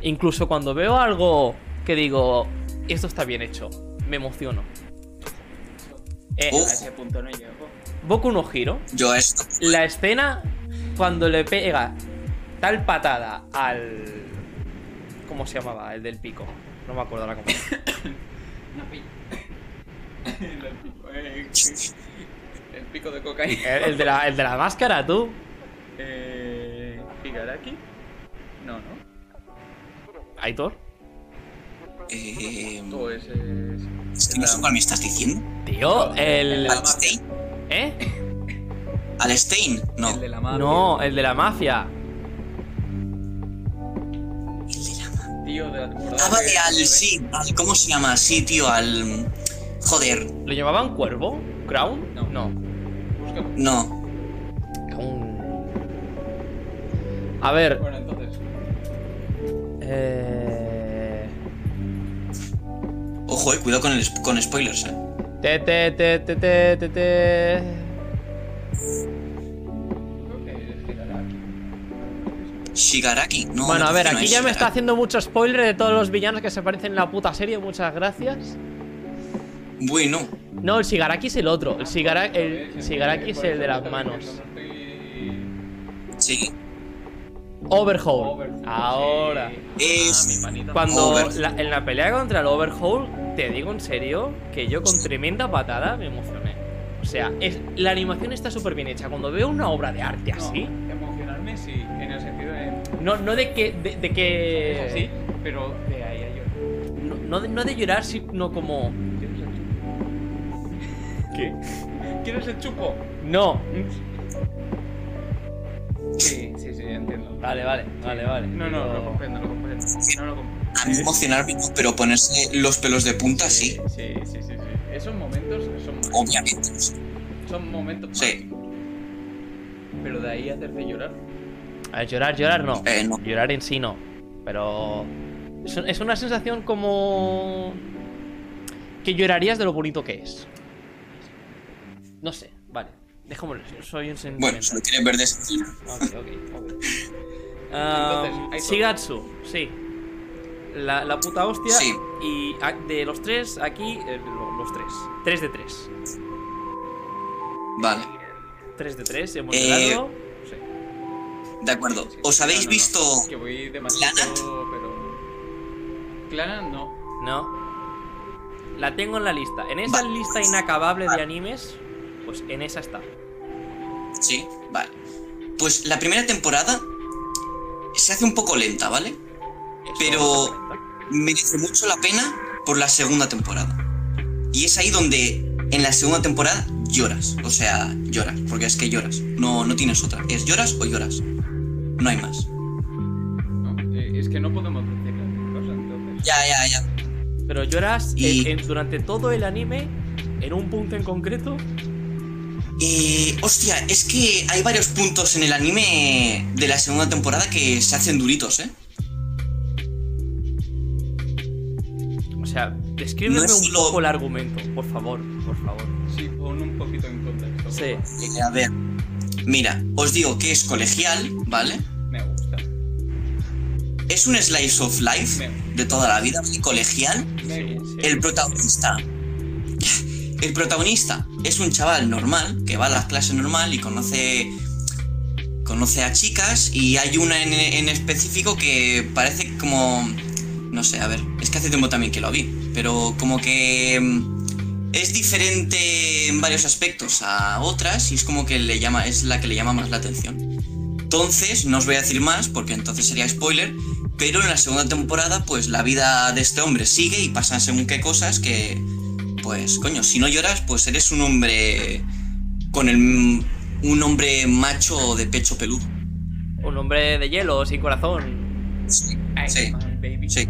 [SPEAKER 2] Incluso cuando veo algo que digo, esto está bien hecho, me emociono. Eh,
[SPEAKER 3] Uf,
[SPEAKER 1] punto no llego.
[SPEAKER 2] Boku no giro
[SPEAKER 3] yo a esto.
[SPEAKER 2] la escena cuando le pega tal patada al. ¿Cómo se llamaba? El del pico. No me acuerdo ahora cómo. se llama.
[SPEAKER 1] El pico, eh, el pico de cocaína.
[SPEAKER 2] El, el de la, el de la máscara, tú.
[SPEAKER 1] Eh, Higaraki. No, no.
[SPEAKER 2] Aitor.
[SPEAKER 3] Eh,
[SPEAKER 1] Tú es. eh,
[SPEAKER 3] es que no sé cuál me estás diciendo.
[SPEAKER 2] Tío, el.
[SPEAKER 3] ¿Al Stein?
[SPEAKER 2] ¿Eh?
[SPEAKER 3] ¿Al Stein? No.
[SPEAKER 1] El de la mano.
[SPEAKER 2] No, el de la mafia.
[SPEAKER 1] tío de la temporada. Eh,
[SPEAKER 3] Ah, vale,
[SPEAKER 1] que-
[SPEAKER 3] al sí, al ¿cómo se llama? Sí, tío, al joder,
[SPEAKER 2] ¿Lo llamaban cuervo? ¿Crown?
[SPEAKER 1] No.
[SPEAKER 2] No.
[SPEAKER 1] Busca-
[SPEAKER 3] no.
[SPEAKER 2] Crown. A ver.
[SPEAKER 1] Bueno, entonces.
[SPEAKER 2] Eh...
[SPEAKER 3] Ojo, eh, cuidado con el con spoilers, eh.
[SPEAKER 2] Te, te, te, te, te, te, te.
[SPEAKER 1] Creo que girará aquí.
[SPEAKER 3] Shigaraki, no.
[SPEAKER 2] Bueno,
[SPEAKER 3] me
[SPEAKER 2] a ver,
[SPEAKER 3] parece que no
[SPEAKER 2] aquí
[SPEAKER 3] es
[SPEAKER 2] ya me está
[SPEAKER 3] Shigaraki.
[SPEAKER 2] haciendo mucho spoiler de todos los villanos que se aparecen en la puta serie, muchas gracias.
[SPEAKER 3] Bueno,
[SPEAKER 2] No, el Shigaraki es el otro. El, Shigara- el Shigaraki es el de las manos.
[SPEAKER 3] sí.
[SPEAKER 2] Overhaul. Ahora. Ah,
[SPEAKER 3] Es
[SPEAKER 2] Cuando
[SPEAKER 3] Over.
[SPEAKER 2] la- en la pelea contra el Overhaul, te digo en serio que yo con tremenda patada me emocioné. O sea, es- la animación está súper bien hecha. Cuando veo una obra de arte así,
[SPEAKER 1] Emocionarme sí, en el sentido de.
[SPEAKER 2] no, no de que. de, de que.
[SPEAKER 1] Es así, pero de ahí a yo.
[SPEAKER 2] No, no de, no de llorar, sino como.
[SPEAKER 1] ¿Quieres el chupo?
[SPEAKER 2] ¿Qué?
[SPEAKER 1] ¿Quieres el chupo?
[SPEAKER 2] No.
[SPEAKER 1] Sí, sí, sí, entiendo.
[SPEAKER 2] Vale, vale, Ah, vale, vale.
[SPEAKER 1] No, no,
[SPEAKER 2] Pero-
[SPEAKER 1] lo comprendo, lo comprendo. No lo comprendo.
[SPEAKER 3] a mí emocionarme, no, pero ponerse los pelos de punta, sí,
[SPEAKER 1] Sí, sí, sí, sí. Esos momentos son mágicos,
[SPEAKER 3] obviamente.
[SPEAKER 1] son momentos
[SPEAKER 3] Sí.
[SPEAKER 1] mágicos. Pero de ahí a hacerte llorar.
[SPEAKER 2] A ver, llorar, llorar no.
[SPEAKER 3] Eh, no.
[SPEAKER 2] Llorar en sí no. Pero. Es, es una sensación como. Que llorarías de lo bonito que es. No sé, vale. Dejémoslo, así, soy un
[SPEAKER 3] Bueno,
[SPEAKER 2] sentimiento.
[SPEAKER 3] si lo quieres ver de esa manera.
[SPEAKER 2] Ok, ok, ok.
[SPEAKER 1] Entonces,
[SPEAKER 2] Um,
[SPEAKER 1] hay todo.
[SPEAKER 2] Shigatsu, sí. La, la puta hostia.
[SPEAKER 3] Sí.
[SPEAKER 2] Y a- de los tres, aquí, eh, lo- los tres. Tres de tres.
[SPEAKER 3] Vale,
[SPEAKER 2] Tres de tres, hemos
[SPEAKER 3] Eh,
[SPEAKER 2] quedado. Sí.
[SPEAKER 3] de acuerdo. ¿Os habéis
[SPEAKER 1] No, no, no,
[SPEAKER 3] visto
[SPEAKER 1] es Que voy demasiado, pero. Clara no.
[SPEAKER 2] No. La tengo en la lista. En esa
[SPEAKER 3] Vale.
[SPEAKER 2] lista inacabable de animes, pues en esa está.
[SPEAKER 3] Sí, vale. Pues la primera temporada se hace un poco lenta, ¿vale?
[SPEAKER 2] Eso
[SPEAKER 3] Pero-
[SPEAKER 2] está perfecto.
[SPEAKER 3] Merece mucho la pena por la segunda temporada. Y es ahí donde en la segunda temporada lloras. O sea, lloras, porque es que lloras. No, no tienes otra. Es lloras o lloras. No hay más.
[SPEAKER 1] no. Eh, es que no podemos decir las cosas, entonces.
[SPEAKER 3] Ya, ya, ya.
[SPEAKER 2] Pero lloras
[SPEAKER 3] Y-
[SPEAKER 2] en- en- durante todo el anime, en un punto en concreto.
[SPEAKER 3] Eh, hostia, es que hay varios puntos en el anime de la segunda temporada que se hacen duritos, ¿eh?
[SPEAKER 2] O sea, descríbeme
[SPEAKER 3] No es
[SPEAKER 2] un
[SPEAKER 3] solo-
[SPEAKER 2] poco el argumento, por favor, por favor.
[SPEAKER 1] Sí, pon un poquito en contexto.
[SPEAKER 2] Sí.
[SPEAKER 3] Eh, a ver. Mira, os digo que es colegial, ¿vale?
[SPEAKER 1] Me gusta.
[SPEAKER 3] Es un slice of life de toda la vida, ¿vale? colegial.
[SPEAKER 1] Me gusta.
[SPEAKER 2] sí.
[SPEAKER 3] El protagonista. El protagonista es un chaval normal que va a las clases normal y conoce. Conoce a chicas y hay una en, en específico que parece como. No sé, a ver, es que hace tiempo también que lo vi, pero como que. mm, Es diferente en varios aspectos a otras y es como que le llama, es la que le llama más la atención. Entonces, no os voy a decir más porque entonces sería spoiler, pero en la segunda temporada, pues la vida de este hombre sigue y pasan según qué cosas que, pues, coño, si no lloras, pues eres un hombre con el... un hombre macho de pecho peludo.
[SPEAKER 2] Un hombre de hielo, sin corazón.
[SPEAKER 3] Sí,
[SPEAKER 1] Ice
[SPEAKER 3] sí,
[SPEAKER 1] Man, baby.
[SPEAKER 3] sí.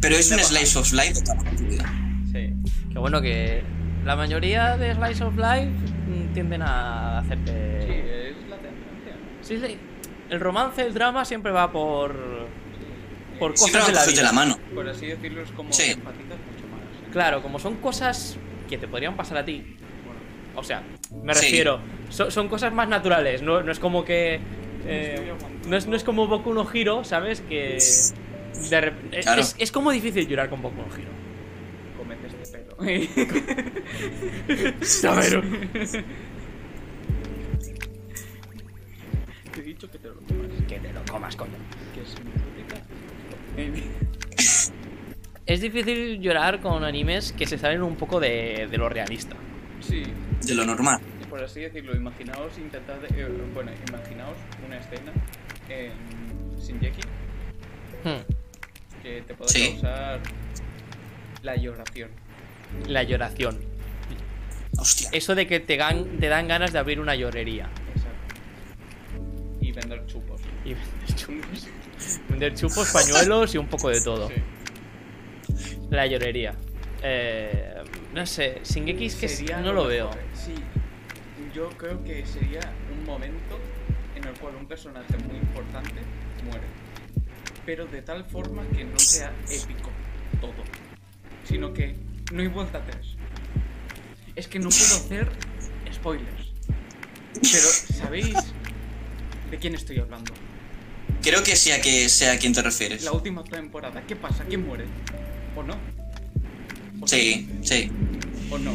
[SPEAKER 3] Pero es un slice of life de toda la vida.
[SPEAKER 1] Sí.
[SPEAKER 2] Que bueno que la mayoría de Slice of Life mm, tienden a
[SPEAKER 1] Sí,
[SPEAKER 2] hacerte...
[SPEAKER 1] es la tendencia.
[SPEAKER 2] Sí, sí. El romance, el drama siempre va por... Por cosas
[SPEAKER 3] Siempre
[SPEAKER 2] de
[SPEAKER 3] van
[SPEAKER 2] la
[SPEAKER 3] cosas
[SPEAKER 2] vida.
[SPEAKER 3] de la mano.
[SPEAKER 1] Por así decirlo, es como
[SPEAKER 3] Sí.
[SPEAKER 1] empatizas mucho más. ¿eh?
[SPEAKER 2] Claro, como son cosas que te podrían pasar a ti.
[SPEAKER 1] Bueno,
[SPEAKER 2] O sea, me
[SPEAKER 3] Sí.
[SPEAKER 2] refiero. so- son cosas más naturales. No, no es como que. eh, no, es, no es como Boku no Hiro, ¿sabes? Que. de rep- es-
[SPEAKER 3] Claro.
[SPEAKER 2] es, es como difícil llorar con Boku no Hiro.
[SPEAKER 1] comete este pelo. Te he dicho que te lo comas.
[SPEAKER 2] Que te lo comas, coño.
[SPEAKER 1] Que es mi putica.
[SPEAKER 2] Es difícil llorar con animes que se salen un poco de, de lo realista.
[SPEAKER 1] Sí,
[SPEAKER 3] De lo normal.
[SPEAKER 1] por así decirlo, imaginaos intentad. eh, bueno, imaginaos una escena en Shinjeki
[SPEAKER 2] Hmm,
[SPEAKER 1] que te pueda
[SPEAKER 3] Sí.
[SPEAKER 1] causar la lloración.
[SPEAKER 2] La lloración.
[SPEAKER 3] Hostia.
[SPEAKER 2] Eso de que te, gan- te dan ganas de abrir una llorería.
[SPEAKER 1] Exacto. Y vender chupos.
[SPEAKER 2] Y-
[SPEAKER 1] Chungos.
[SPEAKER 2] Vender chupos, pañuelos y un poco de todo.
[SPEAKER 6] Sí.
[SPEAKER 2] La llorería. Eh, no sé, Shingeki es que es-
[SPEAKER 1] Sería
[SPEAKER 2] no lo veo.
[SPEAKER 1] mejor, eh. Sí, yo creo que sería un momento en el cual un personaje muy importante muere, pero de tal forma que no sea épico todo, sino que no hay vuelta atrás. Es que no puedo hacer spoilers, pero ¿sabéis de quién estoy hablando?
[SPEAKER 3] Creo que sea que sea a quien te refieres.
[SPEAKER 1] La última temporada, ¿qué pasa? ¿Quién muere? ¿O no? ¿O
[SPEAKER 3] Sí, sí.
[SPEAKER 1] ¿O no?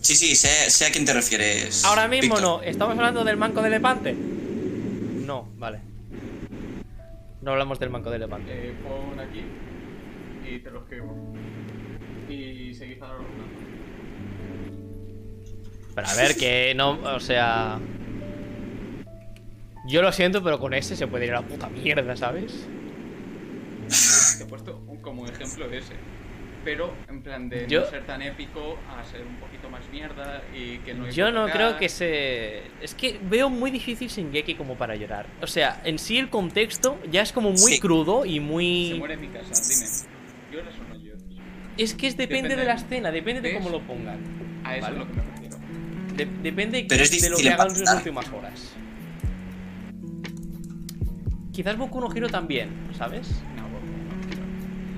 [SPEAKER 3] Sí, sí, sé, sé a quién te refieres.
[SPEAKER 2] Ahora mismo
[SPEAKER 3] Víctor.
[SPEAKER 2] no, ¿estamos hablando del manco de Lepante? No, vale. No hablamos del manco de Lepante.
[SPEAKER 1] Eh, pon aquí y te lo escribo. Y seguís a la ronda.
[SPEAKER 2] Pero a ver, que no, o sea. Yo lo siento, pero con ese se puede ir a la puta mierda, ¿sabes?
[SPEAKER 1] Te he puesto un- como ejemplo ese. Pero en plan de
[SPEAKER 2] Yo-
[SPEAKER 1] no ser tan épico a ser un poquito más mierda y que no hay
[SPEAKER 2] Yo no
[SPEAKER 1] vuelta
[SPEAKER 2] creo
[SPEAKER 1] atrás.
[SPEAKER 2] que se. Es que veo muy difícil Shingeki como para llorar. O sea, en sí el contexto ya es como muy
[SPEAKER 3] Sí.
[SPEAKER 2] crudo y
[SPEAKER 1] Se
[SPEAKER 2] muy.
[SPEAKER 1] muere en mi casa, dime. ¿Lloras o no lloras?
[SPEAKER 2] Es que es depende,
[SPEAKER 1] Depende.
[SPEAKER 2] de la escena, depende de
[SPEAKER 1] ¿Ves?
[SPEAKER 2] cómo lo pongan.
[SPEAKER 1] A eso
[SPEAKER 2] Vale.
[SPEAKER 1] es lo que me refiero.
[SPEAKER 2] De- depende
[SPEAKER 3] Pero es
[SPEAKER 2] de lo que
[SPEAKER 3] difícil
[SPEAKER 2] hagan en sus
[SPEAKER 3] empatar.
[SPEAKER 2] últimas horas. Quizás Boku no Hero también, ¿sabes?
[SPEAKER 1] No, bueno,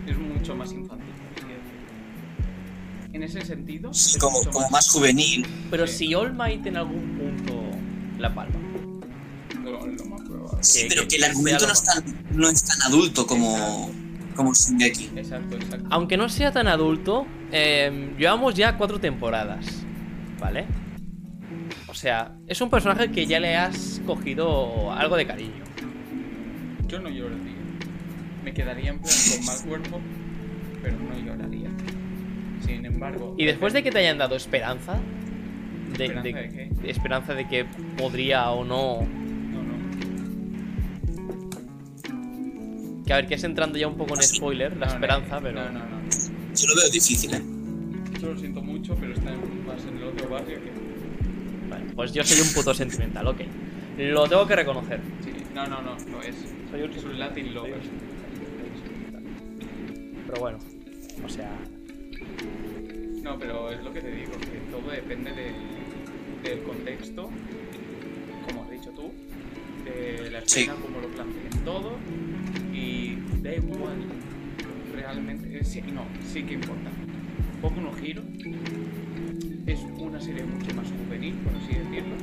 [SPEAKER 1] no, Es mucho más infantil. es que- En ese sentido,
[SPEAKER 3] Sí,
[SPEAKER 1] es
[SPEAKER 3] Como,
[SPEAKER 1] mucho
[SPEAKER 3] como más juvenil.
[SPEAKER 2] Pero
[SPEAKER 1] Sí.
[SPEAKER 2] si All Might en algún punto la palma.
[SPEAKER 1] Lo, lo más probable.
[SPEAKER 3] Sí,
[SPEAKER 2] que-
[SPEAKER 3] pero
[SPEAKER 2] que
[SPEAKER 3] que el argumento
[SPEAKER 2] sea
[SPEAKER 3] no es tan, no es tan adulto como, como Shingeki.
[SPEAKER 1] Exacto, exacto.
[SPEAKER 2] Aunque no sea tan adulto, eh, llevamos ya cuatro temporadas, ¿vale? O sea, es un personaje que ya le has cogido algo de cariño.
[SPEAKER 1] Yo no lloraría. Me quedaría en plan con mal cuerpo, pero no lloraría. Sin embargo.
[SPEAKER 2] Y después de que te hayan dado esperanza, de,
[SPEAKER 1] ¿Esperanza
[SPEAKER 2] de-
[SPEAKER 1] de qué?
[SPEAKER 2] de esperanza de que podría o no,
[SPEAKER 1] No, no.
[SPEAKER 2] que a ver, que es entrando ya un poco en spoiler, la
[SPEAKER 1] Ah, No,
[SPEAKER 2] esperanza,
[SPEAKER 1] no,
[SPEAKER 2] pero...
[SPEAKER 1] No, no, no.
[SPEAKER 3] Yo lo veo difícil, ¿eh?
[SPEAKER 1] Yo lo siento mucho, pero está en- más en el otro barrio que.
[SPEAKER 2] Vale, pues yo soy un puto sentimental, ok. Lo tengo que reconocer.
[SPEAKER 1] Sí, no, no, no, no es.
[SPEAKER 2] Soy un-
[SPEAKER 1] es un Latin lover.
[SPEAKER 2] Pero bueno, o sea...
[SPEAKER 1] No, pero es lo que te digo, que todo depende de- del contexto, como has dicho tú, de la
[SPEAKER 3] Sí.
[SPEAKER 1] escena, como lo planteen todo, y da igual, realmente, eh, sí, no, sí que importa. Poco no giro, es una serie mucho más juvenil, por así decirlo,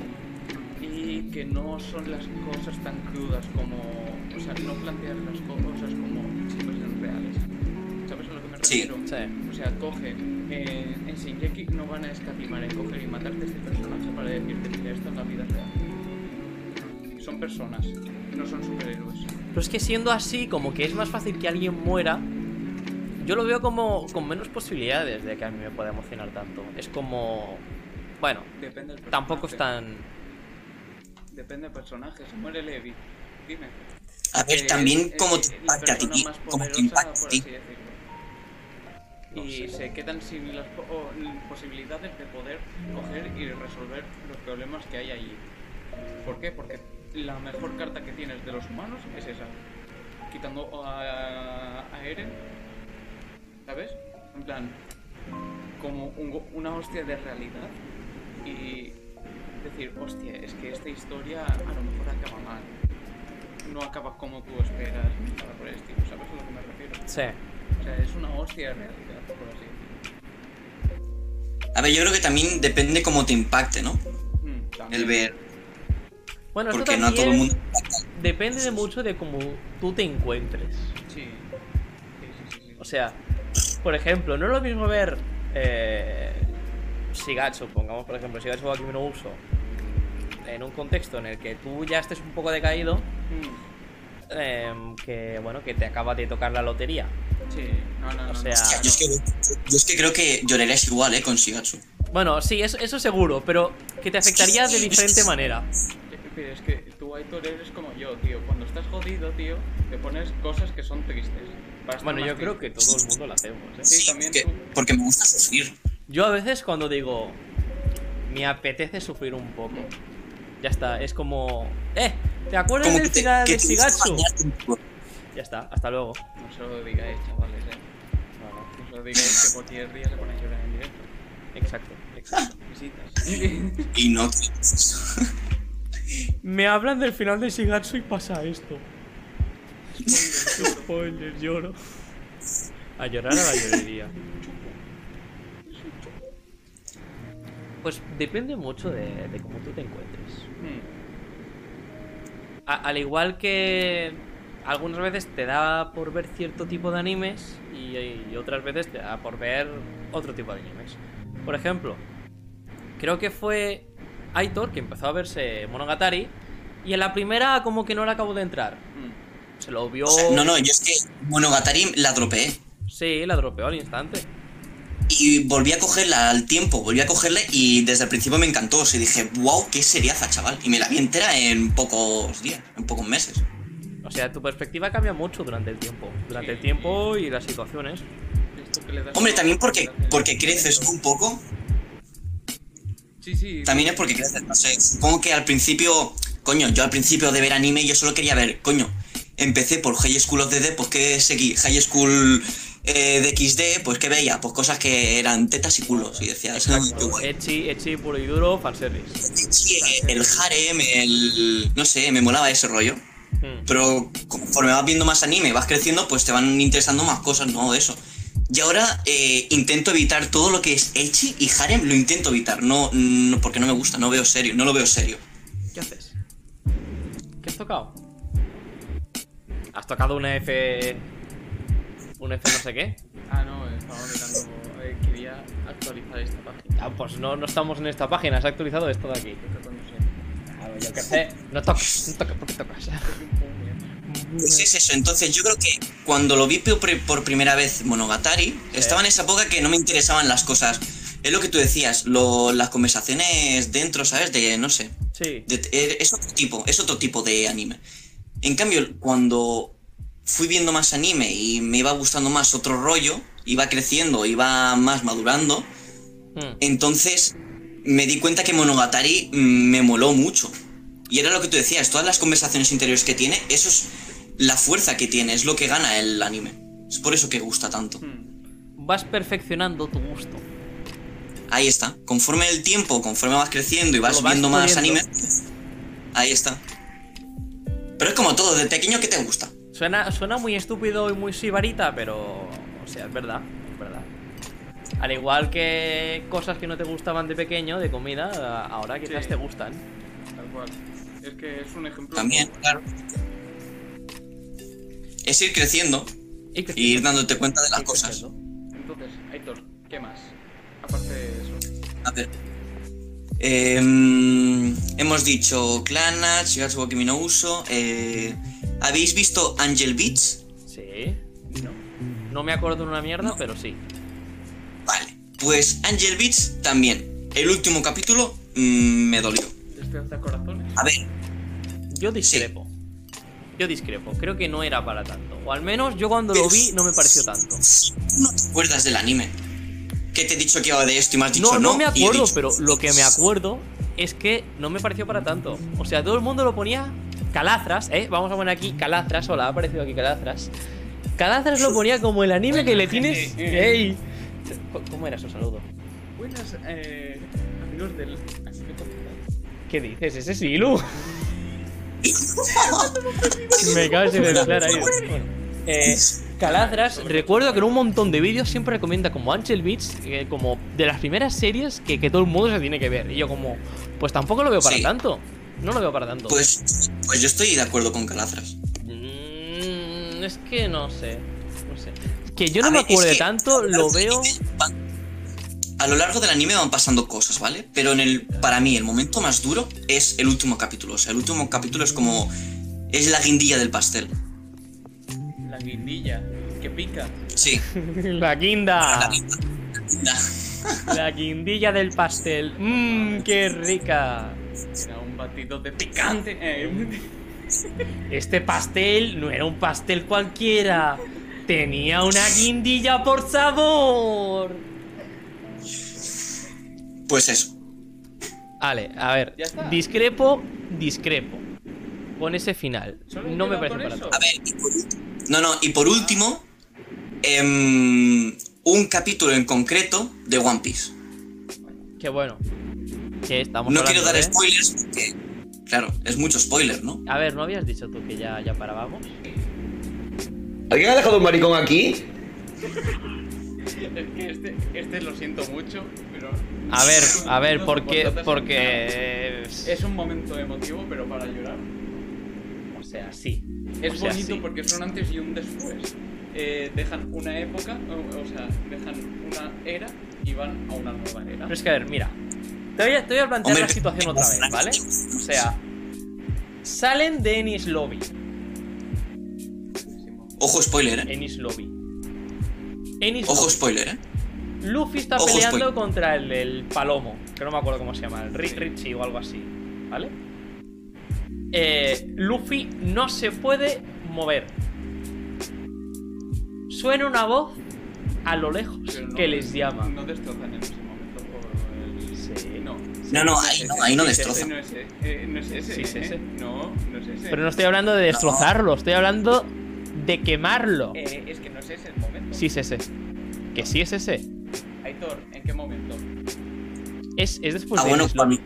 [SPEAKER 1] y que no son las cosas tan crudas como, o sea, no plantear las cosas como si fuesen reales. ¿Sabes a lo que me
[SPEAKER 3] Sí.
[SPEAKER 1] refiero? O sea, coge. eh, en Shingeki no van a escatimar en coger y matarte a este personaje para decirte, mira, esto es la vida real. Son personas, no son superhéroes.
[SPEAKER 2] Pero es que siendo así, como que es más fácil que alguien muera, yo lo veo como con menos posibilidades de que a mí me pueda emocionar tanto. Es como... Bueno,
[SPEAKER 1] Depende del personaje.
[SPEAKER 2] tampoco es tan...
[SPEAKER 1] Depende del personaje. Se muere Levi. Dime.
[SPEAKER 3] A ver,
[SPEAKER 1] Eh,
[SPEAKER 3] también
[SPEAKER 1] eh,
[SPEAKER 3] cómo te
[SPEAKER 1] la
[SPEAKER 3] impacta a
[SPEAKER 1] persona
[SPEAKER 3] ti,
[SPEAKER 1] más
[SPEAKER 3] cómo te
[SPEAKER 1] poderosa,
[SPEAKER 3] impacta
[SPEAKER 1] por
[SPEAKER 3] a ti.
[SPEAKER 1] así decirlo.
[SPEAKER 2] No
[SPEAKER 1] Y
[SPEAKER 2] sé.
[SPEAKER 1] se quedan sin las po- o, l- posibilidades de poder coger y resolver los problemas que hay allí. ¿Por qué? Porque la mejor carta que tienes de los humanos es esa. Quitando a, a Eren, ¿sabes? En plan, como un go- una hostia de realidad y decir, hostia, es que esta historia a lo mejor acaba mal. No acaba como tú esperas, ni nada por el estilo, ¿sabes a lo que me refiero?
[SPEAKER 2] Sí.
[SPEAKER 1] O sea, es una hostia de realidad, por así decirlo.
[SPEAKER 3] A ver, yo creo que también depende cómo te impacte, ¿no?
[SPEAKER 1] Mm,
[SPEAKER 3] El
[SPEAKER 1] también.
[SPEAKER 3] ver.
[SPEAKER 2] Bueno, esto
[SPEAKER 3] Porque no a todo el
[SPEAKER 2] también
[SPEAKER 3] mundo.
[SPEAKER 2] depende de mucho de cómo tú te encuentres.
[SPEAKER 1] Sí. Sí, sí, sí, sí.
[SPEAKER 2] O sea, por ejemplo, no es lo mismo ver eh, Shigatsu, pongamos por ejemplo Shigatsu Wakimi no Uso, en un contexto en el que tú ya estés un poco decaído,
[SPEAKER 1] Mm,
[SPEAKER 2] em, que bueno, que te acaba de tocar la lotería.
[SPEAKER 1] sí. No, no, no,
[SPEAKER 2] O
[SPEAKER 1] Ah, no.
[SPEAKER 2] sea,
[SPEAKER 3] Hostia, yo, es que, yo es que creo que llorarías igual, ¿eh? Con Shigatsu.
[SPEAKER 2] Bueno, sí, eso, eso seguro, pero que te afectaría de diferente manera.
[SPEAKER 1] Eh, Pero es que tú, Aitor, eres como yo, tío. Cuando estás jodido, tío, te pones cosas que son tristes. Para estar
[SPEAKER 2] Bueno,
[SPEAKER 1] más
[SPEAKER 2] yo creo
[SPEAKER 1] triste.
[SPEAKER 2] que todo el mundo lo hacemos, ¿eh?
[SPEAKER 1] Sí, también
[SPEAKER 3] Que-
[SPEAKER 1] tú.
[SPEAKER 3] porque me gusta sufrir.
[SPEAKER 2] Yo a veces cuando digo, me apetece sufrir un poco, ya está, es como, eh, ¿Te acuerdas
[SPEAKER 3] Como
[SPEAKER 2] del
[SPEAKER 3] te-
[SPEAKER 2] final de
[SPEAKER 3] te
[SPEAKER 2] Shigatsu?
[SPEAKER 3] bañaste en tu-
[SPEAKER 2] Ya está, hasta luego.
[SPEAKER 1] No se lo digáis, chavales, eh. No se lo digáis que cualquier día se pone a llorar en directo. Mm,
[SPEAKER 2] Exacto, exacto.
[SPEAKER 1] Visitas.
[SPEAKER 3] Y no.
[SPEAKER 2] Me hablan del final de Shigatsu y pasa esto. Spoiler, lloro. A llorar a la llorería. Pues depende mucho de, de cómo tú te encuentres. A- al igual que algunas veces te da por ver cierto tipo de animes y, y otras veces te da por ver otro tipo de animes. Por ejemplo, creo que fue Aitor que empezó a verse Monogatari y en la primera como que no le acabó de entrar.
[SPEAKER 1] mm.
[SPEAKER 2] Se lo vio...
[SPEAKER 3] No, no, yo es que Monogatari la dropeé.
[SPEAKER 2] Sí, la dropeó al instante.
[SPEAKER 3] Y volví a cogerla al tiempo, volví a cogerla y desde el principio me encantó. O sea, dije, wow, qué seriaza, chaval. Y me la vi entera en pocos días, en pocos meses.
[SPEAKER 2] O sea, tu perspectiva cambia mucho durante el tiempo. Durante el tiempo y las situaciones.
[SPEAKER 1] Esto que le das-
[SPEAKER 3] Hombre, también porque,
[SPEAKER 1] le das el-
[SPEAKER 3] porque creces un poco.
[SPEAKER 1] Sí, sí.
[SPEAKER 3] También es porque creces, no sé. Supongo que al principio, coño, yo al principio de ver anime yo solo quería ver, coño. Empecé por High School of DD, pues que seguí High School eh, de XD, pues que veía, pues cosas que eran tetas y culos. Y decías, "Ah, qué guay.
[SPEAKER 2] Echi, echi puro y duro, fanservice.
[SPEAKER 3] Sí, el harem, el. No sé, me molaba ese rollo.
[SPEAKER 2] Mm.
[SPEAKER 3] Pero conforme vas viendo más anime, vas creciendo, pues te van interesando más cosas, ¿no? De eso. Y ahora eh, intento evitar todo lo que es Echi y Harem, lo intento evitar, no, no- porque no me gusta, no veo serio, no lo veo serio.
[SPEAKER 2] ¿Qué haces? ¿Qué has tocado? ¿Has tocado una F. un F no sé qué?
[SPEAKER 1] Ah, no, estaba mirando. eh, quería actualizar esta página.
[SPEAKER 2] Ah, pues no, no estamos en esta página, has actualizado esto de aquí.
[SPEAKER 1] Creo que coño sé.
[SPEAKER 2] Yo qué sé. No toques, no toques, ¿por qué tocas?
[SPEAKER 3] Pues es eso, entonces yo creo que cuando lo vi por, pri- por primera vez Monogatari, estaba en esa época que no me interesaban las cosas. Es lo que tú decías, lo- las conversaciones dentro, ¿sabes? De, no sé,
[SPEAKER 2] Sí.
[SPEAKER 3] De- eh, es otro tipo, es otro tipo de anime. En cambio, cuando fui viendo más anime y me iba gustando más otro rollo, iba creciendo, iba más madurando,
[SPEAKER 2] Mm.
[SPEAKER 3] entonces me di cuenta que Monogatari mm, me moló mucho. Y era lo que tú decías, todas las conversaciones interiores que tiene, eso es la fuerza que tiene, es lo que gana el anime. Es por eso que gusta tanto.
[SPEAKER 1] Mm,
[SPEAKER 2] Vas perfeccionando tu gusto.
[SPEAKER 3] Ahí está. Conforme el tiempo, conforme vas creciendo y vas,
[SPEAKER 2] Lo vas
[SPEAKER 3] viendo más
[SPEAKER 2] puliendo.
[SPEAKER 3] anime, ahí está. Pero es como todo, de pequeño que te gusta.
[SPEAKER 2] Suena, suena muy estúpido y muy sibarita, pero. O sea, es verdad, es verdad. Al igual que cosas que no te gustaban de pequeño, de comida, ahora quizás
[SPEAKER 1] Sí.
[SPEAKER 2] te gustan.
[SPEAKER 1] Tal cual. Es que es un ejemplo.
[SPEAKER 3] También, claro. Es ir creciendo
[SPEAKER 2] Y te-
[SPEAKER 3] y ir dándote cuenta de las
[SPEAKER 2] y te-
[SPEAKER 3] cosas.
[SPEAKER 1] Entonces, Aitor, ¿qué más? Aparte de eso.
[SPEAKER 3] A ver. Em, hemos dicho Clana, Shigatsu wa Kimi no Uso. eh, ¿Habéis visto Angel Beats?
[SPEAKER 2] Sí. No. No me acuerdo de una mierda, pero sí.
[SPEAKER 3] Vale. Pues Angel Beats también. El último capítulo mm, me dolió.
[SPEAKER 2] Este,
[SPEAKER 1] Despeanza corazones.
[SPEAKER 3] A ver,
[SPEAKER 2] Yo discrepo. Yo discrepo. Creo que no era para tanto. O al menos yo cuando lo
[SPEAKER 3] Pero-
[SPEAKER 2] vi no me pareció tanto.
[SPEAKER 3] tú no te acuerdas del anime. Que te he dicho que iba de esto y me has dicho
[SPEAKER 2] No,
[SPEAKER 3] no.
[SPEAKER 2] no, me
[SPEAKER 3] y he
[SPEAKER 2] acuerdo,
[SPEAKER 3] dicho,
[SPEAKER 2] pero lo que me acuerdo es que no me pareció para tanto. O sea, todo el mundo lo ponía calazras, ¿eh? Vamos a poner aquí calazras. Hola, ha aparecido aquí calazras. Calazras lo ponía como el anime que le tienes. ¡Ey! ¿Cómo era su saludo?
[SPEAKER 1] Buenas, eh, amigos del. anime comunidad.
[SPEAKER 2] ¿Qué dices? ¿Ese es Ilu? Me cago en mezclar ahí. Bueno, eh, Calazras, recuerdo que en un montón de vídeos siempre recomienda como Angel Beats, eh, como de las primeras series que, que todo el mundo se tiene que ver. Y yo como, pues tampoco lo veo para
[SPEAKER 3] Sí.
[SPEAKER 2] tanto. No lo veo para tanto.
[SPEAKER 3] Pues, pues yo estoy de acuerdo con Calafras.
[SPEAKER 2] Mm, es que no sé. No sé. Que yo no
[SPEAKER 3] A
[SPEAKER 2] me
[SPEAKER 3] ver, es
[SPEAKER 2] acuerdo
[SPEAKER 3] que
[SPEAKER 2] tanto,
[SPEAKER 3] a lo
[SPEAKER 2] lo
[SPEAKER 3] largo
[SPEAKER 2] veo...
[SPEAKER 3] del anime van- a lo largo del anime van pasando cosas, ¿vale? Pero en el, para mí el momento más duro es el último capítulo. O sea, el último capítulo es como... Es la guindilla del pastel.
[SPEAKER 1] La guindilla. Que pica.
[SPEAKER 3] Sí.
[SPEAKER 2] La guinda.
[SPEAKER 3] la-
[SPEAKER 2] La guindilla del pastel. Mmm, qué rica.
[SPEAKER 1] Era un batido de picante. Eh, un-
[SPEAKER 2] Este pastel no era un pastel cualquiera. Tenía una guindilla por sabor.
[SPEAKER 3] Pues eso. pues
[SPEAKER 2] Vale, a ver.
[SPEAKER 1] Ya está.
[SPEAKER 2] Discrepo, discrepo. con ese final.
[SPEAKER 1] Solo
[SPEAKER 2] No
[SPEAKER 1] he
[SPEAKER 2] me parece
[SPEAKER 1] quedado con
[SPEAKER 2] para tanto.
[SPEAKER 3] A ver, y por último- no, no, y por último, em, un capítulo en concreto de One Piece.
[SPEAKER 2] Qué bueno. Que estamos
[SPEAKER 3] No
[SPEAKER 2] hablando
[SPEAKER 3] quiero dar
[SPEAKER 2] de-
[SPEAKER 3] spoilers porque, claro, es mucho spoiler, ¿no?
[SPEAKER 2] A ver, ¿no habías dicho tú que ya, ya parábamos?
[SPEAKER 5] ¿Alguien ha dejado un maricón aquí?
[SPEAKER 1] Es que este, este lo siento mucho, pero
[SPEAKER 2] A ver, a ver,
[SPEAKER 1] No,
[SPEAKER 2] porque.
[SPEAKER 1] por tantas-
[SPEAKER 2] Porque.
[SPEAKER 1] es un momento emotivo, pero para llorar.
[SPEAKER 2] O sea, sí.
[SPEAKER 1] Es
[SPEAKER 2] O sea,
[SPEAKER 1] bonito
[SPEAKER 2] sí.
[SPEAKER 1] porque es un antes y un después. Eh, dejan una época, o, o sea, dejan una era y van a una nueva era.
[SPEAKER 2] Pero es que, a ver, mira. Te voy a, te voy a plantear la situación otra vez, ¿vale? O sea, salen de Ennis Lobby.
[SPEAKER 3] Ojo spoiler, ¿eh?
[SPEAKER 2] Ennis Lobby. Ennis
[SPEAKER 3] Ojo
[SPEAKER 2] Lobby.
[SPEAKER 3] spoiler, ¿eh?
[SPEAKER 2] Luffy está
[SPEAKER 3] Ojo,
[SPEAKER 2] peleando
[SPEAKER 3] spoiler.
[SPEAKER 2] contra el, el palomo, que no me acuerdo cómo se llama, el Ri- Richie o algo así, ¿vale? Eh, Luffy no se puede mover. Suena una voz a lo lejos
[SPEAKER 1] Pero no-
[SPEAKER 2] que les llama.
[SPEAKER 1] No destrozan en ese momento por el.
[SPEAKER 2] Sí.
[SPEAKER 1] No.
[SPEAKER 3] No, no, ahí no, ahí no
[SPEAKER 2] Sí, sí, sí,
[SPEAKER 3] destroza.
[SPEAKER 1] No es, e- eh, no es ese.
[SPEAKER 2] Sí, es
[SPEAKER 1] ¿eh?
[SPEAKER 2] ese.
[SPEAKER 1] No, no es ese.
[SPEAKER 2] Pero no estoy hablando de destrozarlo, estoy hablando de quemarlo.
[SPEAKER 1] Eh, es que no es ese el momento.
[SPEAKER 2] Sí es ese. Que sí es ese.
[SPEAKER 1] Aitor, ¿en qué momento?
[SPEAKER 2] Es, pues es después
[SPEAKER 3] Ah,
[SPEAKER 2] de
[SPEAKER 3] bueno,
[SPEAKER 2] Ennis
[SPEAKER 3] para
[SPEAKER 2] Lobby.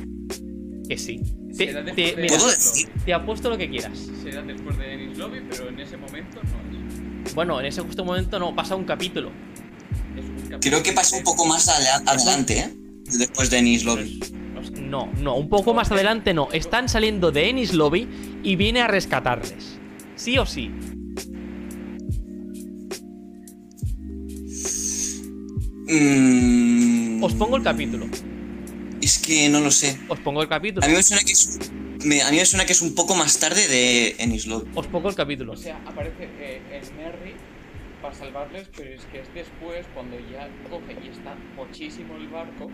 [SPEAKER 3] mí.
[SPEAKER 2] Que sí.
[SPEAKER 1] Será
[SPEAKER 2] Te,
[SPEAKER 1] después
[SPEAKER 2] te-
[SPEAKER 1] de
[SPEAKER 2] mira,
[SPEAKER 3] ¿Puedo
[SPEAKER 1] Ennis
[SPEAKER 3] decir?
[SPEAKER 1] Lobby.
[SPEAKER 2] te apuesto lo que quieras.
[SPEAKER 1] Será después de Ennis Lobby, pero en ese momento no es.
[SPEAKER 2] Bueno, en ese justo momento no, pasa un capítulo.
[SPEAKER 1] Es un capítulo
[SPEAKER 3] Creo que pasa un poco más ala- adelante, ¿eh? Después de Ennis Lobby.
[SPEAKER 2] No, no, un poco más adelante no. Están saliendo de Ennis Lobby y viene a rescatarles. Sí o sí.
[SPEAKER 3] Mm,
[SPEAKER 2] Os Pues pongo el capítulo.
[SPEAKER 3] Es que no lo sé.
[SPEAKER 2] Os pongo el capítulo.
[SPEAKER 3] A mí me suena que es, me- a mí me suena que es un poco más tarde de Ennis Lobby.
[SPEAKER 2] Os pongo el capítulo.
[SPEAKER 1] O sea, aparece eh, el Merry para salvarles, pero es que es después cuando ya coge y está muchísimo el barco.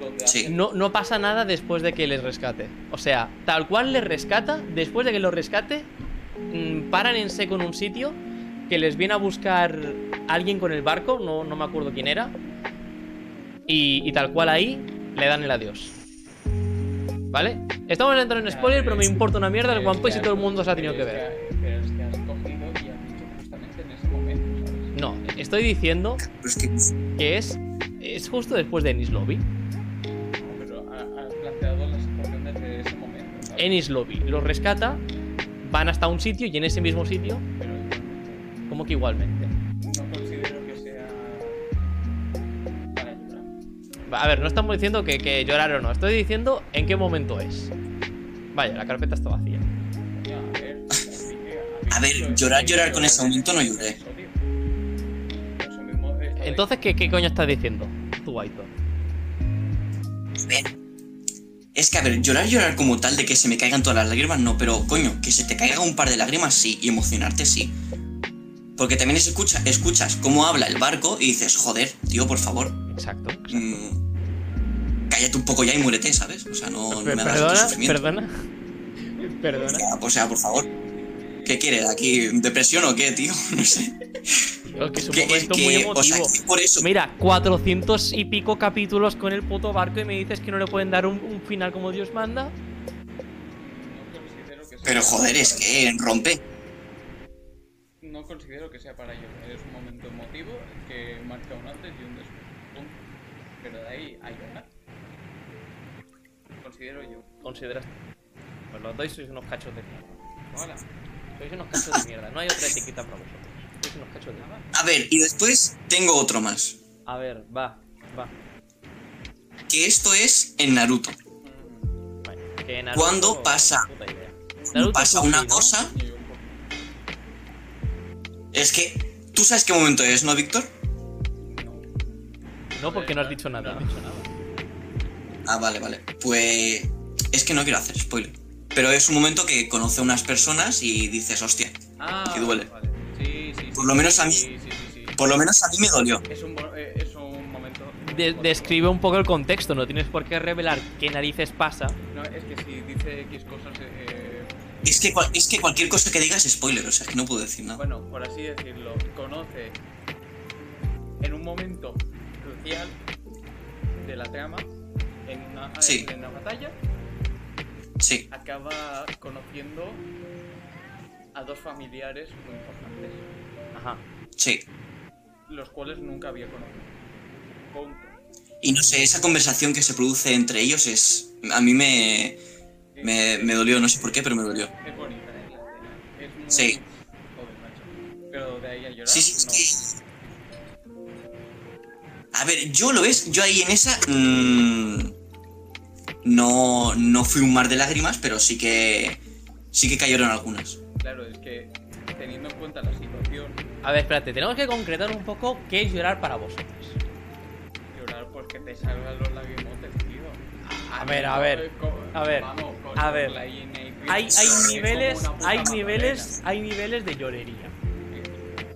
[SPEAKER 1] Donde
[SPEAKER 3] Sí.
[SPEAKER 1] hacen-
[SPEAKER 2] No, no pasa nada después de que les rescate. O sea, tal cual les rescata, después de que los rescate, mm, paran en seco en un sitio que les viene a buscar alguien con el barco, no, no me acuerdo quién era. Y, y tal cual ahí le dan el adiós. ¿Vale? Estamos dentro en spoiler, pero me importa una mierda el One Piece y todo el mundo se ha tenido que ver.
[SPEAKER 1] Pero es que has cogido y has dicho justamente en ese momento, ¿sabes?
[SPEAKER 2] No, estoy diciendo
[SPEAKER 3] Pero es que
[SPEAKER 2] que es, es justo después de Ennis Lobby.
[SPEAKER 1] Pero ha- has planteado la situación desde ese momento, ¿sabes?
[SPEAKER 2] Ennis Lobby los rescata, van hasta un sitio y en ese mismo sitio,
[SPEAKER 1] Pero igualmente,
[SPEAKER 2] como que igualmente.
[SPEAKER 1] no considero que sea para llorar.
[SPEAKER 2] A ver, no estamos diciendo que, que llorar o no, estoy diciendo en qué momento es. Vaya, la carpeta está vacía.
[SPEAKER 1] Ya, a ver, así que
[SPEAKER 3] A ver, llorar, llorar con ese momento no lloré.
[SPEAKER 1] Eso mismo, eh, esto de-
[SPEAKER 2] Entonces, ¿qué, qué coño estás diciendo? Tú, Aitor.
[SPEAKER 3] Es que, a ver, llorar, llorar como tal de que se me caigan todas las lágrimas, no, pero coño, que se te caiga un par de lágrimas sí, y emocionarte sí. Porque también es escucha, escuchas cómo habla el barco y dices, joder, tío, por favor,
[SPEAKER 2] Exacto.
[SPEAKER 3] mm, cállate un poco ya y muérete, ¿sabes? O sea, no, no
[SPEAKER 2] Per-
[SPEAKER 3] me hagas tanto
[SPEAKER 2] perdona,
[SPEAKER 3] sufrimiento.
[SPEAKER 2] perdona. Perdona.
[SPEAKER 3] Ya, O sea, por favor. ¿Qué quieres? ¿Aquí depresión o qué, tío? No
[SPEAKER 2] Tío,
[SPEAKER 3] sé.
[SPEAKER 2] que es un
[SPEAKER 3] Que-
[SPEAKER 2] momento
[SPEAKER 3] que-
[SPEAKER 2] muy
[SPEAKER 3] o sea,
[SPEAKER 2] emotivo.
[SPEAKER 3] que por eso.
[SPEAKER 2] Mira, 400 y pico capítulos con el puto barco y me dices que no le pueden dar un, un final como Dios manda.
[SPEAKER 1] no considero que sea-
[SPEAKER 3] Pero joder, es que rompe.
[SPEAKER 1] No considero que sea para llorar. Es un momento emotivo que marca un antes y un después. Punto. Pero de ahí a llorar. Considero yo.
[SPEAKER 2] Consideras. Pues los dois sois unos cachos de mierda.
[SPEAKER 1] Hola.
[SPEAKER 2] Sois unos cachos de mierda. No hay otra etiqueta para vosotros. Sois unos cachos de mierda.
[SPEAKER 3] A ver, y después tengo otro más.
[SPEAKER 2] A ver, va, va.
[SPEAKER 3] Que esto es en Naruto.
[SPEAKER 2] Vale, que Naruto-
[SPEAKER 3] ¿Cuándo pasa?
[SPEAKER 2] Puta idea. Naruto
[SPEAKER 3] Pasa
[SPEAKER 2] Fuji,
[SPEAKER 3] una
[SPEAKER 2] ¿no?
[SPEAKER 3] cosa. Es que. ¿Tú sabes qué momento es, no, Víctor?
[SPEAKER 2] No, porque no has dicho nada.
[SPEAKER 3] Ah, vale, vale. Pues. Es que no quiero hacer spoiler. Pero es un momento que conoce a unas personas y dices, hostia.
[SPEAKER 1] Ah,
[SPEAKER 3] Que duele.
[SPEAKER 1] vale. Sí, sí, sí.
[SPEAKER 3] Por lo menos a mí-
[SPEAKER 1] Sí, sí, sí, sí.
[SPEAKER 3] Por lo menos a mí me dolió.
[SPEAKER 1] Es un, bo- eh, es un momento.
[SPEAKER 2] De- describe un poco el contexto, no tienes por qué revelar qué narices pasa.
[SPEAKER 1] No, es que si dice X cosas. eh,
[SPEAKER 3] Es que, cual- es que cualquier cosa que digas es spoiler, o sea, es que no puedo decir nada.
[SPEAKER 1] bueno, por así decirlo, conoce en un momento crucial de la trama, en una,
[SPEAKER 3] Sí.
[SPEAKER 1] en una batalla,
[SPEAKER 3] Sí.
[SPEAKER 1] acaba conociendo a dos familiares muy importantes,
[SPEAKER 2] Ajá.
[SPEAKER 3] Sí.
[SPEAKER 1] los cuales nunca había conocido. Con-
[SPEAKER 3] Y no sé, esa conversación que se produce entre ellos es. A mí me. Me, me dolió, no sé por qué, pero me dolió.
[SPEAKER 1] Es bonita, ¿eh? La escena. Es muy...
[SPEAKER 3] Sí.
[SPEAKER 1] Joder, macho. Pero de ahí a llorar,
[SPEAKER 3] Sí, sí,
[SPEAKER 1] no.
[SPEAKER 3] es que- A ver, yo lo ves, yo ahí en esa. mm, no, no fui un mar de lágrimas, pero sí que. Sí que cayeron algunas.
[SPEAKER 1] Claro, es que teniendo en cuenta la situación,
[SPEAKER 2] A ver, espérate, tenemos que concretar un poco qué es llorar para vosotros.
[SPEAKER 1] llorar pues que te salgan los lagrimotes, tío.
[SPEAKER 2] A ver, a ver, a ver, a ver. Hay, hay niveles, hay niveles, hay niveles de llorería.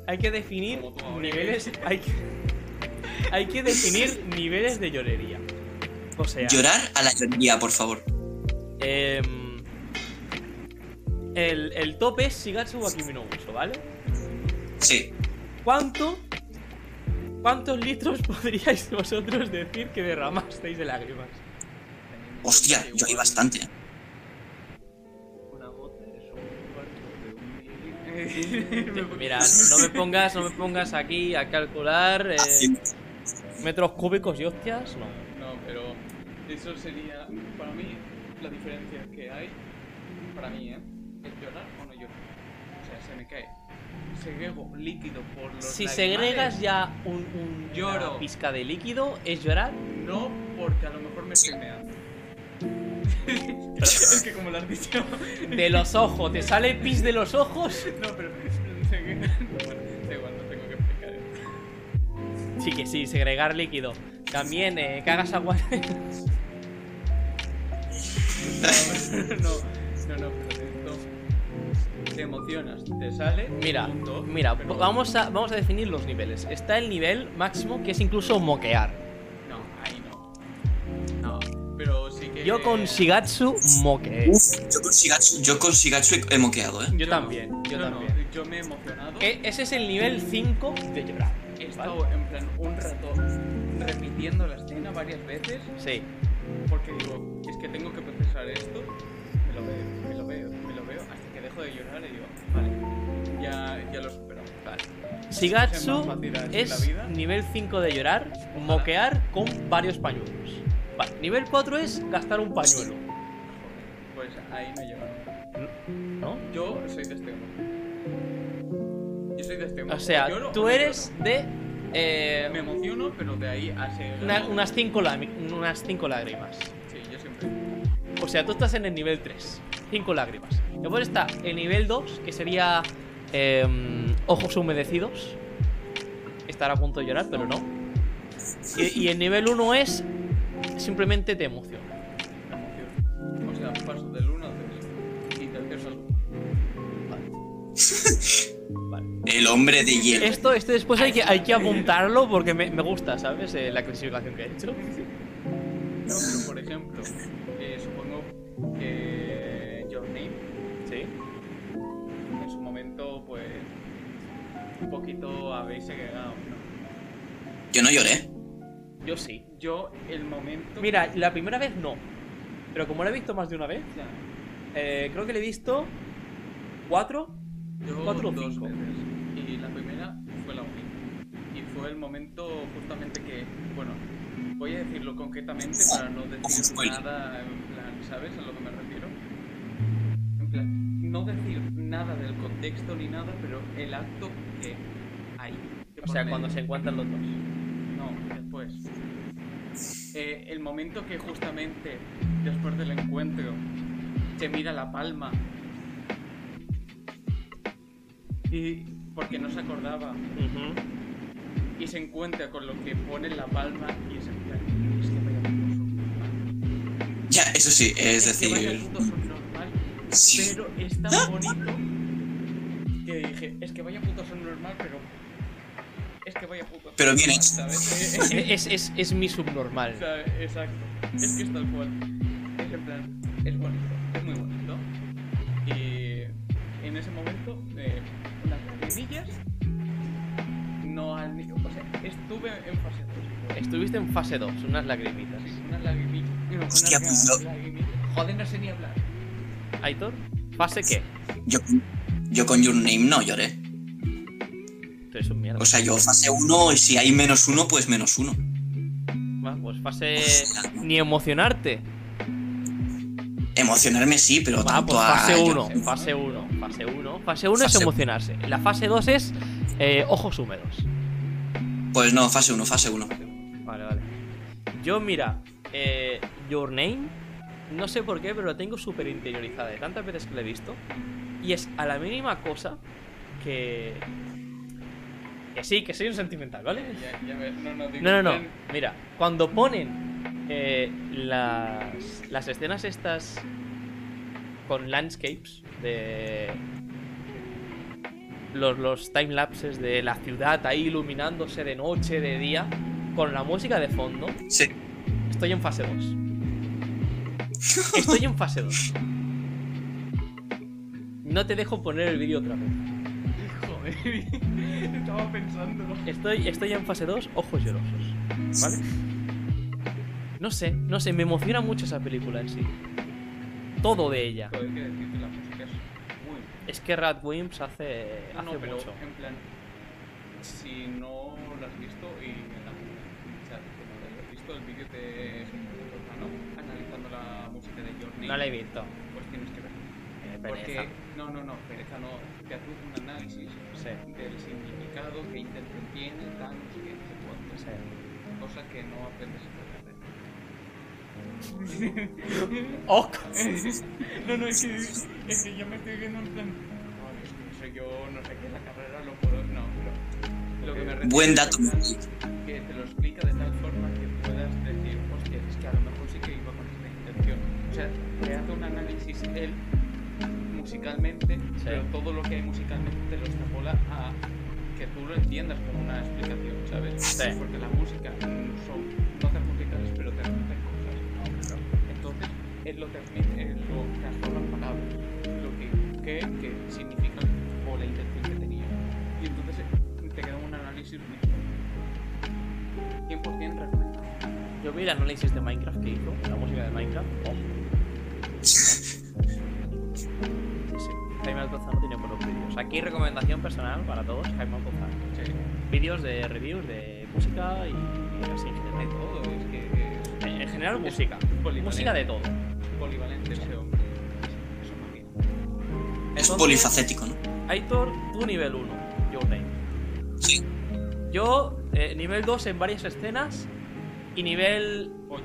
[SPEAKER 2] Hay que definir
[SPEAKER 1] Como tú ahora.
[SPEAKER 2] niveles, hay que, hay que definir niveles de llorería. O sea,
[SPEAKER 3] Llorar a la llorería, por favor.
[SPEAKER 2] em, el, el tope es Shigatsu wa Kimi no Uso, ¿vale?
[SPEAKER 3] Sí.
[SPEAKER 2] ¿Cuánto, ¿Cuántos litros podríais vosotros decir que derramasteis de lágrimas?
[SPEAKER 3] Hostia, yo ahí bastante. ¿eh?
[SPEAKER 1] Una gota es un
[SPEAKER 2] Mira, no me pongas, no me pongas aquí a calcular eh, metros cúbicos y hostias, no.
[SPEAKER 1] No, pero eso sería para mí la diferencia que hay. Para mí, ¿eh? ¿Es llorar o no llorar? O sea, se me cae. Segrego líquido por los.
[SPEAKER 2] Si
[SPEAKER 1] lagrimales.
[SPEAKER 2] segregas ya un, un-
[SPEAKER 1] Lloro.
[SPEAKER 2] una pizca de líquido, ¿es llorar?
[SPEAKER 1] No, porque a lo mejor me estoy meando. es que como lo has dicho.
[SPEAKER 2] De los ojos, ¿te sale pis de los ojos?
[SPEAKER 1] No, pero. segrego- Da igual, no tengo que explicar esto.
[SPEAKER 2] Sí que sí, segregar líquido. También eh, cagas agua.
[SPEAKER 1] No, no, no, pero esto. Te emocionas, te sale.
[SPEAKER 2] Mira,
[SPEAKER 1] punto,
[SPEAKER 2] mira,
[SPEAKER 1] pero-
[SPEAKER 2] vamos a, vamos a definir los niveles. Está el nivel máximo que es incluso moquear.
[SPEAKER 1] No, ahí no. No, pero sí que.
[SPEAKER 2] Yo con Shigatsu moqueé.
[SPEAKER 3] Yo con Shigatsu, yo con Shigatsu he- he moqueado, ¿eh?
[SPEAKER 2] Yo también, yo
[SPEAKER 1] no,
[SPEAKER 2] también.
[SPEAKER 1] No, yo me he emocionado.
[SPEAKER 2] E- Ese es el nivel 5 de llorar.
[SPEAKER 1] He
[SPEAKER 2] ¿vale?
[SPEAKER 1] estado en plan un rato repitiendo la escena varias veces
[SPEAKER 2] Sí.
[SPEAKER 1] porque digo, es que tengo que procesar esto. Me lo veo, me lo veo, me lo veo, hasta que dejo de llorar y digo, vale, ya, ya lo supero. Vale. Es
[SPEAKER 2] Shigatsu
[SPEAKER 1] más fácil así la
[SPEAKER 2] es
[SPEAKER 1] vida.
[SPEAKER 2] nivel 5 de llorar, moquear con varios pañuelos. Vale, nivel 4 es gastar un pañuelo.
[SPEAKER 1] Pues ahí no lloro.
[SPEAKER 2] ¿No?
[SPEAKER 1] Yo soy de este humor. Yo soy de este humor.
[SPEAKER 2] O sea,
[SPEAKER 1] lloro
[SPEAKER 2] tú
[SPEAKER 1] no
[SPEAKER 2] eres de
[SPEAKER 1] lloro? Me
[SPEAKER 2] eh,
[SPEAKER 1] emociono, pero de ahí a ser.
[SPEAKER 2] una- unas 5 unas cinco lágrimas.
[SPEAKER 1] Sí, yo siempre.
[SPEAKER 2] O sea, tú estás en el nivel 3, 5 lágrimas. Después está el nivel 2, que sería em, ojos humedecidos. Estar a punto de llorar, pero no. Y, y el nivel 1 es simplemente te emociona.
[SPEAKER 1] la emoción. O sea, paso del 1 al 3 y del 3 al 1.
[SPEAKER 3] El hombre de hielo.
[SPEAKER 2] Esto, esto después hay que, hay que apuntarlo porque me, me gusta, ¿sabes? Eh, la clasificación que he hecho.
[SPEAKER 1] No, pero por ejemplo, eh, supongo que Your Name
[SPEAKER 2] Sí.
[SPEAKER 1] en su momento, pues un poquito habéis segregado. ¿no?
[SPEAKER 3] Yo no lloré.
[SPEAKER 2] Yo sí.
[SPEAKER 1] Yo, el momento.
[SPEAKER 2] Mira, la primera vez no. Pero como lo he visto más de una vez,
[SPEAKER 1] Ya,
[SPEAKER 2] eh, creo que le he visto cuatro.
[SPEAKER 1] yo
[SPEAKER 2] Cuatro o
[SPEAKER 1] dos
[SPEAKER 2] cinco.
[SPEAKER 1] veces. Y la primera fue la única. Y fue el momento justamente que, bueno, voy a decirlo concretamente para no
[SPEAKER 3] Ojo,
[SPEAKER 1] decir
[SPEAKER 3] spoiler.
[SPEAKER 1] nada en plan, ¿sabes a lo que me refiero? En plan, no decir nada del contexto ni nada, pero el acto que hay. que
[SPEAKER 2] O sea,
[SPEAKER 1] poner-
[SPEAKER 2] cuando se encuentran los dos.
[SPEAKER 1] No, después. Eh, el momento que justamente después del encuentro se mira la palma. Y porque no se acordaba. Y se encuentra con lo que pone en la palma y es en plan, "Es que vaya puto subnormal".
[SPEAKER 3] Ya, eso sí, es
[SPEAKER 1] Es que vaya
[SPEAKER 3] decir. ¿Ah?
[SPEAKER 1] puto subnormal,
[SPEAKER 3] Sí.
[SPEAKER 1] pero es tan bonito que dije, es que vaya puto subnormal, pero. Es que vaya puto.
[SPEAKER 3] Pero bien
[SPEAKER 1] subnormal",
[SPEAKER 3] hecho.
[SPEAKER 1] ¿sabes? Eh,
[SPEAKER 2] Es, es, es mi subnormal.
[SPEAKER 1] O sea, exacto. Es que es tal cual. Es en plan, es bonito, es muy bonito. Y en ese momento, eh, unas lagrimillas no han. O sea, estuve en fase 2.
[SPEAKER 2] Estuviste en fase 2, unas lagrimitas.
[SPEAKER 1] Unas lagrimillas. No,
[SPEAKER 3] Hostia,
[SPEAKER 1] unas
[SPEAKER 3] pues
[SPEAKER 1] lagrimillas. Joder, no sé ni hablar.
[SPEAKER 2] Aitor? ¿Fase qué?
[SPEAKER 3] Yo, yo con Your Name no lloré.
[SPEAKER 2] Tú eres un mierda.
[SPEAKER 3] O sea, yo fase 1 y si hay menos uno, pues menos uno.
[SPEAKER 2] Va, pues fase. Ni emocionarte.
[SPEAKER 3] Emocionarme sí, pero
[SPEAKER 2] Va,
[SPEAKER 3] tanto
[SPEAKER 2] pues fase
[SPEAKER 3] a.
[SPEAKER 2] 1, fase 1, fase 1. Fase 1 es
[SPEAKER 3] Fase-
[SPEAKER 2] emocionarse. La fase 2 es eh, ojos húmedos.
[SPEAKER 3] Pues no, fase 1, fase 1.
[SPEAKER 2] Vale, vale. Yo, mira, eh, Your Name, no sé por qué, pero la tengo súper interiorizada de tantas veces que la he visto. Y es a la mínima cosa que. Que sí, que soy un sentimental, ¿vale?
[SPEAKER 1] Ya, ya ves, no, no, digo,
[SPEAKER 2] No, no, no.
[SPEAKER 1] ven,
[SPEAKER 2] Mira, cuando ponen eh, las, las escenas estas con landscapes de. Los, los timelapses de la ciudad ahí iluminándose de noche, de día, con la música de fondo,
[SPEAKER 3] Sí.
[SPEAKER 2] estoy en fase 2. Estoy en fase 2. No te dejo poner el vídeo otra vez.
[SPEAKER 1] Joder, estaba pensando.
[SPEAKER 2] Estoy, estoy en fase 2, ojos llorosos. ¿Vale? No sé, no sé, me emociona mucho esa película en sí. Todo de ella.
[SPEAKER 1] Joder, que decirte la música es muy buena.
[SPEAKER 2] Es que Rad Wimps hace,
[SPEAKER 1] No, no,
[SPEAKER 2] hace
[SPEAKER 1] pero
[SPEAKER 2] mucho.
[SPEAKER 1] en plan, si no lo has visto y me la o sea, que no lo hayas visto, el vídeo de tu hermano analizando la música de Journey,
[SPEAKER 2] No la he visto.
[SPEAKER 1] pues tienes que verlo.
[SPEAKER 2] Eh, pereza.
[SPEAKER 1] Porque, no, no, no, pereza no, te hace un análisis
[SPEAKER 2] Sí,
[SPEAKER 1] del significado que Internet tiene, tal, no sé qué, no sé cuánto,
[SPEAKER 2] sí.
[SPEAKER 1] cosa que no aprendes en internet.
[SPEAKER 2] Ok.
[SPEAKER 1] Oh, No, no, es que, es que yo me estoy viendo en plan. "Joder, es que No sé, yo no sé qué la carrera, lo puedo. No, pero. Lo que me refiero
[SPEAKER 3] Buen
[SPEAKER 1] es
[SPEAKER 3] dato.
[SPEAKER 1] en plan Que te lo explica de tal forma que puedas decir, hostia, es que a lo mejor sí que iba con esta intención. O sea, te hace un análisis él musicalmente,
[SPEAKER 2] Sí.
[SPEAKER 1] pero todo lo que hay musicalmente te lo extrapola a que tú lo entiendas como una explicación, ¿sabes?
[SPEAKER 2] Sí.
[SPEAKER 1] Porque la música mm, son notas musicales, pero te remiten cosas. ¿no? Entonces, él lo transmite, él lo transforma en palabras, lo que, que, que significa o la intención que tenía. Y entonces eh, te queda un análisis muy- 100% recomendado.
[SPEAKER 2] Yo vi el análisis de Minecraft que hizo, la música de Minecraft. Oh. Sí, Jaime Alcozar no tiene buenos vídeos. Aquí recomendación personal para todos, Jaime Alcozar.
[SPEAKER 1] Sí,
[SPEAKER 2] Vídeos de reviews de música y, y así en general.
[SPEAKER 1] todo, es que es
[SPEAKER 2] En, en general música.
[SPEAKER 1] polivalente.
[SPEAKER 2] Música de todo.
[SPEAKER 1] polivalente ese hombre. Es una máquina.
[SPEAKER 3] Es
[SPEAKER 2] Entonces,
[SPEAKER 3] polifacético, ¿no?
[SPEAKER 2] Aitor, tú nivel 1, yo Name.
[SPEAKER 3] Sí.
[SPEAKER 2] Yo eh, nivel 2 en varias escenas y nivel
[SPEAKER 1] 8.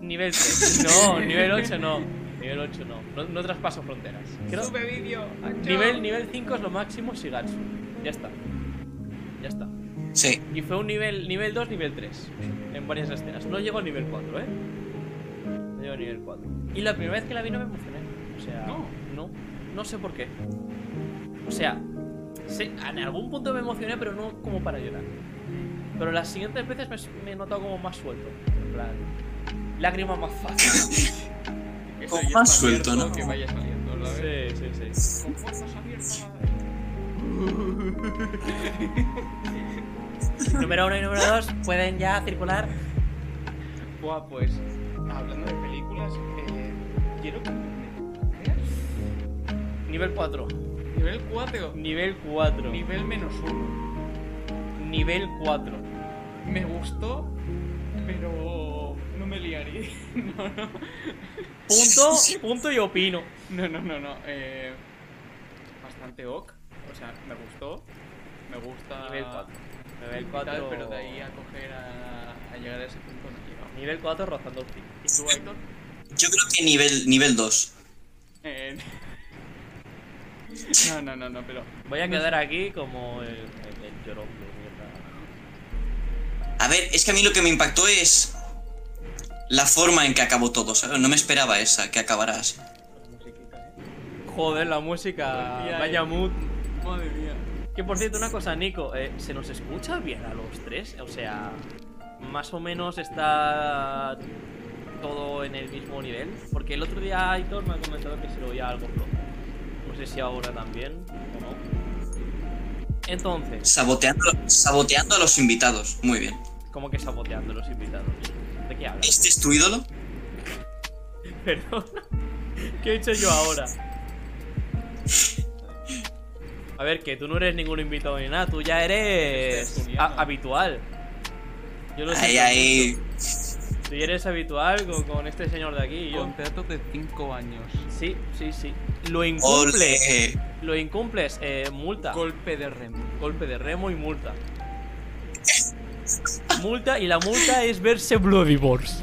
[SPEAKER 2] nivel 3. No, nivel 8 no. Nivel 8 no. No, no traspaso fronteras. Creo-
[SPEAKER 1] Sube vídeo.
[SPEAKER 2] nivel, nivel 5 es lo máximo Shigatsu. Ya está. Ya está.
[SPEAKER 3] Sí.
[SPEAKER 2] Y fue un nivel nivel 2, nivel 3 en varias escenas. No llegó al nivel 4, ¿eh? No llegó al nivel 4. Y la primera vez que la vi no me emocioné. O sea,
[SPEAKER 1] No.
[SPEAKER 2] no, no sé por qué. O sea, sé- en algún punto me emocioné, pero no como para llorar. Pero las siguientes veces me, s- me he notado como más suelto. En plan, lágrima más fácil.
[SPEAKER 1] Eso
[SPEAKER 3] Con
[SPEAKER 1] ya
[SPEAKER 3] más
[SPEAKER 1] está
[SPEAKER 3] suelto,
[SPEAKER 1] abierto,
[SPEAKER 3] ¿no?
[SPEAKER 1] Que vaya saliendo, la verdad.
[SPEAKER 2] sí, sí, sí.
[SPEAKER 1] Con puertas abiertas. madre.
[SPEAKER 2] Número 1 y número 2 pueden ya circular.
[SPEAKER 1] Buah, pues hablando de películas, eh, quiero que me veas
[SPEAKER 2] Nivel 4.
[SPEAKER 1] nivel 4,
[SPEAKER 2] Nivel 4.
[SPEAKER 1] nivel menos 1.
[SPEAKER 2] Nivel 4.
[SPEAKER 1] Me gustó, pero no me liaría. No, no,
[SPEAKER 2] Punto, punto y opino.
[SPEAKER 1] no, no, no. no, eh, bastante ok. O sea, me gustó. Me gusta.
[SPEAKER 2] Nivel 4. Nivel
[SPEAKER 1] y tal,
[SPEAKER 2] 4.
[SPEAKER 1] pero de ahí a coger a, a llegar a ese punto no llegamos.
[SPEAKER 2] Nivel 4 rozando el pico.
[SPEAKER 1] ¿Y tú, Aitor?
[SPEAKER 3] Yo creo que nivel, nivel 2.
[SPEAKER 1] Eh, no, no, no, no, pero.
[SPEAKER 2] Voy a quedar aquí como el, el- el llorón de mierda.
[SPEAKER 3] A ver, es que a mí lo que me impactó es. La forma en que acabó todo, ¿sabes? No me esperaba esa, que acabara así.
[SPEAKER 2] Joder, la música.
[SPEAKER 1] Hostia,
[SPEAKER 2] Vaya
[SPEAKER 1] eh.
[SPEAKER 2] mood.
[SPEAKER 1] Madre mía.
[SPEAKER 2] Que por cierto, una cosa, Nico, eh, ¿se nos escucha bien a los tres? O sea, más o menos está todo en el mismo nivel. Porque el otro día Aitor me ha comentado que se lo oía algo flojo. No sé si ahora también o no. Entonces,
[SPEAKER 3] Saboteando, saboteando a los invitados. Muy bien.
[SPEAKER 2] como que saboteando los invitados. ¿De qué hablas?
[SPEAKER 3] ¿Este es tu ídolo?
[SPEAKER 2] Perdón. ¿Qué he hecho yo ahora? A ver, que tú no eres ningún invitado ni nada, tú ya eres a- habitual. Yo lo
[SPEAKER 3] Ahí,
[SPEAKER 2] siento
[SPEAKER 3] ahí.
[SPEAKER 2] mucho. Tú ya eres habitual con, con este señor de aquí. Yo.
[SPEAKER 1] Contrato de 5 años.
[SPEAKER 2] Sí, sí, sí. Lo incumples.
[SPEAKER 3] Ole.
[SPEAKER 2] Lo incumples, eh, multa.
[SPEAKER 1] Golpe de remo.
[SPEAKER 2] Golpe de remo y multa. Multa y la multa es verse Bloody Wars.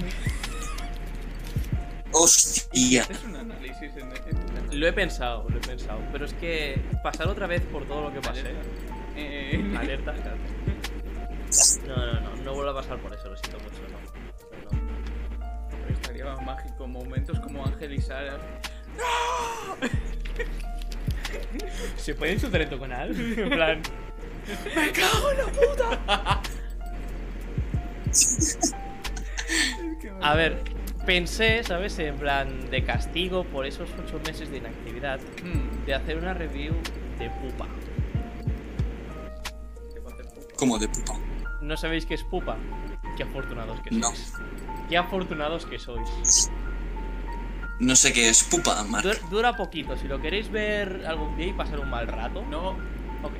[SPEAKER 3] Hostia.
[SPEAKER 1] Es un análisis en, este en-
[SPEAKER 2] Lo he pensado, lo he pensado. Pero es que pasar otra vez por todo lo que pasé.
[SPEAKER 1] Eh, en-
[SPEAKER 2] Alerta. No, no, no, no vuelvo a pasar por eso, lo siento mucho. No. No, no.
[SPEAKER 1] este Estaría mágico, momentos como Ángel y Sara.
[SPEAKER 2] ¿Se puede insultar en tu canal? En plan. A ver, pensé, ¿sabes? En plan de castigo por esos ocho meses de inactividad,
[SPEAKER 1] Hmm,
[SPEAKER 2] de hacer una review de pupa.
[SPEAKER 1] te va a hacer poco.
[SPEAKER 3] Como de puta.
[SPEAKER 2] ¿No sabéis qué es pupa? Qué afortunados que
[SPEAKER 3] No.
[SPEAKER 2] sois. Qué afortunados que sois.
[SPEAKER 3] No sé qué es pupa, Mark.
[SPEAKER 2] Dur- dura poquito, si lo queréis ver algún día y pasar un mal rato.
[SPEAKER 1] No,
[SPEAKER 2] Ok.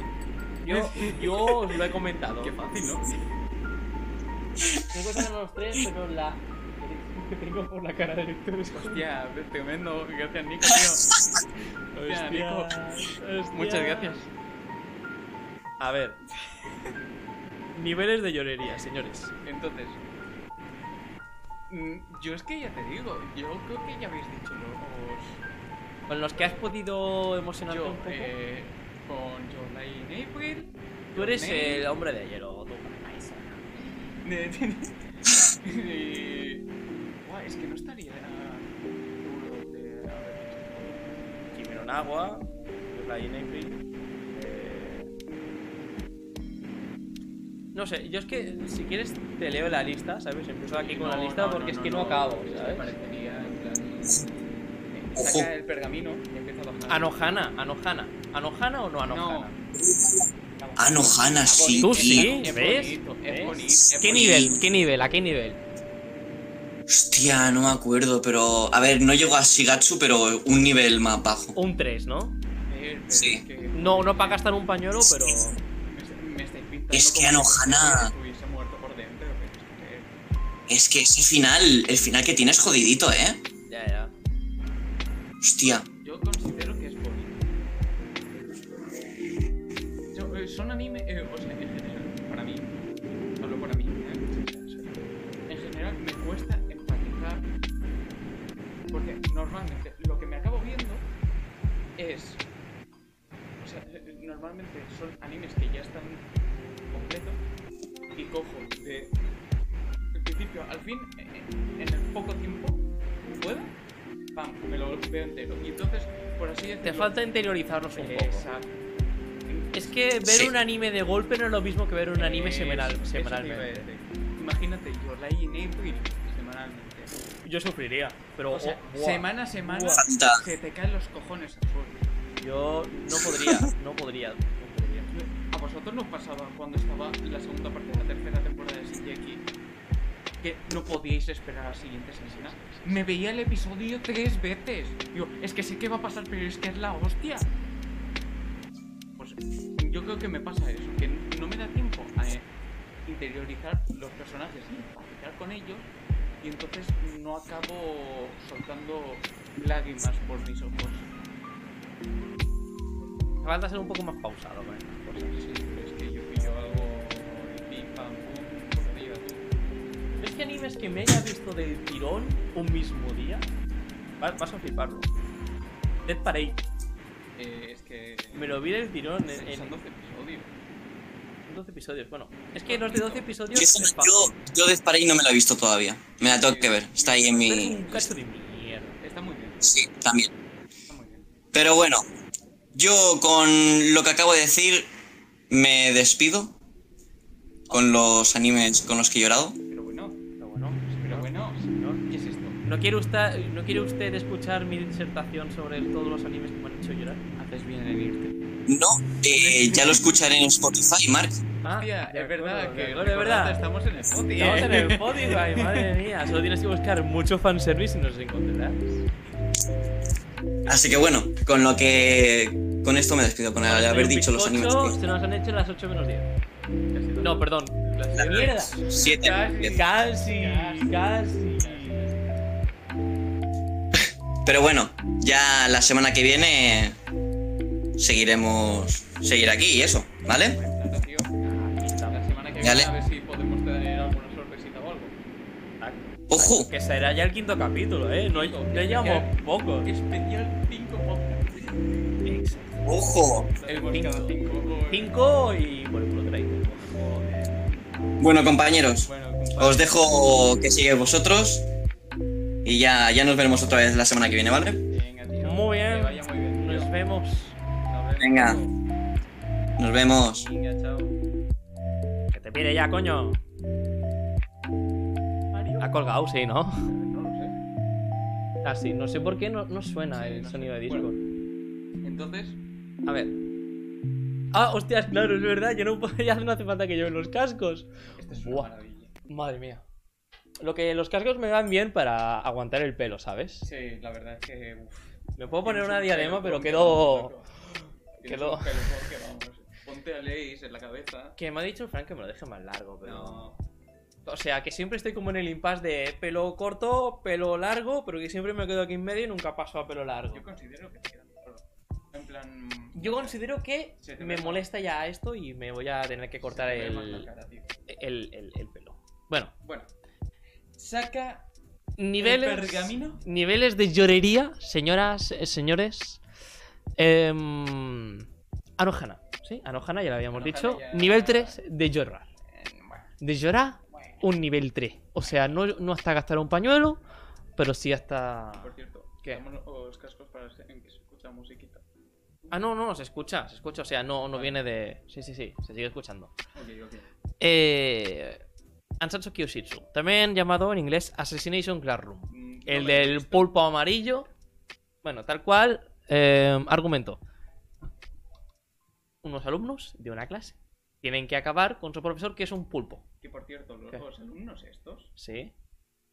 [SPEAKER 2] Yo, yo os lo he comentado.
[SPEAKER 1] qué fácil, ¿no?
[SPEAKER 2] Me cuestan los tres, pero la. que tengo por la cara de Víctor es
[SPEAKER 1] Hostia, tremendo. Gracias, Nico, tío. Hostia, Nico. Muchas gracias.
[SPEAKER 2] A ver. Niveles de llorería, señores.
[SPEAKER 1] Entonces, mm, yo es que ya te digo, yo creo que ya habéis dicho los.
[SPEAKER 2] Con los que has podido emocionarte
[SPEAKER 1] Yo,
[SPEAKER 2] un poco.
[SPEAKER 1] eh, con July en April.
[SPEAKER 2] tú eres
[SPEAKER 1] Nate.
[SPEAKER 2] el hombre de hielo, tú.
[SPEAKER 1] y... Buah, es que no estaría seguro de haber visto.
[SPEAKER 2] Jimeno Nagua, Ryan Avery. No sé, yo es que si quieres te leo la lista, ¿sabes? Empiezo aquí con la
[SPEAKER 1] No,
[SPEAKER 2] lista
[SPEAKER 1] no,
[SPEAKER 2] porque
[SPEAKER 1] no,
[SPEAKER 2] es
[SPEAKER 1] no,
[SPEAKER 2] que no,
[SPEAKER 1] no,
[SPEAKER 2] acabo,
[SPEAKER 1] es que
[SPEAKER 2] ¿sabes?
[SPEAKER 1] parecería, en plan, eh,
[SPEAKER 3] Ojo.
[SPEAKER 1] Saca el pergamino y empieza a bajar.
[SPEAKER 2] Anohana, Anohana. ¿Anohana o no
[SPEAKER 1] No,
[SPEAKER 2] Anohana?
[SPEAKER 3] Ah, no, Hannah, sí.
[SPEAKER 2] Tú
[SPEAKER 3] tío.
[SPEAKER 2] sí,
[SPEAKER 1] es
[SPEAKER 2] ¿ves?
[SPEAKER 1] bonito,
[SPEAKER 2] ¿Ves?
[SPEAKER 1] es bonito. es
[SPEAKER 2] ¿Qué
[SPEAKER 1] bonito.
[SPEAKER 2] nivel? ¿Qué nivel? ¿A qué nivel?
[SPEAKER 3] Hostia, no me acuerdo, pero. A ver, no llego a Shigatsu, pero un nivel más bajo.
[SPEAKER 2] Un 3, ¿no?
[SPEAKER 1] Eh, pero
[SPEAKER 3] Sí.
[SPEAKER 1] es que
[SPEAKER 2] No, no para gastar un pañuelo, pero.
[SPEAKER 1] me est- me estáis pintando
[SPEAKER 3] Es que
[SPEAKER 1] como
[SPEAKER 3] Anohana.
[SPEAKER 1] si estuviese muerto por dentro, pero es que-
[SPEAKER 3] Es que ese final, el final que tiene es jodidito, ¿eh?
[SPEAKER 2] Ya, ya.
[SPEAKER 3] Hostia.
[SPEAKER 1] Yo considero que es bonito. Yo, eh, son anime, eh, o sea, en general, para mí, solo para mí, ¿eh? en general me cuesta empatizar porque normalmente lo que me acabo viendo es, o sea, eh, normalmente son animes que ya están completos y cojo de el principio al fin eh, eh, en el poco tiempo que pueda, pam, me lo veo entero y entonces por así decirlo eh,
[SPEAKER 2] Te falta interiorizarlos un poco.
[SPEAKER 1] Exacto.
[SPEAKER 2] Es que ver
[SPEAKER 3] Sí.
[SPEAKER 2] un anime de golpe no es lo mismo que ver un anime
[SPEAKER 1] Eso,
[SPEAKER 2] semanal,
[SPEAKER 1] eso te iba a
[SPEAKER 2] semanalmente.
[SPEAKER 1] decir. Imagínate, yo la en April semanalmente.
[SPEAKER 2] Yo sufriría, pero
[SPEAKER 1] O sea,
[SPEAKER 2] oh, buah,
[SPEAKER 1] semana a semana
[SPEAKER 3] Falta.
[SPEAKER 1] se te caen los cojones al suelo.
[SPEAKER 2] yo no podría, no podría, no podría.
[SPEAKER 1] A vosotros no os pasaba cuando estaba la segunda parte de la tercera temporada de Shingeki que no podíais esperar a la siguiente semana. Me veía el episodio tres veces. Digo, es que sé qué va a pasar, pero es que es la hostia. Pues yo creo que me pasa eso, que no me da tiempo a eh, interiorizar los personajes y empatizar con ellos, y entonces no acabo soltando lágrimas por mis ojos.
[SPEAKER 2] Te falta ser un poco más pausado con estas cosas.
[SPEAKER 1] Sí, pero es que yo pillo algo y pim, pam, pum, por día, tú.
[SPEAKER 2] Es que animes que me haya visto del tirón un mismo día, va- vas a fliparlo. Dead Parade,
[SPEAKER 1] Eh, es que.
[SPEAKER 2] me lo vi del tirón en, en
[SPEAKER 1] Son 12 episodios.
[SPEAKER 2] 12 episodios. Bueno, es que los de 12 episodios
[SPEAKER 3] Yo,
[SPEAKER 2] es fácil.
[SPEAKER 3] yo, yo Death Parade no me la he visto todavía. Me la tengo que ver. Está ahí en
[SPEAKER 2] Tú eres
[SPEAKER 3] mi.
[SPEAKER 2] un cacho de mierda.
[SPEAKER 1] Está muy bien,
[SPEAKER 3] Sí, también.
[SPEAKER 1] está muy bien.
[SPEAKER 3] Pero bueno, yo con lo que acabo de decir me despido con los animes con los que he llorado.
[SPEAKER 1] Pero bueno,
[SPEAKER 2] Pero bueno,
[SPEAKER 1] pero bueno, señor, ¿qué es esto?
[SPEAKER 2] ¿no quiere usted, no quiere usted escuchar mi disertación sobre todos los animes que me han hecho llorar?
[SPEAKER 1] Haces bien en irte.
[SPEAKER 3] No, eh, ya lo escucharé en Spotify, Mark.
[SPEAKER 2] Ah,
[SPEAKER 1] Hostia,
[SPEAKER 2] de
[SPEAKER 1] es verdad
[SPEAKER 2] acuerdo, de
[SPEAKER 1] que.
[SPEAKER 2] acuerdo, es
[SPEAKER 1] recordad,
[SPEAKER 2] verdad.
[SPEAKER 1] Estamos en el spot.
[SPEAKER 2] Estamos en el Spotify, madre mía. Solo tienes que buscar mucho fanservice y nos encontrarás.
[SPEAKER 3] Así que bueno, con lo que. Con esto me despido, con el
[SPEAKER 2] Vamos a
[SPEAKER 3] haber
[SPEAKER 2] hacer un
[SPEAKER 3] dicho los
[SPEAKER 2] bizcocho,
[SPEAKER 3] animes que.
[SPEAKER 2] Se nos han hecho las 8 menos 10. No, perdón.
[SPEAKER 3] Las
[SPEAKER 2] Mierda.
[SPEAKER 3] Siete.
[SPEAKER 2] Casi, casi, casi.
[SPEAKER 3] Pero bueno, ya la semana que viene seguiremos. seguir aquí y eso, ¿vale?
[SPEAKER 6] La semana que
[SPEAKER 3] Dale.
[SPEAKER 6] viene a ver si podemos tener alguna sorpresita o algo.
[SPEAKER 3] ¡Ojo!
[SPEAKER 2] Que será ya el quinto capítulo, ¿eh? No, ya llevamos poco.
[SPEAKER 6] Especial 5 podcasts.
[SPEAKER 3] ¡Ojo!
[SPEAKER 6] El podcast 5.
[SPEAKER 2] 5 y por el culo 3.
[SPEAKER 3] Bueno, compañeros,
[SPEAKER 6] Bueno, compadre.
[SPEAKER 3] os dejo que sigáis vosotros. Y ya, ya nos veremos otra vez la semana que viene, ¿vale?
[SPEAKER 6] Venga, tío.
[SPEAKER 2] Muy bien.
[SPEAKER 6] Que vaya muy bien. tío.
[SPEAKER 2] Nos vemos.
[SPEAKER 6] Nos vemos.
[SPEAKER 3] Venga. Nos vemos.
[SPEAKER 6] Venga, chao.
[SPEAKER 2] Que te pide ya, coño. Ha colgado, sí, ¿no?
[SPEAKER 6] No lo sé.
[SPEAKER 2] Así, Ah, no sé por qué no, no suena
[SPEAKER 6] Sí,
[SPEAKER 2] el
[SPEAKER 6] no sé.
[SPEAKER 2] sonido de Discord.
[SPEAKER 6] Entonces,
[SPEAKER 2] A ver. Ah, hostias, claro, es verdad. Yo no, puedo- ya no hace falta que lleve los cascos.
[SPEAKER 6] esta es una
[SPEAKER 2] Buah.
[SPEAKER 6] maravilla.
[SPEAKER 2] Madre mía. Lo que los cascos me van bien para aguantar el pelo, ¿sabes?
[SPEAKER 6] Sí, la verdad es que. uf,
[SPEAKER 2] Me puedo poner
[SPEAKER 6] tienes
[SPEAKER 2] una
[SPEAKER 6] un
[SPEAKER 2] diadema,
[SPEAKER 6] pelo
[SPEAKER 2] pero
[SPEAKER 6] con-
[SPEAKER 2] quedo.
[SPEAKER 6] Tienes
[SPEAKER 2] quedo-
[SPEAKER 6] un pelo con que vamos. Ponte a Leis en la cabeza.
[SPEAKER 2] Que me ha dicho Frank que me lo deje más largo, pero.
[SPEAKER 6] No.
[SPEAKER 2] O sea, que siempre estoy como en el impasse de pelo corto, pelo largo, pero que siempre me quedo aquí en medio y nunca paso a pelo largo.
[SPEAKER 6] Yo considero que te queda mejor. En plan.
[SPEAKER 2] Yo considero que
[SPEAKER 6] Se te
[SPEAKER 2] me
[SPEAKER 6] ve-
[SPEAKER 2] molesta ya esto y me voy a tener que cortar
[SPEAKER 6] se te ve más
[SPEAKER 2] el,
[SPEAKER 6] la cara, tío.
[SPEAKER 2] el, el- el pelo. Bueno,
[SPEAKER 6] Bueno. Saca
[SPEAKER 2] niveles,
[SPEAKER 6] el pergamino.
[SPEAKER 2] niveles de llorería, señoras, eh, señores. Eh, Anohana, ¿sí? Anohana ya lo habíamos
[SPEAKER 6] Anohana
[SPEAKER 2] dicho.
[SPEAKER 6] ya-
[SPEAKER 2] Nivel 3 de llorar.
[SPEAKER 6] Eh, bueno,
[SPEAKER 2] De llorar,
[SPEAKER 6] bueno.
[SPEAKER 2] un nivel 3. O sea, no, no hasta gastar un pañuelo, pero sí hasta...
[SPEAKER 6] Ah, Por cierto,
[SPEAKER 2] ¿Qué?
[SPEAKER 6] damos los cascos para en que se escucha musiquita.
[SPEAKER 2] Ah, no, no, se escucha, se escucha. O sea, no, no viene de... Sí, sí, sí, se sigue escuchando.
[SPEAKER 6] Ok, ok.
[SPEAKER 2] Eh, Ansatsu Kyushitsu, también llamado en inglés Assassination Classroom.
[SPEAKER 6] Mm, no
[SPEAKER 2] El
[SPEAKER 6] me
[SPEAKER 2] del
[SPEAKER 6] gusta.
[SPEAKER 2] pulpo amarillo. Bueno, tal cual. eh, argumento. Unos alumnos de una clase tienen que acabar con su profesor que es un pulpo.
[SPEAKER 6] Que por cierto, los,
[SPEAKER 2] ¿Qué?
[SPEAKER 6] los alumnos estos
[SPEAKER 2] Sí.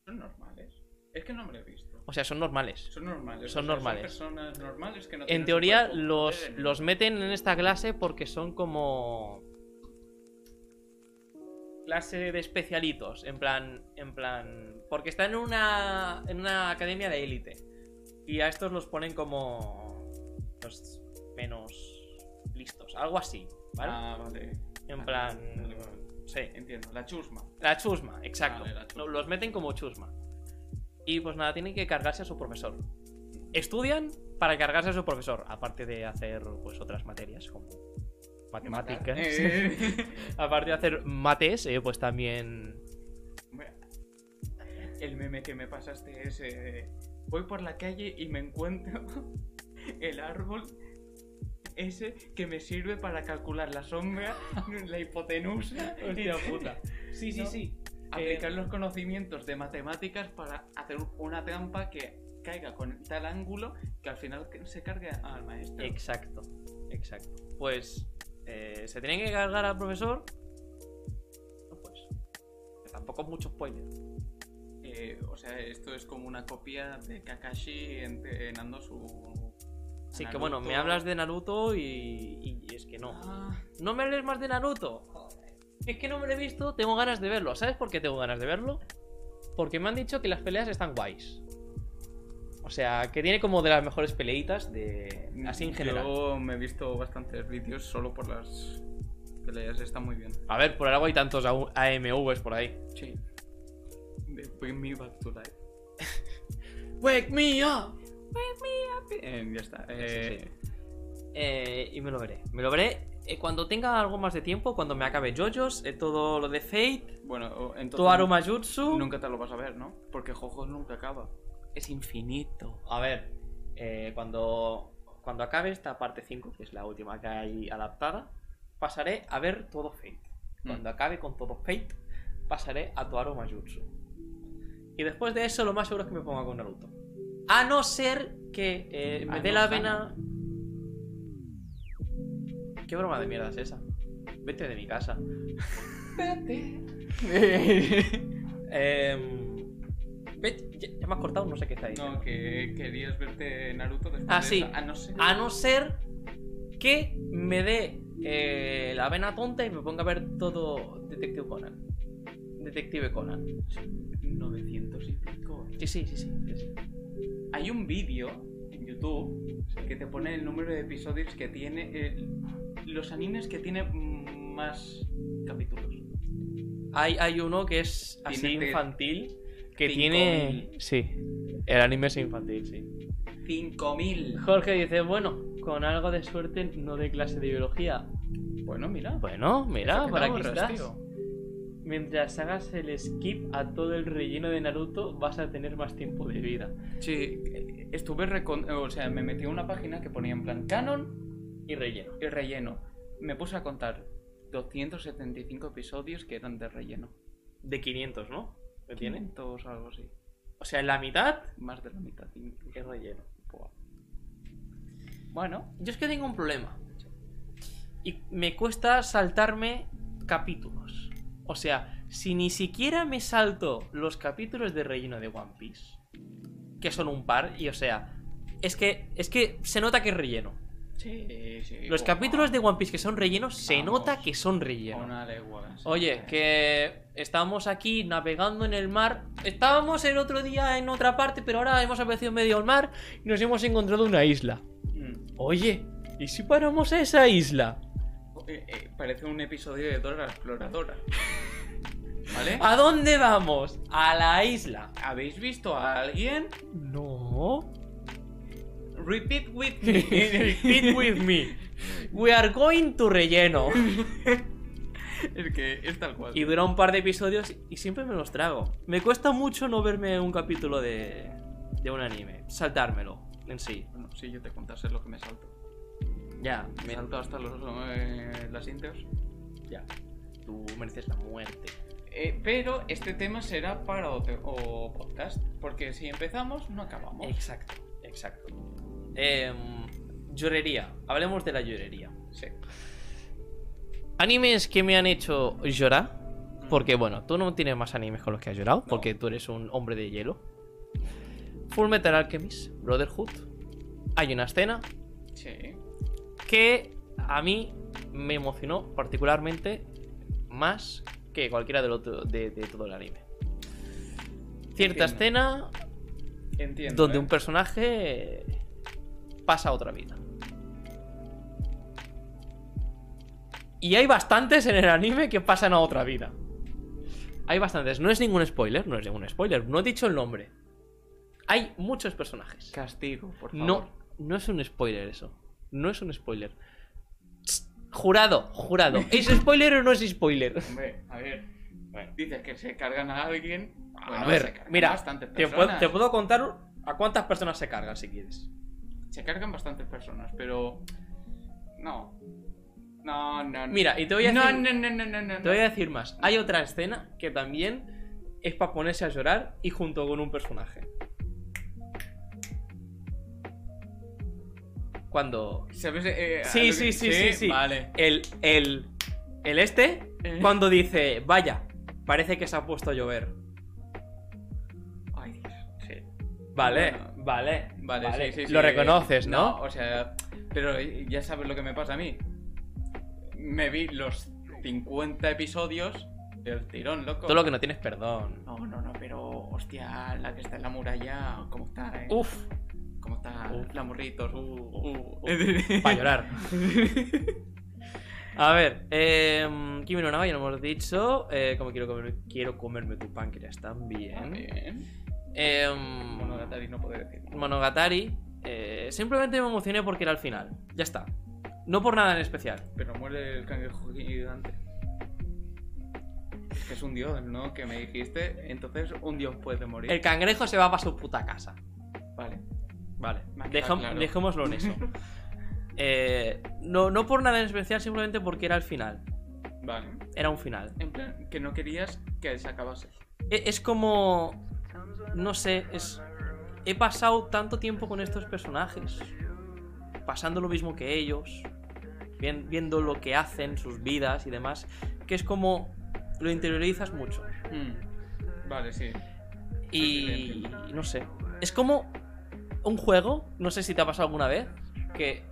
[SPEAKER 6] son normales. Es que no me lo he visto.
[SPEAKER 2] O sea, son normales.
[SPEAKER 6] Son normales.
[SPEAKER 2] Son
[SPEAKER 6] o sea,
[SPEAKER 2] normales.
[SPEAKER 6] Son personas normales que no tienen
[SPEAKER 2] En
[SPEAKER 6] un
[SPEAKER 2] teoría
[SPEAKER 6] cuerpo
[SPEAKER 2] los,
[SPEAKER 6] poder en el-
[SPEAKER 2] los meten en esta clase porque son como... Clase de especialitos, en plan, en plan, porque están en una, en una academia de élite y a estos los ponen como los menos listos, algo así, ¿vale?
[SPEAKER 6] Ah, vale.
[SPEAKER 2] en
[SPEAKER 6] ah,
[SPEAKER 2] plan,
[SPEAKER 6] vale, vale.
[SPEAKER 2] sí,
[SPEAKER 6] Entiendo. La chusma.
[SPEAKER 2] la chusma, exacto.
[SPEAKER 6] Vale, la chusma.
[SPEAKER 2] Lo- Los meten como chusma. Y pues nada, tienen que cargarse a su profesor. Estudian para cargarse a su profesor, aparte de hacer pues otras materias como matemáticas.
[SPEAKER 6] Eh,
[SPEAKER 2] aparte de hacer mates, eh, pues también...
[SPEAKER 6] Hombre, El meme que me pasaste es. eh, voy por la calle y me encuentro el árbol ese que me sirve para calcular la sombra, la hipotenusa.
[SPEAKER 2] Hostia puta. Sí, sí,
[SPEAKER 6] No.
[SPEAKER 2] sí.
[SPEAKER 6] Aplicar los conocimientos de matemáticas para hacer una trampa que caiga con tal ángulo que al final se cargue al maestro.
[SPEAKER 2] Exacto, exacto. Pues eh, se tienen que cargar al profesor. No, pues... Tampoco es mucho spoiler.
[SPEAKER 6] Eh, o sea, esto es como una copia de Kakashi entrenando su.
[SPEAKER 2] Así que bueno, me hablas de Naruto y, y es que no.
[SPEAKER 6] Ah,
[SPEAKER 2] No me hables más de Naruto. Es que no me lo he visto, tengo ganas de verlo. ¿Sabes por qué tengo ganas de verlo? Porque me han dicho que las peleas están guays. O sea, que tiene como de las mejores peleitas de así en general.
[SPEAKER 6] Mm, Yo me he visto bastantes vídeos solo por las peleas, está muy bien.
[SPEAKER 2] A ver, por algo hay tantos AU- AMVs por ahí.
[SPEAKER 6] Sí. De Bring Me Back to Life.
[SPEAKER 2] Wake me up.
[SPEAKER 6] Eh, ya está. Eh,
[SPEAKER 2] Eh, y me lo veré. Me lo veré eh, cuando tenga algo más de tiempo, cuando me acabe JoJo's, eh, todo lo de Fate,
[SPEAKER 6] Bueno, o- entonces.
[SPEAKER 2] todo Aroma Jutsu.
[SPEAKER 6] Nunca te lo vas a ver, ¿no? Porque Jojo nunca acaba.
[SPEAKER 2] es infinito. A ver, eh, cuando, cuando acabe esta parte 5, que es la última que hay adaptada, pasaré a ver todo Fate. Cuando acabe con todo Fate, pasaré a Toaro Majutsu. Y después de eso, lo más seguro es que me ponga con Naruto. A no ser que eh, me dé la vena. ¿Qué broma de mierda es esa? Vete de mi casa. Vete. Em, Ve, Ya, ya me has cortado, no sé qué está ahí.
[SPEAKER 6] No, que querías verte Naruto después
[SPEAKER 2] Ah,
[SPEAKER 6] de
[SPEAKER 2] sí.
[SPEAKER 6] esa- Ah, no sé.
[SPEAKER 2] A no ser que me dé eh, la vena tonta y me ponga a ver todo Detective Conan. Detective Conan.
[SPEAKER 6] 900 y pico.
[SPEAKER 2] Sí, sí, sí, sí. sí, sí.
[SPEAKER 6] Hay un vídeo en YouTube que te pone el número de episodios que tiene. eh, los animes que tiene mm, más capítulos.
[SPEAKER 2] Hay, hay uno que es así
[SPEAKER 6] Tiene te-
[SPEAKER 2] infantil. Que
[SPEAKER 6] cinco
[SPEAKER 2] tiene. Sí. El anime es infantil, sí.
[SPEAKER 6] 5000.
[SPEAKER 2] Jorge dice, bueno, con algo de suerte no de clase de biología.
[SPEAKER 6] Bueno, mira.
[SPEAKER 2] Bueno, mira,
[SPEAKER 6] Eso que
[SPEAKER 2] Ah, para
[SPEAKER 6] no
[SPEAKER 2] aquí
[SPEAKER 6] ahorras,
[SPEAKER 2] estás.
[SPEAKER 6] tío.
[SPEAKER 2] Mientras hagas el skip a todo el relleno de Naruto, vas a tener más tiempo de vida.
[SPEAKER 6] Sí,
[SPEAKER 2] eh,
[SPEAKER 6] estuve. recon- O sea, me metí a una página que ponía en plan canon
[SPEAKER 2] Y relleno.
[SPEAKER 6] y relleno. Me puse a contar 275 episodios que eran de relleno.
[SPEAKER 2] De 500, ¿no? ¿Lo tiene?
[SPEAKER 6] 500 o algo así.
[SPEAKER 2] O sea, la mitad
[SPEAKER 6] Más de la mitad incluso.
[SPEAKER 2] es relleno.
[SPEAKER 6] Buah. Bueno,
[SPEAKER 2] Yo es que tengo un problema. Y me cuesta saltarme capítulos. O sea, si ni siquiera me salto los capítulos de relleno de One Piece, que son un par, y o sea, es que, es que se nota que es relleno.
[SPEAKER 6] sí, sí.
[SPEAKER 2] Los
[SPEAKER 6] buah.
[SPEAKER 2] capítulos de One Piece que son rellenos, se
[SPEAKER 6] Vamos.
[SPEAKER 2] nota que son relleno.
[SPEAKER 6] Una legua. sí.
[SPEAKER 2] Oye, que estamos aquí navegando en el mar. Estábamos el otro día en otra parte, pero ahora hemos aparecido en medio del mar y nos hemos encontrado una isla.
[SPEAKER 6] Mm.
[SPEAKER 2] Oye, ¿y si paramos a esa isla?
[SPEAKER 6] Eh, eh, parece un episodio de Dora la Exploradora. ¿Vale?
[SPEAKER 2] ¿A dónde vamos? A la isla.
[SPEAKER 6] ¿Habéis visto a alguien?
[SPEAKER 2] No.
[SPEAKER 6] Repeat with me.
[SPEAKER 2] Repeat with me. We are going to relleno.
[SPEAKER 6] es que es tal cual.
[SPEAKER 2] Y dura un par de episodios y siempre me los trago. Me cuesta mucho no verme un capítulo de, de un anime. Saltármelo en sí.
[SPEAKER 6] Bueno, si yo te contase lo que me salto.
[SPEAKER 2] Ya,
[SPEAKER 6] Me
[SPEAKER 2] me-
[SPEAKER 6] salto hasta los, eh, las interiors.
[SPEAKER 2] ya. Tú mereces la muerte.
[SPEAKER 6] Eh, pero este tema será para otro o podcast. Porque si empezamos, no acabamos.
[SPEAKER 2] Exacto, exacto. Em, llorería. Hablemos de la llorería.
[SPEAKER 6] Sí.
[SPEAKER 2] Animes que me han hecho llorar. Porque, bueno, tú no tienes más animes con los que has llorado. Porque tú eres un hombre de hielo. Full Metal Alchemist, Brotherhood. Hay una escena
[SPEAKER 6] Sí.
[SPEAKER 2] que a mí me emocionó particularmente más que cualquiera del otro, de, de todo el anime. Cierta
[SPEAKER 6] Entiendo.
[SPEAKER 2] escena
[SPEAKER 6] Entiendo.
[SPEAKER 2] donde
[SPEAKER 6] ¿eh?
[SPEAKER 2] un personaje pasa a otra vida. Y hay bastantes en el anime que pasan a otra vida. Hay bastantes, no es ningún spoiler, no es ningún spoiler, no he dicho el nombre. Hay muchos personajes.
[SPEAKER 6] Castigo, por favor.
[SPEAKER 2] No, no es un spoiler eso. No es un spoiler. Tss, Jurado, jurado. ¿Es spoiler o no es spoiler?
[SPEAKER 6] Hombre, a ver. Dices que se cargan a alguien.
[SPEAKER 2] a
[SPEAKER 6] Bueno, se
[SPEAKER 2] ver,
[SPEAKER 6] cargan
[SPEAKER 2] mira,
[SPEAKER 6] bastantes
[SPEAKER 2] te puedo,
[SPEAKER 6] personas.
[SPEAKER 2] te puedo contar a cuántas personas se cargan si quieres.
[SPEAKER 6] Se cargan bastantes personas, pero. No. No, no, no.
[SPEAKER 2] Mira, y te voy a
[SPEAKER 6] No,
[SPEAKER 2] decir-
[SPEAKER 6] no, no, no, no, no.
[SPEAKER 2] Te voy a decir más. Hay otra escena que también es para ponerse a llorar y junto con un personaje. Cuando
[SPEAKER 6] ¿Sabes? Eh, a
[SPEAKER 2] Sí,
[SPEAKER 6] lo
[SPEAKER 2] sí,
[SPEAKER 6] que-
[SPEAKER 2] sí, sí, sí.
[SPEAKER 6] Vale.
[SPEAKER 2] el, el, el este,
[SPEAKER 6] Eh.
[SPEAKER 2] cuando dice, vaya, parece que se ha puesto a llover.
[SPEAKER 6] Ay, Dios. Sí.
[SPEAKER 2] Vale,
[SPEAKER 6] Bueno.
[SPEAKER 2] vale,
[SPEAKER 6] Vale, sí, sí, eh, sí.
[SPEAKER 2] Lo reconoces, ¿no?
[SPEAKER 6] O sea, pero ya sabes lo que me pasa a mí. Me vi los 50 episodios del tirón, loco.
[SPEAKER 2] Todo lo que no tienes, perdón.
[SPEAKER 6] No, no, no, pero hostia, la que está en la muralla, ¿cómo está, eh?
[SPEAKER 2] Uf,
[SPEAKER 6] ¿Cómo está
[SPEAKER 2] Uf.
[SPEAKER 6] la morritos? Uh, uh,
[SPEAKER 2] para llorar. A ver, eh, Kimi no Nawa, ya lo hemos dicho. Eh, como quiero comerme, quiero comerme tu páncreas también.
[SPEAKER 6] Bien.
[SPEAKER 2] Eh,
[SPEAKER 6] Ah, Monogatari no puede decir.
[SPEAKER 2] Monogatari. eh, simplemente me emocioné porque era al final. Ya está. No por nada en especial.
[SPEAKER 6] Pero muere el cangrejo gigante. Que es un dios, ¿no? Que me dijiste. Entonces, un dios puede morir.
[SPEAKER 2] El cangrejo se va para su puta casa.
[SPEAKER 6] Vale.
[SPEAKER 2] Vale,
[SPEAKER 6] Me ha
[SPEAKER 2] dejam-
[SPEAKER 6] quedado claro.
[SPEAKER 2] dejémoslo en eso. Eh, no, no por nada en especial, simplemente porque era el final.
[SPEAKER 6] Vale.
[SPEAKER 2] Era un final.
[SPEAKER 6] En plan, que no querías que se acabase.
[SPEAKER 2] E- Es como. No sé, es. He pasado tanto tiempo con estos personajes. Pasando lo mismo que ellos. vien- viendo lo que hacen, sus vidas y demás. Que es como. Lo interiorizas mucho.
[SPEAKER 6] Mm. Vale, sí.
[SPEAKER 2] Y no sé. Es como un juego, no sé si te ha pasado alguna vez, que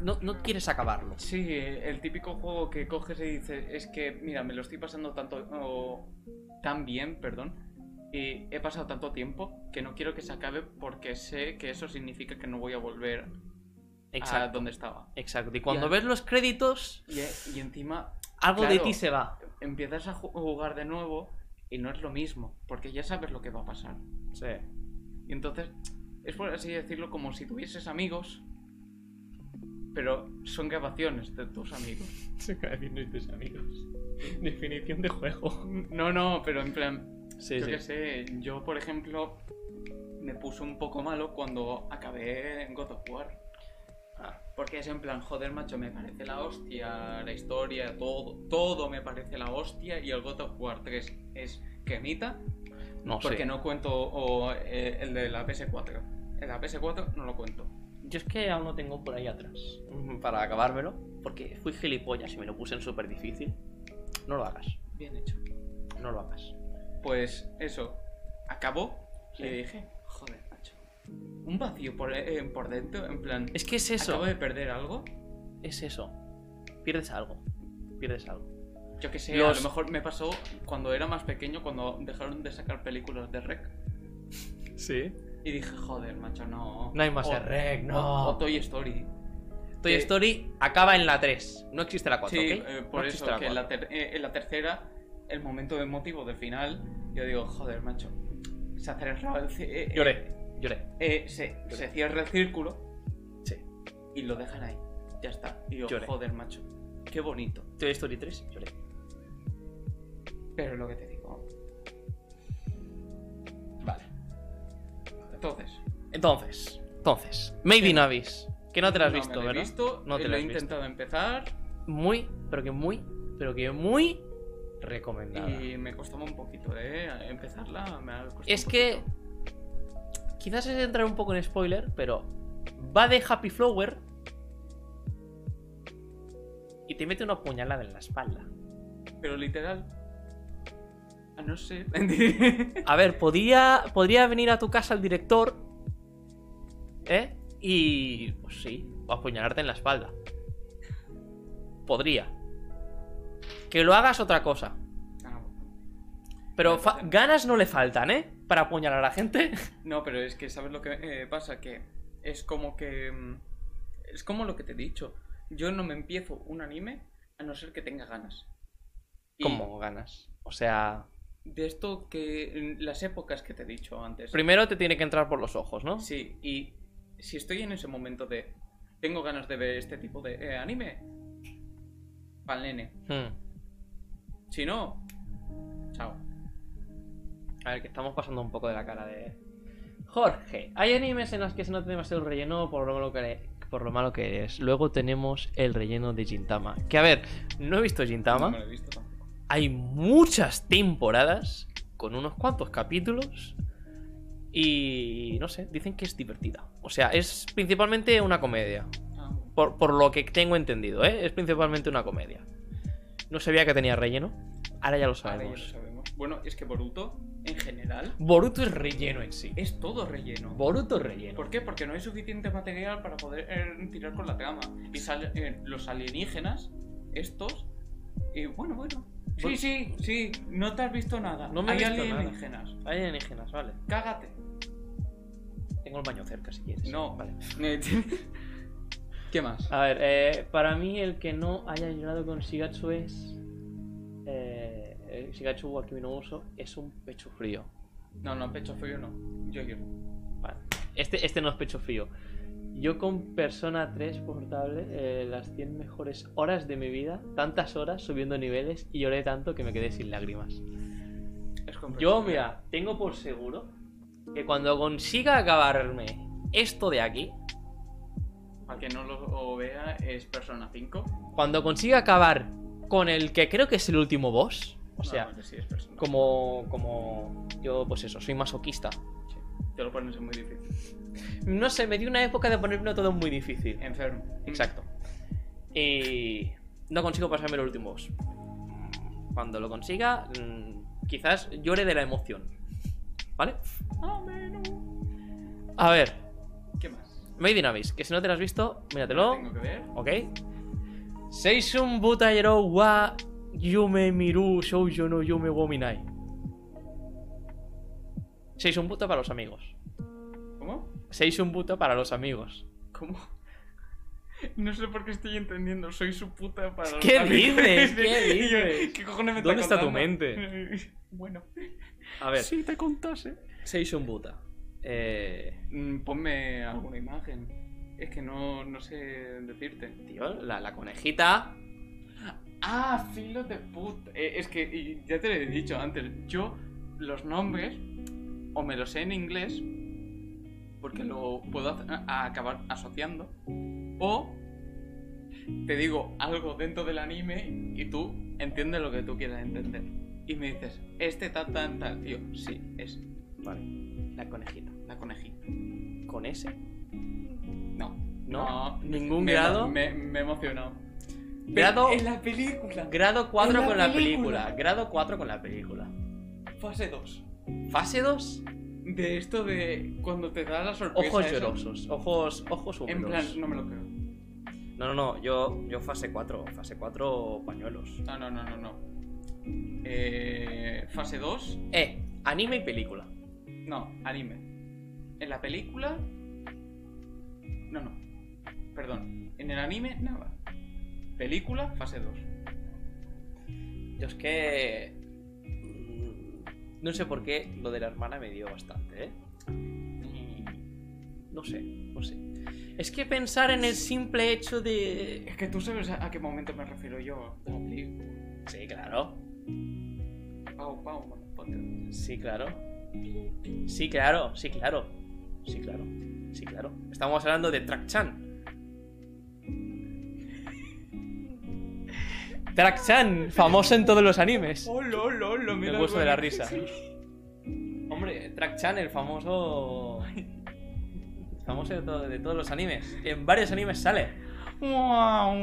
[SPEAKER 2] no, no quieres acabarlo.
[SPEAKER 6] Sí, el típico juego que coges y dices, es que, mira, me lo estoy pasando tanto, o tan bien, perdón, y he pasado tanto tiempo que no quiero que se acabe porque sé que eso significa que no voy a volver a
[SPEAKER 2] Exacto.
[SPEAKER 6] donde estaba.
[SPEAKER 2] Exacto. Y cuando
[SPEAKER 6] Ya.
[SPEAKER 2] ves los créditos,
[SPEAKER 6] Y, y encima
[SPEAKER 2] algo de
[SPEAKER 6] Claro.
[SPEAKER 2] ti se va.
[SPEAKER 6] empiezas a ju- jugar de nuevo y no es lo mismo, porque ya sabes lo que va a pasar.
[SPEAKER 2] Sí.
[SPEAKER 6] Y entonces, es por así decirlo como si tuvieses amigos, pero son grabaciones de tus amigos.
[SPEAKER 7] Se y tus amigos. Definición de juego.
[SPEAKER 6] No, no, pero en plan,
[SPEAKER 2] Sí,
[SPEAKER 6] yo
[SPEAKER 2] sí.
[SPEAKER 6] qué sé, yo por ejemplo me puse un poco malo cuando acabé en God of War. Ah, Porque es en plan, joder, macho, me parece la hostia, la historia, todo, todo me parece la hostia y el God of War 3 es quemita
[SPEAKER 2] No sé.
[SPEAKER 6] porque no cuento o, eh, el de la PS4. El de la PS4 no lo cuento.
[SPEAKER 2] Yo es que aún lo tengo por ahí atrás. mm, Para acabármelo. Porque fui gilipollas y me lo puse en súper difícil. No lo hagas.
[SPEAKER 6] Bien hecho.
[SPEAKER 2] No lo hagas.
[SPEAKER 6] Pues eso, acabó
[SPEAKER 2] Sí.
[SPEAKER 6] y dije, joder, macho, un vacío por, eh, por dentro, en plan,
[SPEAKER 2] Es que es eso.
[SPEAKER 6] acabo de perder algo.
[SPEAKER 2] Es eso. Pierdes algo. Pierdes algo.
[SPEAKER 6] Yo que sé,
[SPEAKER 2] Los-
[SPEAKER 6] a lo mejor me pasó cuando era más pequeño, cuando dejaron de sacar películas de rec.
[SPEAKER 2] Sí.
[SPEAKER 6] Y dije, joder, macho, no.
[SPEAKER 2] No hay más
[SPEAKER 6] O-
[SPEAKER 2] de rec,
[SPEAKER 6] o-
[SPEAKER 2] no.
[SPEAKER 6] O, Toy Story.
[SPEAKER 2] Toy
[SPEAKER 6] Eh,
[SPEAKER 2] Story acaba en la 3. No existe la 4,
[SPEAKER 6] sí,
[SPEAKER 2] ¿ok?
[SPEAKER 6] eh,
[SPEAKER 2] No
[SPEAKER 6] por
[SPEAKER 2] existe
[SPEAKER 6] eso, que en la,
[SPEAKER 2] 4.
[SPEAKER 6] ter- eh, en la tercera, el momento emotivo del final, yo digo, joder, macho, se ha cerrado el. ci- eh, eh,
[SPEAKER 2] Lloré, lloré.
[SPEAKER 6] eh, se, se cierra el círculo.
[SPEAKER 2] Sí.
[SPEAKER 6] Y lo dejan ahí. Ya está. Y digo,
[SPEAKER 2] Lloré.
[SPEAKER 6] joder, macho, qué bonito.
[SPEAKER 2] Toy Story 3, lloré.
[SPEAKER 6] Pero lo que te digo.
[SPEAKER 2] Vale.
[SPEAKER 6] Entonces,
[SPEAKER 2] Entonces, entonces. Maybe Navis. Que no te la has visto,
[SPEAKER 6] no me lo he
[SPEAKER 2] ¿verdad?
[SPEAKER 6] visto,
[SPEAKER 2] No te
[SPEAKER 6] eh,
[SPEAKER 2] lo
[SPEAKER 6] lo he
[SPEAKER 2] has visto.
[SPEAKER 6] intentado empezar.
[SPEAKER 2] Muy, pero que muy, pero que muy recomendable.
[SPEAKER 6] Y me costó un poquito, ¿eh? Empezarla me ha costado un
[SPEAKER 2] Es que.
[SPEAKER 6] poquito.
[SPEAKER 2] Quizás es entrar un poco en spoiler, pero. Va de Happy Flower. Y te mete una puñalada en la espalda.
[SPEAKER 6] Pero literal... Ah, no sé.
[SPEAKER 2] A ver, podría, podría venir a tu casa el director. ¿Eh? Y. Pues sí, o apuñalarte en la espalda. Podría. Que lo hagas otra cosa.
[SPEAKER 6] Ah,
[SPEAKER 2] Pero fa- ganas no le faltan, ¿eh? Para apuñalar a la gente.
[SPEAKER 6] no, pero es que ¿sabes lo que eh, pasa? Que es como que... mm, Es como lo que te he dicho. Yo no me empiezo un anime a no ser que tenga ganas. Y
[SPEAKER 2] ¿Cómo ganas? O sea.
[SPEAKER 6] De esto que... Las épocas que te he dicho antes.
[SPEAKER 2] Primero te tiene que entrar por los ojos, ¿no?
[SPEAKER 6] Sí, y si estoy en ese momento de tengo ganas de ver este tipo de eh, anime, pa'l nene.
[SPEAKER 2] Hmm.
[SPEAKER 6] Si no, chao.
[SPEAKER 2] A ver, que estamos pasando un poco de la cara de. Jorge, hay animes en los que se nota demasiado el relleno por lo malo que, por lo malo que eres. Luego tenemos el relleno de Gintama. Que a ver, no he visto
[SPEAKER 6] No
[SPEAKER 2] Gintama.
[SPEAKER 6] me lo he visto tampoco.
[SPEAKER 2] Hay muchas temporadas con unos cuantos capítulos. Y no sé, dicen que es divertida. O sea, es principalmente una comedia.
[SPEAKER 6] Ah, bueno.
[SPEAKER 2] Por, por lo que tengo entendido, ¿eh? Es principalmente una comedia. No sabía que tenía relleno. Ahora ya lo
[SPEAKER 6] Ahora ya lo
[SPEAKER 2] sabemos.
[SPEAKER 6] sabemos. Bueno, es que Boruto, en general,
[SPEAKER 2] Boruto es relleno en sí.
[SPEAKER 6] es todo relleno.
[SPEAKER 2] Boruto es relleno.
[SPEAKER 6] ¿Por qué? Porque no hay suficiente material para poder eh, tirar con la trama. Y sal- eh, los alienígenas, estos, y bueno, bueno. Sí,
[SPEAKER 2] Bueno.
[SPEAKER 6] sí, sí, no te has visto nada.
[SPEAKER 2] No me he
[SPEAKER 6] hay
[SPEAKER 2] visto nada.
[SPEAKER 6] alienígenas.
[SPEAKER 2] Hay alienígenas, vale.
[SPEAKER 6] Cágate.
[SPEAKER 2] Tengo el baño cerca si quieres.
[SPEAKER 6] No.
[SPEAKER 2] Vale.
[SPEAKER 6] ¿Qué más?
[SPEAKER 2] A ver, eh, para mí el que no haya llorado con Shigatsu es. Eh, eh, Shigatsu wa Kimi no Uso es un pecho frío.
[SPEAKER 6] No, no, pecho frío no. Yo lloro.
[SPEAKER 2] Vale. Este, este no es pecho frío. Yo con Persona 3 portable, eh, las 100 mejores horas de mi vida, tantas horas subiendo niveles y lloré tanto que me quedé sin lágrimas.
[SPEAKER 6] Es
[SPEAKER 2] Yo, mira, tengo por seguro que cuando consiga acabarme esto de aquí,
[SPEAKER 6] Para que no lo vea, es Persona 5.
[SPEAKER 2] cuando consiga acabar con el que creo que es el último boss, o sea,
[SPEAKER 6] Normalmente sí es Persona.
[SPEAKER 2] como, como yo, pues eso, soy masoquista.
[SPEAKER 6] Te lo pones muy difícil.
[SPEAKER 2] No sé, me di una época de ponerme todo muy difícil.
[SPEAKER 6] Em, Enfermo.
[SPEAKER 2] Exacto. Y no consigo pasarme los últimos. Cuando lo consiga, mm, quizás llore de la emoción. ¿Vale? A ver,
[SPEAKER 6] ¿Qué más?
[SPEAKER 2] Made Dynamics, que si no te lo has visto, míratelo.
[SPEAKER 6] Tengo que ver.
[SPEAKER 2] ¿Ok? Seishun Butayero wa Yume Miru Shoujo no Yume wo Minai. Seishun Buta para los amigos.
[SPEAKER 6] ¿Cómo?
[SPEAKER 2] Seishun Buta para los amigos.
[SPEAKER 6] ¿Cómo? No sé por qué estoy entendiendo, soy su puta para...
[SPEAKER 2] ¿Qué
[SPEAKER 6] los-
[SPEAKER 2] dices?
[SPEAKER 6] Sí,
[SPEAKER 2] ¿Qué
[SPEAKER 6] y yo,
[SPEAKER 2] dices?
[SPEAKER 6] ¿Qué cojones me
[SPEAKER 2] ¿Dónde está tu
[SPEAKER 6] contando?
[SPEAKER 2] mente?
[SPEAKER 6] Bueno,
[SPEAKER 2] A ver,
[SPEAKER 6] si te contase.
[SPEAKER 2] Seishun Buta. Eh,
[SPEAKER 6] Mm, Ponme alguna imagen. Es que no, no sé decirte.
[SPEAKER 2] tío, la, la conejita.
[SPEAKER 6] Ah, filo de puta. Eh, es que y ya te lo he dicho antes. Yo los nombres o me los sé en inglés porque lo puedo hacer- a- acabar asociando. O te digo algo dentro del anime y tú entiendes lo que tú quieras entender. Y me dices, este tal, tal, tal, tío. Sí, es
[SPEAKER 2] La conejita.
[SPEAKER 6] la conejita.
[SPEAKER 2] ¿Con ese?
[SPEAKER 6] No,
[SPEAKER 2] No.
[SPEAKER 6] No.
[SPEAKER 2] ¿Ningún
[SPEAKER 6] me,
[SPEAKER 2] grado?
[SPEAKER 6] Me, me he emocionado.
[SPEAKER 2] Grado-
[SPEAKER 6] En la película.
[SPEAKER 2] Grado 4
[SPEAKER 6] En la
[SPEAKER 2] con la
[SPEAKER 6] película.
[SPEAKER 2] película. Grado 4 con la película.
[SPEAKER 6] Fase 2.
[SPEAKER 2] Fase 2.
[SPEAKER 6] De esto de cuando te da la sorpresa.
[SPEAKER 2] Ojos
[SPEAKER 6] eso.
[SPEAKER 2] llorosos. Ojos, ojos húmedos.
[SPEAKER 6] En plan, no me lo creo.
[SPEAKER 2] No, no, no, yo, yo fase 4, fase 4 pañuelos.
[SPEAKER 6] No, no, no, no, no. Eh, fase 2.
[SPEAKER 2] Eh, anime y película.
[SPEAKER 6] No, anime. En la película. No, no. Perdón. En el anime, nada. Película, fase 2.
[SPEAKER 2] Yo es que... mm, No sé por qué lo de la hermana me dio bastante, ¿eh? No sé, no sé. Es que pensar en el simple hecho de...
[SPEAKER 6] Es que tú sabes a a qué momento me refiero yo. de la película.
[SPEAKER 2] Sí, claro.
[SPEAKER 6] Pau, pau, motherfucker.
[SPEAKER 2] Sí, claro. Sí, claro, sí, claro. Sí, claro. Sí, claro. Estamos hablando de Track-chan. Track-chan, famoso en todos los animes.
[SPEAKER 6] Oh, lo, lo, lo,
[SPEAKER 2] Me
[SPEAKER 6] mira,
[SPEAKER 2] gusto de
[SPEAKER 6] bueno.
[SPEAKER 2] la risa. Hombre, Track-chan, el famoso. Famoso de, todo- de todos los animes. En varios animes sale. Bueno,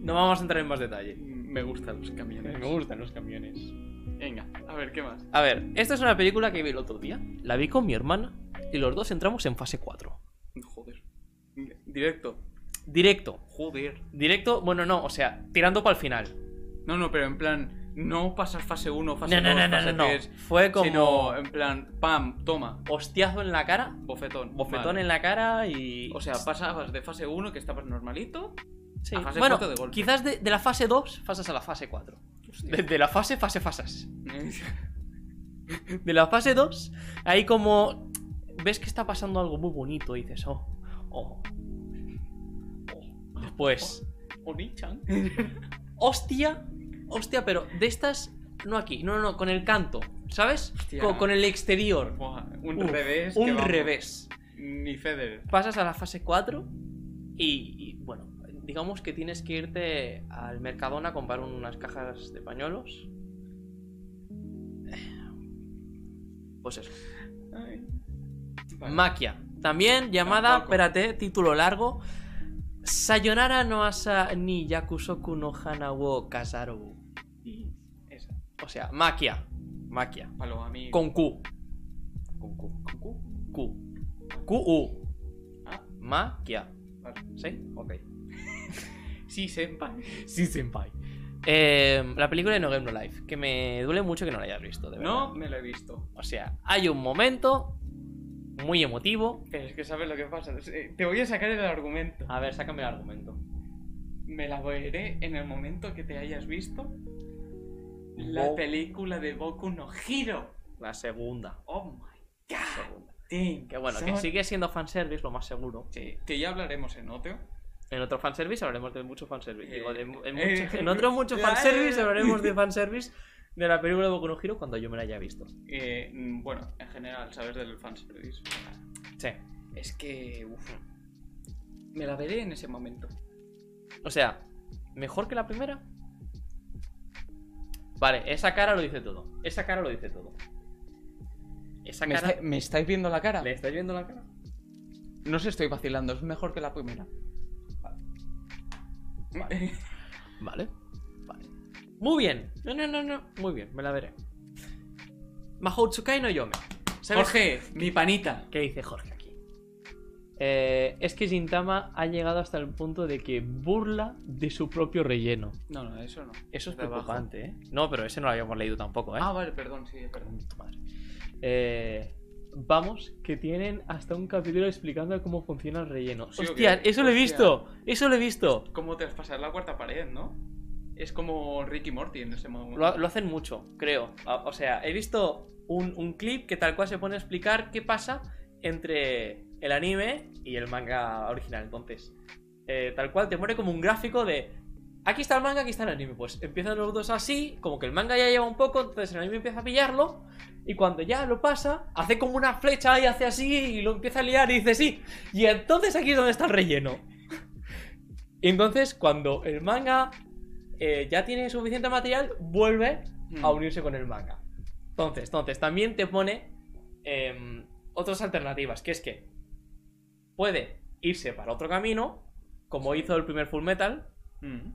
[SPEAKER 2] no vamos a entrar en más detalle.
[SPEAKER 6] Me gustan los camiones.
[SPEAKER 2] gustan los camiones.
[SPEAKER 6] Venga, a ver, ¿qué más?
[SPEAKER 2] A ver, esta es una película que vi el otro día. La vi con mi hermana y los dos entramos en fase 4.
[SPEAKER 6] Joder. Directo.
[SPEAKER 2] Directo.
[SPEAKER 6] Joder.
[SPEAKER 2] Directo, bueno, no, o sea, tirando para el final.
[SPEAKER 6] No, no, pero en plan, no pasas fase 1,
[SPEAKER 2] No,
[SPEAKER 6] fase 2,
[SPEAKER 2] no, no, no,
[SPEAKER 6] fase
[SPEAKER 2] no, no.
[SPEAKER 6] 3.
[SPEAKER 2] Fue como
[SPEAKER 6] Sino, en plan, pam, toma,
[SPEAKER 2] hostiazo en la cara,
[SPEAKER 6] bofetón.
[SPEAKER 2] bofetón
[SPEAKER 6] Vale.
[SPEAKER 2] en la cara y.
[SPEAKER 6] O sea, pasabas de fase 1, que estabas normalito.
[SPEAKER 2] Sí.
[SPEAKER 6] a fase
[SPEAKER 2] bueno,
[SPEAKER 6] cuatro de golpe.
[SPEAKER 2] quizás de, de la fase 2 pasas a la fase 4. Desde la fase, fase, fasas. De la fase 2, ahí como ves que está pasando algo muy bonito y dices, oh, oh. oh. Después,
[SPEAKER 6] Oni-chan.
[SPEAKER 2] hostia, hostia, pero de estas, no aquí, no, no, no, con el canto, ¿sabes?
[SPEAKER 6] Hostia.
[SPEAKER 2] Con, con el exterior.
[SPEAKER 6] Buah, un
[SPEAKER 2] Uf,
[SPEAKER 6] revés. que
[SPEAKER 2] Un
[SPEAKER 6] vamos.
[SPEAKER 2] revés.
[SPEAKER 6] Ni Federer.
[SPEAKER 2] pasas a la fase 4 y, y, bueno, digamos que tienes que irte al Mercadona a comprar unas cajas de pañuelos. Pues eso.
[SPEAKER 6] Ay. Vale.
[SPEAKER 2] Maquia. También llamada,
[SPEAKER 6] Tampoco.
[SPEAKER 2] espérate, título largo. Sayonara no asa ni yakusoku no hana wo kazaru.
[SPEAKER 6] Esa.
[SPEAKER 2] O sea, Maquia. Maquia.
[SPEAKER 6] Para los amigos.
[SPEAKER 2] Con Q.
[SPEAKER 6] Con Q. ¿Con Q?
[SPEAKER 2] Q. Q-U.
[SPEAKER 6] Ah.
[SPEAKER 2] Maquia.
[SPEAKER 6] Vale.
[SPEAKER 2] ¿Sí? Ok.
[SPEAKER 6] Sí, sepa.
[SPEAKER 2] Sí, senpai. Eh, la película de No Game No Life, que me duele mucho que no la hayas visto, de verdad.
[SPEAKER 6] No me lo he visto.
[SPEAKER 2] O sea, hay un momento muy emotivo.
[SPEAKER 6] Pero es que sabes lo que pasa. Eh, Te voy a sacar el argumento.
[SPEAKER 2] A ver, sácame el argumento.
[SPEAKER 6] Me la veré en el momento que te hayas visto la
[SPEAKER 2] Bo-
[SPEAKER 6] película de Boku no Hero.
[SPEAKER 2] La segunda.
[SPEAKER 6] Oh my god.
[SPEAKER 2] segunda.
[SPEAKER 6] damn,
[SPEAKER 2] Que bueno, que
[SPEAKER 6] son-
[SPEAKER 2] sigue siendo fanservice, lo más seguro.
[SPEAKER 6] Sí, que ya hablaremos en otro.
[SPEAKER 2] En otro fanservice hablaremos de mucho fanservice.
[SPEAKER 6] Eh,
[SPEAKER 2] Digo, de, mu- en,
[SPEAKER 6] eh,
[SPEAKER 2] mucho- en otro mucho fanservice hablaremos de fanservice de la película de Boku no Hero cuando yo me la haya visto.
[SPEAKER 6] Eh, mm, bueno, en general, saber del fanservice.
[SPEAKER 2] Sí.
[SPEAKER 6] Es que. uf. Me la veré en ese momento.
[SPEAKER 2] O sea, ¿mejor que la primera? Vale, esa cara lo dice todo. Esa cara lo dice todo. Esa
[SPEAKER 8] ¿Me,
[SPEAKER 2] cara.
[SPEAKER 8] estáis- me estáis viendo la cara?
[SPEAKER 2] ¿Le estáis viendo la cara?
[SPEAKER 8] No os estoy vacilando, es mejor que la primera.
[SPEAKER 2] Vale. Vale. Muy bien. No, no, no, no. Muy bien, me la veré. Mahouchukai no Yome. ¿Sabes?
[SPEAKER 6] Jorge, mi panita.
[SPEAKER 2] ¿Qué dice Jorge aquí? Eh, es que Shintama ha llegado hasta el punto de que burla de su propio relleno.
[SPEAKER 6] No, no, eso no.
[SPEAKER 2] Eso es
[SPEAKER 6] Trabajo.
[SPEAKER 2] preocupante, ¿eh? No, pero ese no lo habíamos leído tampoco, ¿eh?
[SPEAKER 6] Ah, vale, perdón, sí, perdón.
[SPEAKER 2] Tu madre. Eh, vamos, que tienen hasta un capítulo explicando cómo funciona el relleno.
[SPEAKER 6] Sí,
[SPEAKER 2] Hostia,
[SPEAKER 6] ok,
[SPEAKER 2] eso lo he
[SPEAKER 6] hostia.
[SPEAKER 2] visto. Eso lo he visto.
[SPEAKER 6] ¿Cómo te traspasar la cuarta pared, no? Es como Ricky Morty en ese momento.
[SPEAKER 2] Lo, lo hacen mucho, creo. A- O sea, he visto un, un clip que tal cual se pone a explicar qué pasa entre el anime y el manga original. Entonces, eh, tal cual te pone como un gráfico de... Aquí está el manga, aquí está el anime. Pues empiezan los dos así, como que el manga ya lleva un poco, entonces el anime empieza a pillarlo. Y cuando ya lo pasa, hace como una flecha y hace así y lo empieza a liar y dice sí. Y entonces aquí es donde está el relleno. Y entonces cuando el manga eh, ya tiene suficiente material, vuelve
[SPEAKER 6] Hmm.
[SPEAKER 2] a
[SPEAKER 1] Mm.
[SPEAKER 2] unirse con el manga. Entonces, entonces también te pone em, otras alternativas, que es que puede irse para otro camino, como hizo el primer Full Metal, Ah.
[SPEAKER 6] Mm.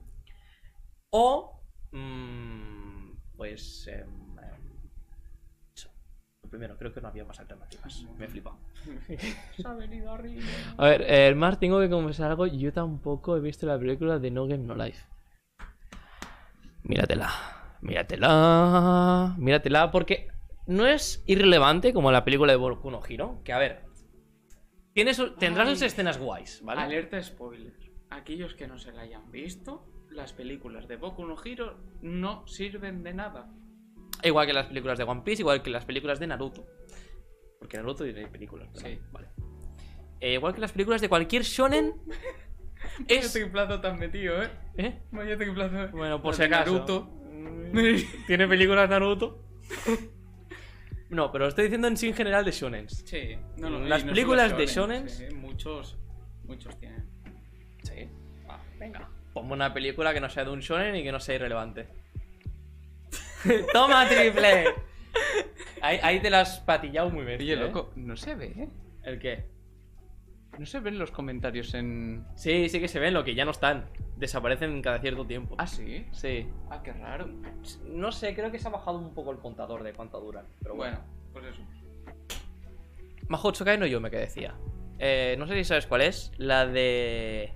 [SPEAKER 2] o mm, pues em, em, eso. Lo primero, creo que no había más alternativas. Me he flipado. A ver, eh, Mar, tengo que confesar algo. Yo tampoco he visto la película de No Game No Life. Míratela. Míratela. Míratela porque no es irrelevante como la película de Boku no Hero. Que a ver. tiene su- tendrá sus
[SPEAKER 6] Ay.
[SPEAKER 2] escenas guays, ¿vale?
[SPEAKER 6] Alerta spoiler. Aquellos que no se la hayan visto, las películas de Boku no Hero no sirven de nada.
[SPEAKER 2] Igual que las películas de One Piece, igual que las películas de Naruto. Porque Naruto tiene películas. ¿verdad?
[SPEAKER 6] Sí.
[SPEAKER 2] Vale. Eh, igual que las películas de cualquier shonen.
[SPEAKER 6] Yo
[SPEAKER 2] es.
[SPEAKER 6] tengo un plato tan metido, ¿eh?
[SPEAKER 2] ¿Eh?
[SPEAKER 6] Vaya tengo un plato.
[SPEAKER 2] Bueno, por
[SPEAKER 6] Las
[SPEAKER 2] si
[SPEAKER 6] de
[SPEAKER 2] acaso.
[SPEAKER 6] Naruto.
[SPEAKER 2] ¿Tiene películas Naruto? No, pero lo estoy diciendo en sí en general de shonens.
[SPEAKER 6] Sí, no, no, y
[SPEAKER 2] Las
[SPEAKER 6] no solo
[SPEAKER 2] películas de
[SPEAKER 6] shonen,
[SPEAKER 2] shonens.
[SPEAKER 6] sí, muchos, muchos tienen.
[SPEAKER 2] Sí. Va, venga. Ponme una película que no sea de un shonen y que no sea irrelevante. ¡Toma, triple! Ahí, ahí te las has patillado muy bien.
[SPEAKER 6] Oye, loco, no se ve, ¿eh?
[SPEAKER 2] ¿El qué?
[SPEAKER 6] No se ven los comentarios en.
[SPEAKER 2] Sí, sí que se ven, lo que ya no están. Desaparecen cada cierto tiempo.
[SPEAKER 6] Ah, sí.
[SPEAKER 2] Sí.
[SPEAKER 6] Ah, qué raro.
[SPEAKER 2] No sé, creo que se ha bajado un poco el contador de cuánto duran. Pero
[SPEAKER 6] Pero
[SPEAKER 2] bueno.
[SPEAKER 6] bueno, pues eso.
[SPEAKER 2] Majo Tsukai no yo me que decía. Eh, no sé si sabes cuál es. La de.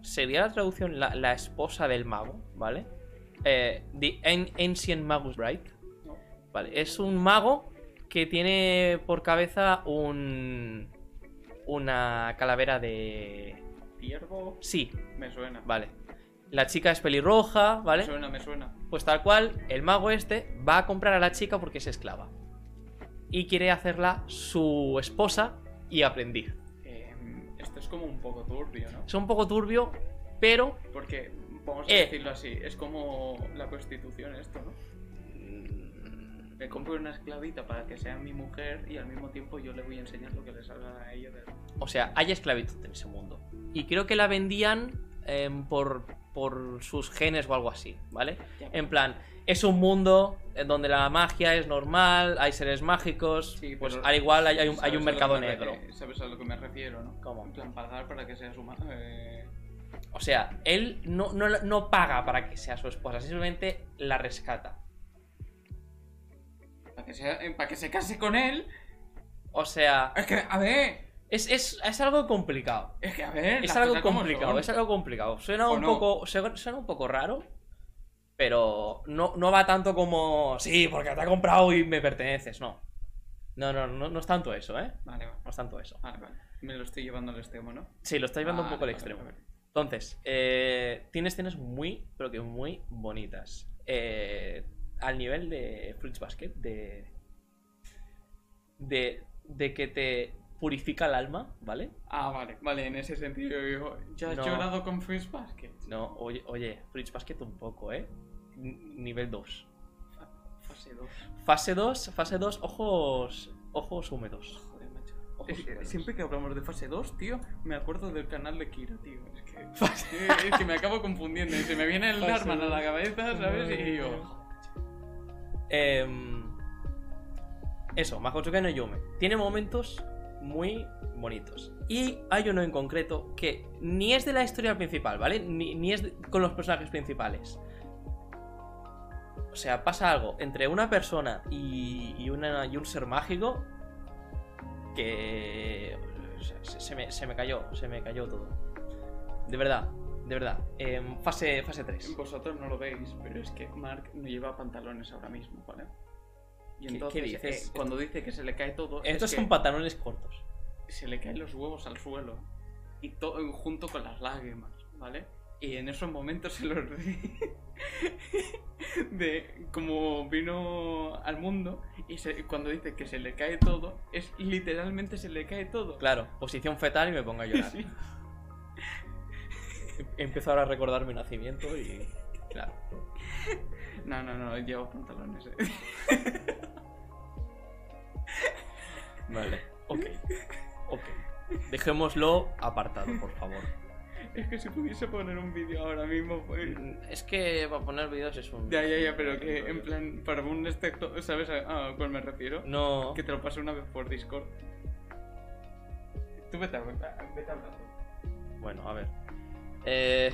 [SPEAKER 2] Sería la traducción la, la esposa del mago, ¿vale? Eh, the An- Ancient Magus Bride. Vale, es un mago que tiene por cabeza un. Una calavera de.
[SPEAKER 6] Ciervo,
[SPEAKER 2] Sí,
[SPEAKER 6] me suena.
[SPEAKER 2] vale. La chica es pelirroja, ¿vale?
[SPEAKER 6] Me suena, me suena.
[SPEAKER 2] Pues tal cual, el mago este va a comprar a la chica porque es esclava. Y quiere hacerla su esposa y aprendiz.
[SPEAKER 6] Eh, esto es como un poco turbio, ¿no?
[SPEAKER 2] Es un poco turbio, pero...
[SPEAKER 6] Porque, vamos a
[SPEAKER 2] Eh.
[SPEAKER 6] decirlo así, es como la prostitución esto, ¿no?
[SPEAKER 2] Mm.
[SPEAKER 6] Me compro una esclavita para que sea mi mujer y al mismo tiempo yo le voy a enseñar lo que le salga a ella de...
[SPEAKER 2] O sea, hay esclavitud en ese mundo. Y creo que la vendían em, por, por sus genes o algo así, ¿vale?
[SPEAKER 6] Ya.
[SPEAKER 2] En plan, es un mundo en donde la magia es normal, hay seres mágicos,
[SPEAKER 6] Sí,
[SPEAKER 2] pues
[SPEAKER 6] pero-
[SPEAKER 2] al igual hay, hay un,
[SPEAKER 6] ¿Sabes
[SPEAKER 2] hay
[SPEAKER 6] a lo
[SPEAKER 2] un
[SPEAKER 6] que
[SPEAKER 2] mercado
[SPEAKER 6] me re-
[SPEAKER 2] negro.
[SPEAKER 6] eh, ¿Sabes a lo que me refiero, no?
[SPEAKER 2] ¿Cómo?
[SPEAKER 6] En plan, pagar para que sea su ma- eh,
[SPEAKER 2] O sea, él no, no, no paga para que sea su esposa, simplemente la rescata.
[SPEAKER 6] Para que, sea, eh, para que se case con él.
[SPEAKER 2] O sea,
[SPEAKER 6] Es que, a ver,
[SPEAKER 2] es, es- es algo complicado.
[SPEAKER 6] es que, a ver.
[SPEAKER 2] Es
[SPEAKER 6] las
[SPEAKER 2] algo
[SPEAKER 6] cosas como
[SPEAKER 2] complicado,
[SPEAKER 6] son.
[SPEAKER 2] es algo complicado. Suena
[SPEAKER 6] ¿O
[SPEAKER 2] un
[SPEAKER 6] no?
[SPEAKER 2] poco. Suena suena un poco raro. Pero no, no va tanto como. Sí, porque te ha comprado y me perteneces. No. No, no, no, no es tanto eso, ¿eh?
[SPEAKER 6] Vale, vale.
[SPEAKER 2] No es tanto eso. Ah,
[SPEAKER 6] Vale, vale. Me lo estoy llevando al extremo, ¿no?
[SPEAKER 2] Sí, lo está llevando un
[SPEAKER 6] Vale,
[SPEAKER 2] poco al
[SPEAKER 6] vale,
[SPEAKER 2] extremo.
[SPEAKER 6] vale.
[SPEAKER 2] Entonces, eh, tiene escenas muy, pero que muy bonitas. Eh, al nivel de Fruits Basket, de, de. de que te purifica el alma, ¿vale?
[SPEAKER 6] Ah, vale, vale, en ese sentido yo ya has
[SPEAKER 2] No.
[SPEAKER 6] llorado con Fruits Basket.
[SPEAKER 2] No, oye, oye Fruits Basket un poco, ¿eh? N- nivel 2.
[SPEAKER 6] Fase 2,
[SPEAKER 2] Fase 2, fase 2, ojos. ojos húmedos.
[SPEAKER 6] joder, macho.
[SPEAKER 2] Ojos
[SPEAKER 6] Es que
[SPEAKER 2] húmedos.
[SPEAKER 6] siempre que hablamos de fase 2, tío, me acuerdo del canal de Kira, tío. Es que, es que me acabo confundiendo. y Se me viene el
[SPEAKER 2] Fase
[SPEAKER 6] Darman a la
[SPEAKER 2] dos.
[SPEAKER 6] cabeza, ¿sabes? Y yo.
[SPEAKER 2] Madre Em, eso, Mahotsukai no Yume. Tiene momentos muy bonitos. Y hay uno en concreto que ni es de la historia principal, ¿vale? Ni, ni es de- con los personajes principales. o sea, pasa algo entre una persona y, y una- y un ser mágico que o sea, se, se me, se me cayó, se me cayó todo. De verdad, de verdad. Em, fase, fase 3.
[SPEAKER 6] Vosotros no lo veis, pero es que Mark no lleva pantalones ahora mismo, ¿vale? Y
[SPEAKER 2] ¿Qué-
[SPEAKER 6] entonces,
[SPEAKER 2] qué dices?
[SPEAKER 6] eh, cuando dice que se le cae
[SPEAKER 2] Estos
[SPEAKER 6] todo, Pues es
[SPEAKER 2] son
[SPEAKER 6] que
[SPEAKER 2] pantalones cortos.
[SPEAKER 6] se le caen los huevos al suelo. Y todo junto con las lágrimas, ¿vale? Y en esos momentos se los ve de como vino al mundo y se- cuando dice que se le cae todo, es literalmente se le cae todo.
[SPEAKER 2] Claro, posición fetal y me pongo a llorar.
[SPEAKER 6] Sí.
[SPEAKER 2] Empiezo ahora a recordar mi nacimiento y. Claro.
[SPEAKER 6] No, no, no, llevo pantalones. eh.
[SPEAKER 2] Vale. Ok. Ok. Dejémoslo apartado, por favor.
[SPEAKER 6] Es que si pudiese poner un vídeo ahora mismo, pues...
[SPEAKER 2] Es que para poner vídeos es un.
[SPEAKER 6] Ya, ya, ya, pero que en plan, para un extracto, ¿sabes a, a cuál me refiero?
[SPEAKER 2] No.
[SPEAKER 6] Que te lo pasé una vez por Discord. Tú vete, a- vete hablando.
[SPEAKER 2] Bueno, a ver. Eh,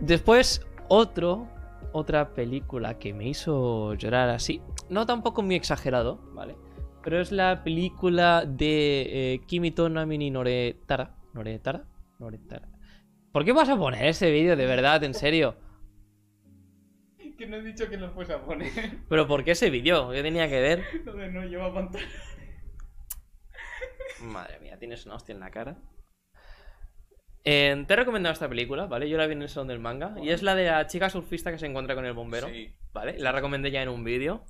[SPEAKER 2] Después, otro. Otra película que me hizo llorar así. No tampoco muy exagerado, ¿vale? Pero es la película de eh, Kimito Namini Noretara. ¿Noretara? Noretara. ¿Por qué vas a poner ese vídeo de verdad, en serio?
[SPEAKER 6] Que no he dicho que los fuese a poner.
[SPEAKER 2] ¿Pero por qué ese vídeo? ¿Qué tenía que ver?
[SPEAKER 6] Lo de no lleva pantalones.
[SPEAKER 2] Madre mía, tienes una hostia en la cara. Eh, te he recomendado esta película, ¿vale? Yo la vi en el salón del manga. Y es la de la chica surfista que se encuentra con el bombero.
[SPEAKER 6] Sí.
[SPEAKER 2] ¿Vale? La recomendé ya en un vídeo.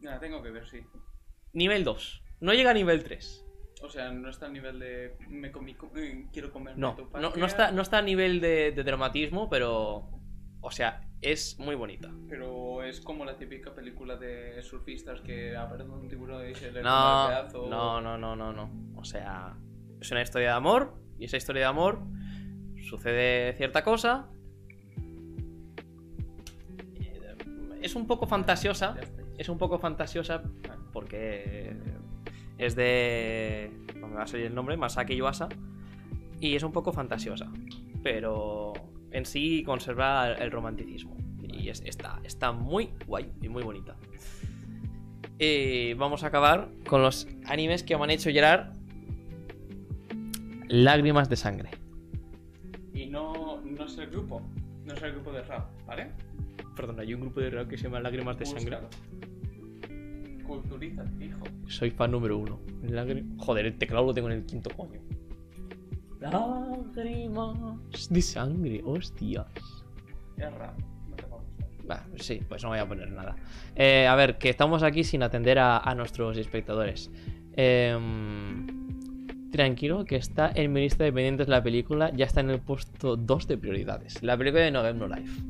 [SPEAKER 6] La Ah, tengo que ver, sí.
[SPEAKER 2] Nivel 2. No llega a nivel 3.
[SPEAKER 6] O sea, no está al nivel de. Me comí. co- eh, quiero comer.
[SPEAKER 2] No, no, no está, no está a nivel de, de dramatismo, pero. O sea, es muy bonita.
[SPEAKER 6] Pero es como la típica película de surfistas que aparece un tiburón y se le come el
[SPEAKER 2] No,
[SPEAKER 6] pedazo.
[SPEAKER 2] no, no, no, no, no. O sea, es una historia de amor. Y esa historia de amor sucede cierta cosa. Eh, Es un poco fantasiosa.
[SPEAKER 6] Ya está. Ah.
[SPEAKER 2] Es un poco fantasiosa porque es de. No me va a salir el nombre, Masaki Yuasa. Y es un poco fantasiosa. Pero en sí conserva el romanticismo. Y es- está, está muy guay y muy bonita. Eh, vamos a acabar con los animes que me han hecho llorar. Lágrimas de sangre.
[SPEAKER 6] Y no, no es el grupo. No es el grupo de rap, ¿vale?
[SPEAKER 2] Perdón, hay un grupo de rock que se llama Lágrimas de sangre.
[SPEAKER 6] Búscalo. Culturiza, hijo.
[SPEAKER 2] Soy fan número uno. Lágrim- Joder, el teclado lo tengo en el quinto coño. Lágrimas de sangre, hostias.
[SPEAKER 6] Es rap. No te va a gustar.
[SPEAKER 2] Bah, sí, pues no voy a poner nada. Eh, a ver, que estamos aquí sin atender a, a nuestros espectadores. Em, tranquilo, que está en mi lista de pendientes la película, ya está en el puesto 2 de prioridades. La película de No Game No Life.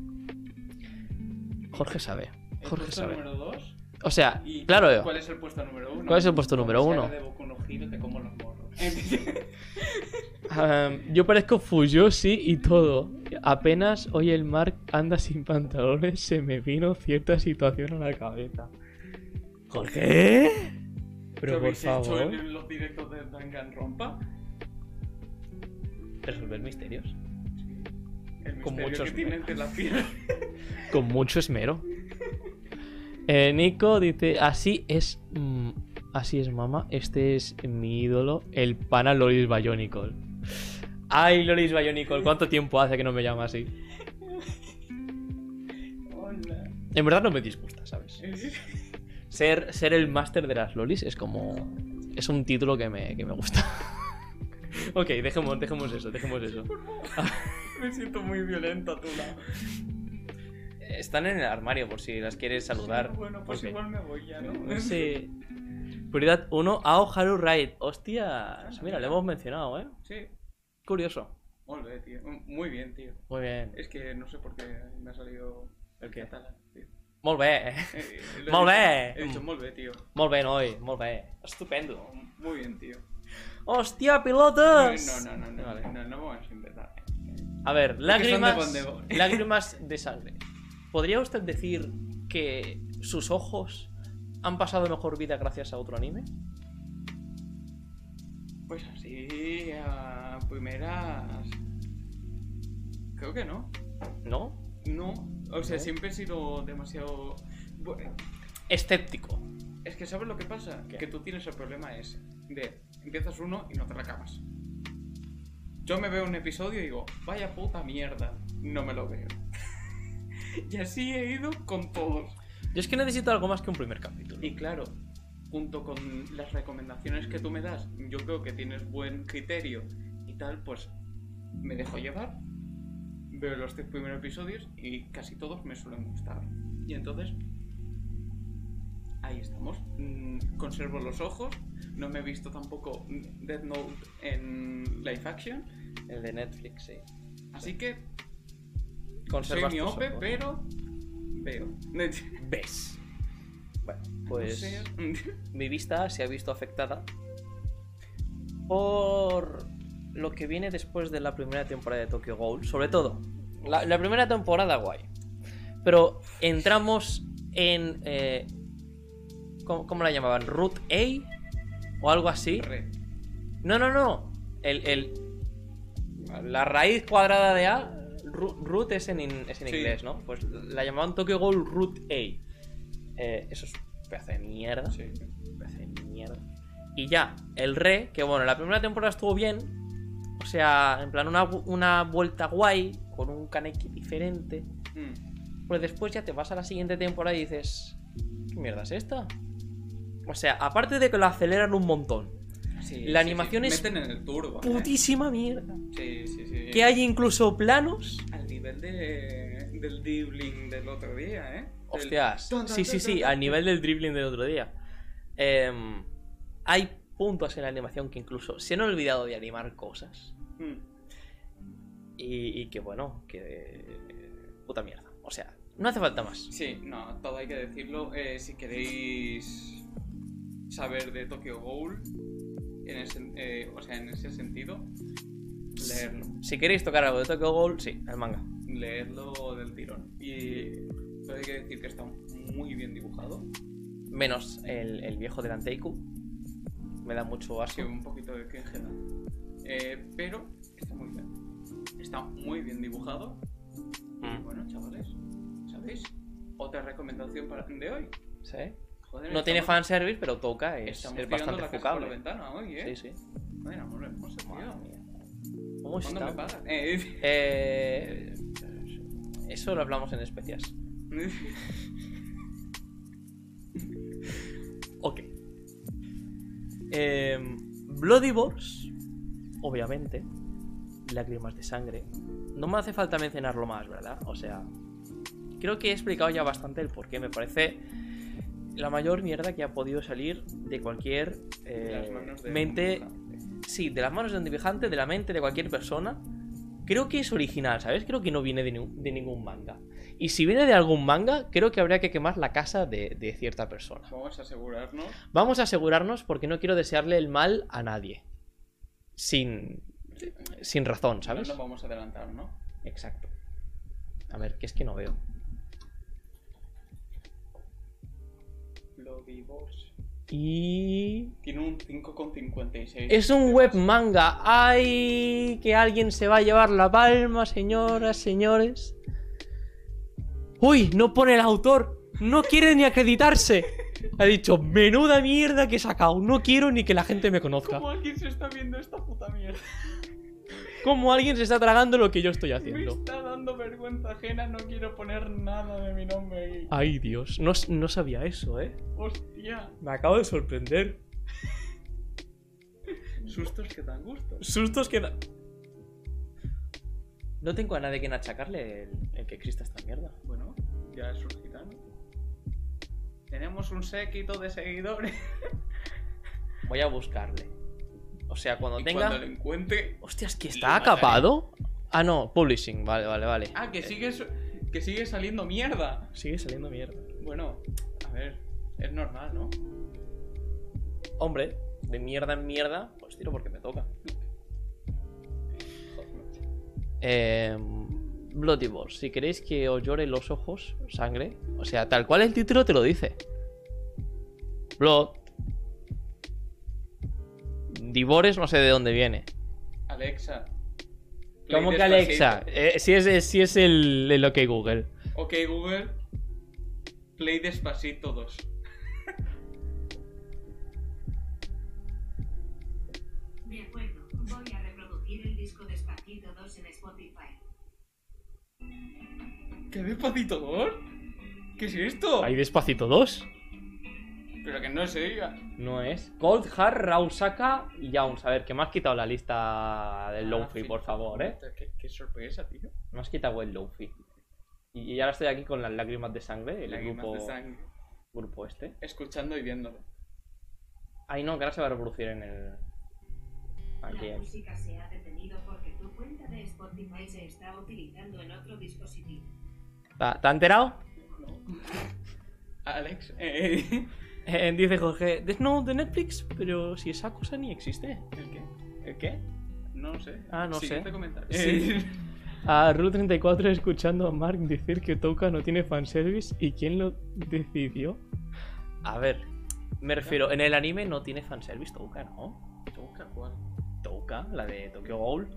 [SPEAKER 2] Jorge sabe.
[SPEAKER 6] El
[SPEAKER 2] Jorge
[SPEAKER 6] puesto
[SPEAKER 2] sabe.
[SPEAKER 6] número 2.
[SPEAKER 2] O sea,
[SPEAKER 6] Y
[SPEAKER 2] claro.
[SPEAKER 6] ¿Cuál es el puesto número 1?
[SPEAKER 2] ¿Cuál es el puesto número uno?
[SPEAKER 6] de Boku no Hero te como los morros.
[SPEAKER 2] Am, yo parezco Fuyoshi y todo. Apenas hoy el Mark anda sin pantalones, se me vino cierta situación a la cabeza. Jorge.
[SPEAKER 6] ¿Qué
[SPEAKER 2] Pero por
[SPEAKER 6] habéis hecho
[SPEAKER 2] favor.
[SPEAKER 6] en los directos de Danganronpa?
[SPEAKER 2] Resolver misterios.
[SPEAKER 6] El
[SPEAKER 2] Con
[SPEAKER 6] misterio
[SPEAKER 2] muchos
[SPEAKER 6] que tiene entre las piernas.
[SPEAKER 2] Con mucho esmero. Eh, Nico dice: Así es. mm, así es, mamá. Este es mi ídolo, el pana Loris Bionicle. Ay, Loris Bionicle, ¿cuánto tiempo hace que no me llama así?
[SPEAKER 6] Hola.
[SPEAKER 2] En verdad no me disgusta, ¿sabes? Ser, ser el máster de las lolis es como. Es un título que me, que me gusta. ok, dejemos, dejemos eso, dejemos eso.
[SPEAKER 6] Me siento muy violenta a tu lado.
[SPEAKER 2] Están en el armario por si las quieres saludar.
[SPEAKER 6] Bueno, pues
[SPEAKER 2] Ok.
[SPEAKER 6] igual me voy ya, ¿no?
[SPEAKER 2] Sí. Prioridad 1, Aoharu Raid. Hostias, mira, le hemos mencionado, ¿eh?
[SPEAKER 6] Sí.
[SPEAKER 2] Curioso.
[SPEAKER 6] Muy bien, tío. Muy bien, tío.
[SPEAKER 2] Muy bien.
[SPEAKER 6] Es que no sé por qué me ha salido
[SPEAKER 2] El qué?
[SPEAKER 6] catalán, tío.
[SPEAKER 2] Molt bé.
[SPEAKER 6] Eh, eh, lo he
[SPEAKER 2] Molt
[SPEAKER 6] dicho-
[SPEAKER 2] bé.
[SPEAKER 6] He dicho molt bé, tío.
[SPEAKER 2] Molt bé, noi, molt bé. Estupendo.
[SPEAKER 6] Muy bien, tío.
[SPEAKER 2] Hostia,
[SPEAKER 6] No,
[SPEAKER 2] pilotos.
[SPEAKER 6] no, no, no,
[SPEAKER 2] Ah. Vale.
[SPEAKER 6] no, no vamos a inventar.
[SPEAKER 2] A ver,
[SPEAKER 6] que son de
[SPEAKER 2] lágrimas,
[SPEAKER 6] Bondebo.
[SPEAKER 2] lágrimas de sangre. ¿Podría usted decir que sus ojos han pasado mejor vida gracias a otro anime?
[SPEAKER 6] Pues así, a primeras... Creo que no.
[SPEAKER 2] ¿No?
[SPEAKER 6] No, o sea,
[SPEAKER 2] ¿No?
[SPEAKER 6] siempre he sido demasiado... bu-
[SPEAKER 2] Escéptico.
[SPEAKER 6] Es que ¿sabes lo que pasa?
[SPEAKER 2] ¿Qué?
[SPEAKER 6] Que tú tienes el problema ese de empiezas uno y no te la acabas. Yo me veo un episodio y digo, vaya puta mierda, no me lo veo. y así he ido con todos.
[SPEAKER 2] Yo es que necesito algo más que un primer capítulo.
[SPEAKER 6] Y claro, junto con las recomendaciones que tú me das, yo creo que tienes buen criterio y tal, pues me dejo llevar, veo los tres primeros episodios y casi todos me suelen gustar. Y entonces, ahí estamos. Mm, Conservo los ojos, no me he visto tampoco mm, Death Note en live action,
[SPEAKER 2] El de Netflix, sí.
[SPEAKER 6] así que soy
[SPEAKER 2] Conservas tus
[SPEAKER 6] miope,
[SPEAKER 2] ojos.
[SPEAKER 6] pero veo. No
[SPEAKER 2] Ves. Bueno, pues
[SPEAKER 6] sé.
[SPEAKER 2] mi vista se ha visto afectada por lo que viene después de la primera temporada de Tokyo Ghoul. Sobre todo, la, la primera temporada guay. Pero entramos en... eh, ¿cómo, cómo la llamaban? ¿Root A? ¿O algo así?
[SPEAKER 6] Re.
[SPEAKER 2] No, no, no. El, el- la raíz cuadrada de A, ru- root es en, in- es en
[SPEAKER 6] Sí.
[SPEAKER 2] inglés, ¿no? Pues la llamaban Tokyo Ghoul Root A. Eh, eso es un pedazo de mierda.
[SPEAKER 6] Sí.
[SPEAKER 2] un pedazo de Pues, eh, mierda. Y ya, el re, que bueno, la primera temporada estuvo bien. O sea, en plan, una, vu- una vuelta guay, con un kaneki diferente.
[SPEAKER 6] Mm.
[SPEAKER 2] Pero después ya te vas a la siguiente temporada y dices, ¿qué mierda es esta? O sea, aparte de que lo aceleran un montón,
[SPEAKER 6] Sí,
[SPEAKER 2] La
[SPEAKER 6] sí,
[SPEAKER 2] animación
[SPEAKER 6] sí.
[SPEAKER 2] es
[SPEAKER 6] Meten en el turbo. ¿eh?
[SPEAKER 2] putísima mierda.
[SPEAKER 6] Sí, sí, sí.
[SPEAKER 2] Que hay incluso planos.
[SPEAKER 6] Al nivel de, del dribbling del otro día, ¿eh? Del-
[SPEAKER 2] Hostias.
[SPEAKER 6] Ton, ton,
[SPEAKER 2] Sí, sí,
[SPEAKER 6] ton,
[SPEAKER 2] sí,
[SPEAKER 6] ton,
[SPEAKER 2] al
[SPEAKER 6] ton.
[SPEAKER 2] nivel del dribbling del otro día. Em, hay puntos en la animación que incluso se han olvidado de animar cosas.
[SPEAKER 6] Mm.
[SPEAKER 2] Y, y que bueno, que. Puta mierda. O sea, no hace falta más.
[SPEAKER 6] Sí, no, todo hay que decirlo. Eh, si queréis saber de Tokyo Ghoul, en ese- eh, o sea, en ese sentido, leerlo.
[SPEAKER 2] Si queréis tocar algo de Tokyo Ghoul, sí, el manga.
[SPEAKER 6] Leerlo del tirón. Y todo hay que decir que está muy bien dibujado.
[SPEAKER 2] Menos el, el viejo de Danteiku. Me da mucho
[SPEAKER 6] Sí,
[SPEAKER 2] asco.
[SPEAKER 6] un poquito de queje da. Eh, pero está muy bien. Está muy bien dibujado. Y
[SPEAKER 2] Mm,
[SPEAKER 6] bueno, chavales, ¿sabéis? Otra recomendación para de hoy.
[SPEAKER 2] ¿sí?
[SPEAKER 6] Joder,
[SPEAKER 2] No tiene
[SPEAKER 6] estamos-
[SPEAKER 2] fanservice, pero toca, es,
[SPEAKER 6] Estamos
[SPEAKER 2] es
[SPEAKER 6] tirando
[SPEAKER 2] bastante
[SPEAKER 6] la casa por la
[SPEAKER 2] focable.
[SPEAKER 6] ventana hoy,
[SPEAKER 2] Sí,
[SPEAKER 6] ¿eh?
[SPEAKER 2] sí.
[SPEAKER 6] Joder, amor hermoso, tío.
[SPEAKER 2] Madre mía. ¿Cómo
[SPEAKER 6] ¿Cuándo me
[SPEAKER 2] está?
[SPEAKER 6] pagas? Eh,
[SPEAKER 2] Eh, eso lo hablamos en especias. Ok. Eh, Bloody Wars, obviamente. Lágrimas de sangre. No me hace falta mencionarlo más, ¿verdad? O sea, creo que he explicado ya bastante el porqué. Me parece la mayor mierda que ha podido salir de cualquier eh,
[SPEAKER 6] las manos de
[SPEAKER 2] mente
[SPEAKER 6] un dibujante.
[SPEAKER 2] sí, de las manos de un dibujante, de la mente de cualquier persona, creo que es original, ¿sabes? Creo que no viene de, ni- de ningún manga. Y si viene de algún manga, creo que habría que quemar la casa de, de cierta persona.
[SPEAKER 6] Vamos a asegurarnos.
[SPEAKER 2] Vamos a asegurarnos porque no quiero desearle el mal a nadie. Sin, sin razón, ¿sabes?
[SPEAKER 6] No nos vamos a adelantar, ¿no?
[SPEAKER 2] Exacto. A ver, que es que no veo.
[SPEAKER 6] Lo divorce.
[SPEAKER 2] Y...
[SPEAKER 6] Tiene un 5,56.
[SPEAKER 2] Es un web manga. ¡Ay! Que alguien se va a llevar la palma, señoras, señores. ¡Uy! No pone el autor. No quiere ni acreditarse. Ha dicho, menuda mierda que he sacado. No quiero ni que la gente me conozca.
[SPEAKER 6] ¿Cómo alguien se está viendo esta puta mierda?
[SPEAKER 2] Como alguien se está tragando lo que yo estoy
[SPEAKER 6] Me
[SPEAKER 2] haciendo.
[SPEAKER 6] está dando vergüenza ajena, no quiero poner nada de mi nombre ahí.
[SPEAKER 2] Ay, Dios. No, s- no sabía eso, ¿eh?
[SPEAKER 6] Hostia,
[SPEAKER 2] Me acabo de sorprender.
[SPEAKER 6] sustos que dan gusto.
[SPEAKER 2] Sustos que... da- No tengo a nadie quien achacarle el, el que exista esta mierda.
[SPEAKER 6] Bueno, ya es un gitano. Tenemos un séquito de seguidores.
[SPEAKER 2] Voy a buscarle. O sea, cuando
[SPEAKER 6] Y
[SPEAKER 2] tenga...
[SPEAKER 6] cuando lo encuentre.
[SPEAKER 2] Hostia, es que
[SPEAKER 6] Lo
[SPEAKER 2] está
[SPEAKER 6] mataré.
[SPEAKER 2] acapado. Ah, no, publishing, vale, vale, vale.
[SPEAKER 6] Ah, que sigue, su- que sigue saliendo mierda.
[SPEAKER 2] Sigue saliendo mierda.
[SPEAKER 6] Bueno, a ver, es normal, ¿no?
[SPEAKER 2] Hombre, de mierda en mierda, pues tiro porque me toca. Eh, Bloody Wars, si queréis que os llore los ojos, sangre. O sea, tal cual el título te lo dice. Blood. Divores no sé de dónde viene.
[SPEAKER 6] Alexa,
[SPEAKER 1] Play
[SPEAKER 7] ¿Cómo que
[SPEAKER 1] Despacito.
[SPEAKER 7] Alexa? Eh, si es, si es el, el OK Google.
[SPEAKER 1] Ok, Google. Play despacito 2.
[SPEAKER 9] De acuerdo, voy a reproducir el disco Despacito 2 en Spotify.
[SPEAKER 1] ¿Qué despacito 2? ¿Qué es esto?
[SPEAKER 7] ¿Hay despacito 2?
[SPEAKER 1] Pero que no se oiga.
[SPEAKER 7] No es. Cold Hard, Rausaka y Jones. A ver, que me has quitado la lista del
[SPEAKER 2] Ah,
[SPEAKER 7] Lofi, por favor, eh.
[SPEAKER 1] Ah, Qué, qué sorpresa, tío.
[SPEAKER 7] Me has quitado el Lofi. Y y ahora estoy aquí con las lágrimas de sangre, el
[SPEAKER 1] Lágrimas
[SPEAKER 7] grupo,
[SPEAKER 1] de sangre.
[SPEAKER 7] grupo este.
[SPEAKER 1] Escuchando y viéndolo.
[SPEAKER 7] Ay, no, que ahora se va a reproducir en el. Aquí, eh.
[SPEAKER 9] La
[SPEAKER 7] aquí.
[SPEAKER 9] música se ha detenido porque tu cuenta de Spotify se está utilizando en otro dispositivo.
[SPEAKER 7] ¿Te te has enterado?
[SPEAKER 1] Alex, eh,
[SPEAKER 2] Eh, dice Jorge, "Des- no, de Netflix, pero si esa cosa ni existe.
[SPEAKER 1] ¿el qué?
[SPEAKER 7] ¿El qué?
[SPEAKER 1] No sé.
[SPEAKER 2] Ah, no
[SPEAKER 1] Siguiente
[SPEAKER 2] sé.
[SPEAKER 1] comentario.
[SPEAKER 2] Sí.
[SPEAKER 1] Eh,
[SPEAKER 7] A Ru34 escuchando a Mark decir que Touka no tiene fanservice y quién lo decidió.
[SPEAKER 2] A ver, me refiero, en el anime no tiene fanservice Touka, ¿no?
[SPEAKER 1] Toca, ¿cuál?
[SPEAKER 2] Touka, la de Tokyo Ghoul.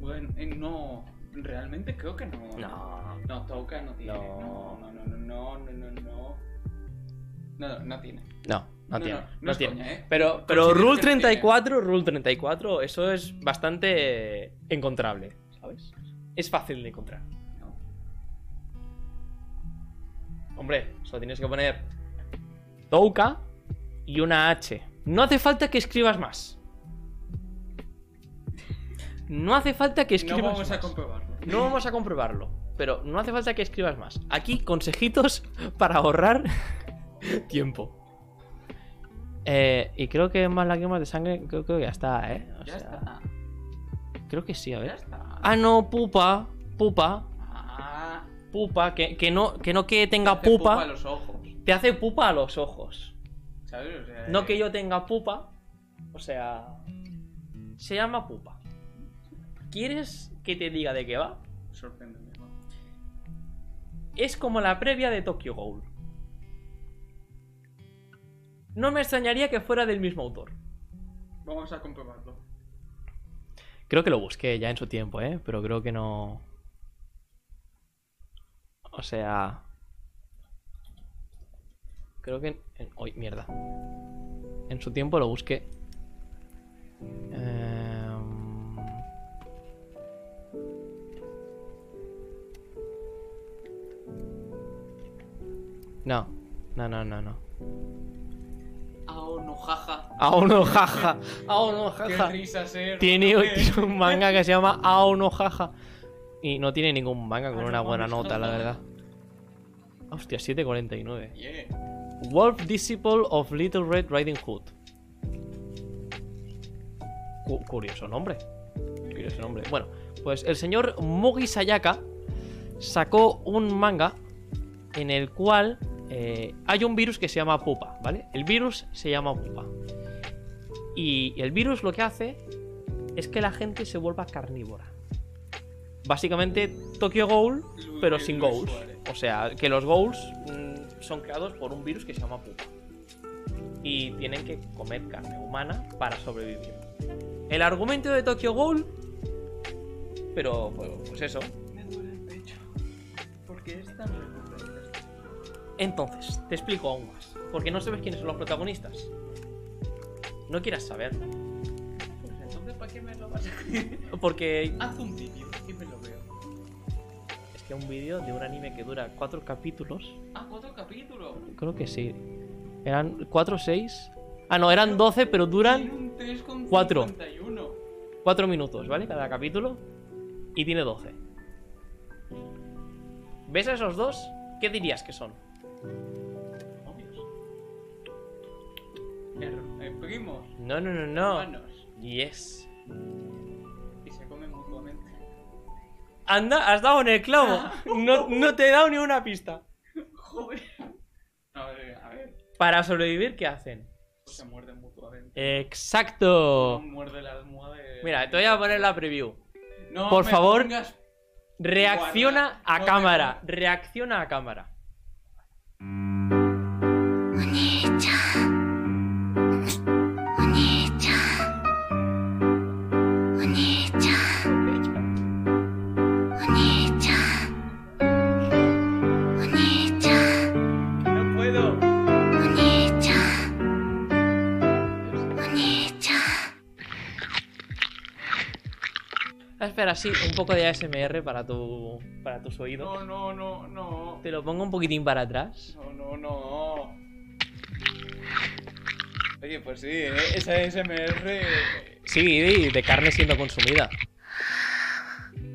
[SPEAKER 1] Bueno, eh, no. Realmente creo que no.
[SPEAKER 2] No.
[SPEAKER 1] No, Touka no tiene.
[SPEAKER 2] No.
[SPEAKER 1] No, no, no, no, no, no, no. No, no, no tiene.
[SPEAKER 2] No, no, tiene.
[SPEAKER 1] No,
[SPEAKER 2] No,
[SPEAKER 1] es
[SPEAKER 2] tiene.
[SPEAKER 1] coña, ¿eh?
[SPEAKER 2] Pero, pero
[SPEAKER 1] Considero
[SPEAKER 2] Rule
[SPEAKER 1] que no tiene.
[SPEAKER 2] 34, Rule 34, eso es bastante encontrable, ¿sabes? Es fácil de encontrar.
[SPEAKER 1] No.
[SPEAKER 2] Hombre, solo tienes que poner Touka y una H. No hace falta que escribas más. No hace falta que escribas
[SPEAKER 1] No vamos a
[SPEAKER 2] más.
[SPEAKER 1] comprobarlo.
[SPEAKER 2] No vamos a comprobarlo, pero no hace falta que escribas más. Aquí consejitos para ahorrar tiempo. Eh, y creo que más lágrimas de sangre, creo, creo que ya está, ¿eh? O
[SPEAKER 1] Ya
[SPEAKER 2] sea,
[SPEAKER 1] está.
[SPEAKER 2] Creo que sí, a
[SPEAKER 1] Ya
[SPEAKER 2] ver.
[SPEAKER 1] está.
[SPEAKER 2] Ah, no, pupa, pupa,
[SPEAKER 1] Ah,
[SPEAKER 2] pupa, que, que no, que no que tenga
[SPEAKER 1] hace pupa
[SPEAKER 2] pupa,
[SPEAKER 1] a los Eh. ojos.
[SPEAKER 2] te hace pupa a los ojos.
[SPEAKER 1] ¿Sabes? O sea,
[SPEAKER 2] No que yo tenga pupa, o sea, se llama pupa. ¿Quieres que te diga de qué va?
[SPEAKER 1] Sorpréndeme. ¿no?
[SPEAKER 2] es como la previa de Tokyo Ghoul. No me extrañaría que fuera del mismo autor.
[SPEAKER 1] Vamos a comprobarlo.
[SPEAKER 2] Creo que lo busqué ya en su tiempo, ¿eh? Pero creo que no... O sea... Creo que... En... Uy, mierda. En su tiempo lo busqué. Em, No, no, no, no, no.
[SPEAKER 1] Ah, oh, no, jaja.
[SPEAKER 2] Aún oh, no, jaja. Aún no,
[SPEAKER 1] Qué
[SPEAKER 2] jaja.
[SPEAKER 1] risa ser.
[SPEAKER 2] Tiene, tiene un manga que se llama Aono Jaja. Y no tiene ningún manga con
[SPEAKER 1] Ah, no
[SPEAKER 2] una buena
[SPEAKER 1] mames,
[SPEAKER 2] nota, la
[SPEAKER 1] jaja.
[SPEAKER 2] verdad. Hostia, 7.49.
[SPEAKER 1] Yeah.
[SPEAKER 2] Wolf Disciple of Little Red Riding Hood. Cu- curioso nombre. Curioso nombre. Bueno, pues el señor Mugi Sayaka sacó un manga en el cual eh, hay un virus que se llama Pupa, ¿vale? El virus se llama Pupa. Y el virus lo que hace es que la gente se vuelva carnívora. Básicamente Tokyo Ghoul,
[SPEAKER 1] Lu-
[SPEAKER 2] pero
[SPEAKER 1] eh,
[SPEAKER 2] sin
[SPEAKER 1] Luis
[SPEAKER 2] goals.
[SPEAKER 1] Suárez.
[SPEAKER 2] O sea, que los goals mm, son creados por un virus que se llama Pupa. Y tienen que comer carne humana para sobrevivir. El argumento de Tokyo Ghoul, pero pues, pues eso.
[SPEAKER 1] Me duele el pecho. Porque es tan recurrente.
[SPEAKER 2] Entonces, te explico aún más. Porque no sabes quiénes son los protagonistas. No quieras saberlo.
[SPEAKER 1] Pues entonces, ¿para qué me lo vas a
[SPEAKER 2] Porque
[SPEAKER 1] Haz un vídeo y me lo veo.
[SPEAKER 2] es que un vídeo de un anime que dura cuatro capítulos.
[SPEAKER 1] Ah, otro capítulo.
[SPEAKER 2] Creo que sí. Eran cuatro o seis. Ah, no, eran 12, pero duran
[SPEAKER 1] Tiene un 3,51.
[SPEAKER 2] cuatro. 4 minutos, ¿vale? Cada capítulo. Y tiene 12. ¿Ves a esos dos? ¿Qué dirías que son?
[SPEAKER 1] Obvios. Er- eh, primos,
[SPEAKER 2] No, no, no, no.
[SPEAKER 1] hermanos.
[SPEAKER 2] Yes.
[SPEAKER 1] Y se comen mutuamente.
[SPEAKER 2] Anda, has dado en el clavo. No, no te he dado ni una pista.
[SPEAKER 1] Joder. A ver, a ver.
[SPEAKER 2] Para sobrevivir, ¿qué hacen?
[SPEAKER 1] Pues se muerden mutuamente.
[SPEAKER 2] Exacto.
[SPEAKER 1] Uno muerde la almohada y-
[SPEAKER 2] Mira, te voy a poner la preview.
[SPEAKER 1] No
[SPEAKER 2] por
[SPEAKER 1] me
[SPEAKER 2] favor.
[SPEAKER 1] pongas-
[SPEAKER 2] Reacciona
[SPEAKER 1] Guarda,
[SPEAKER 2] a
[SPEAKER 1] no
[SPEAKER 2] cámara. Reacciona a cámara. hacer así un poco de ASMR para, tu, para tus oídos.
[SPEAKER 1] No, no, no, no.
[SPEAKER 2] Te lo pongo un poquitín para atrás.
[SPEAKER 1] No, no, no. Oye, pues sí, ¿eh? esa SMR.
[SPEAKER 2] Sí, de, de carne siendo consumida.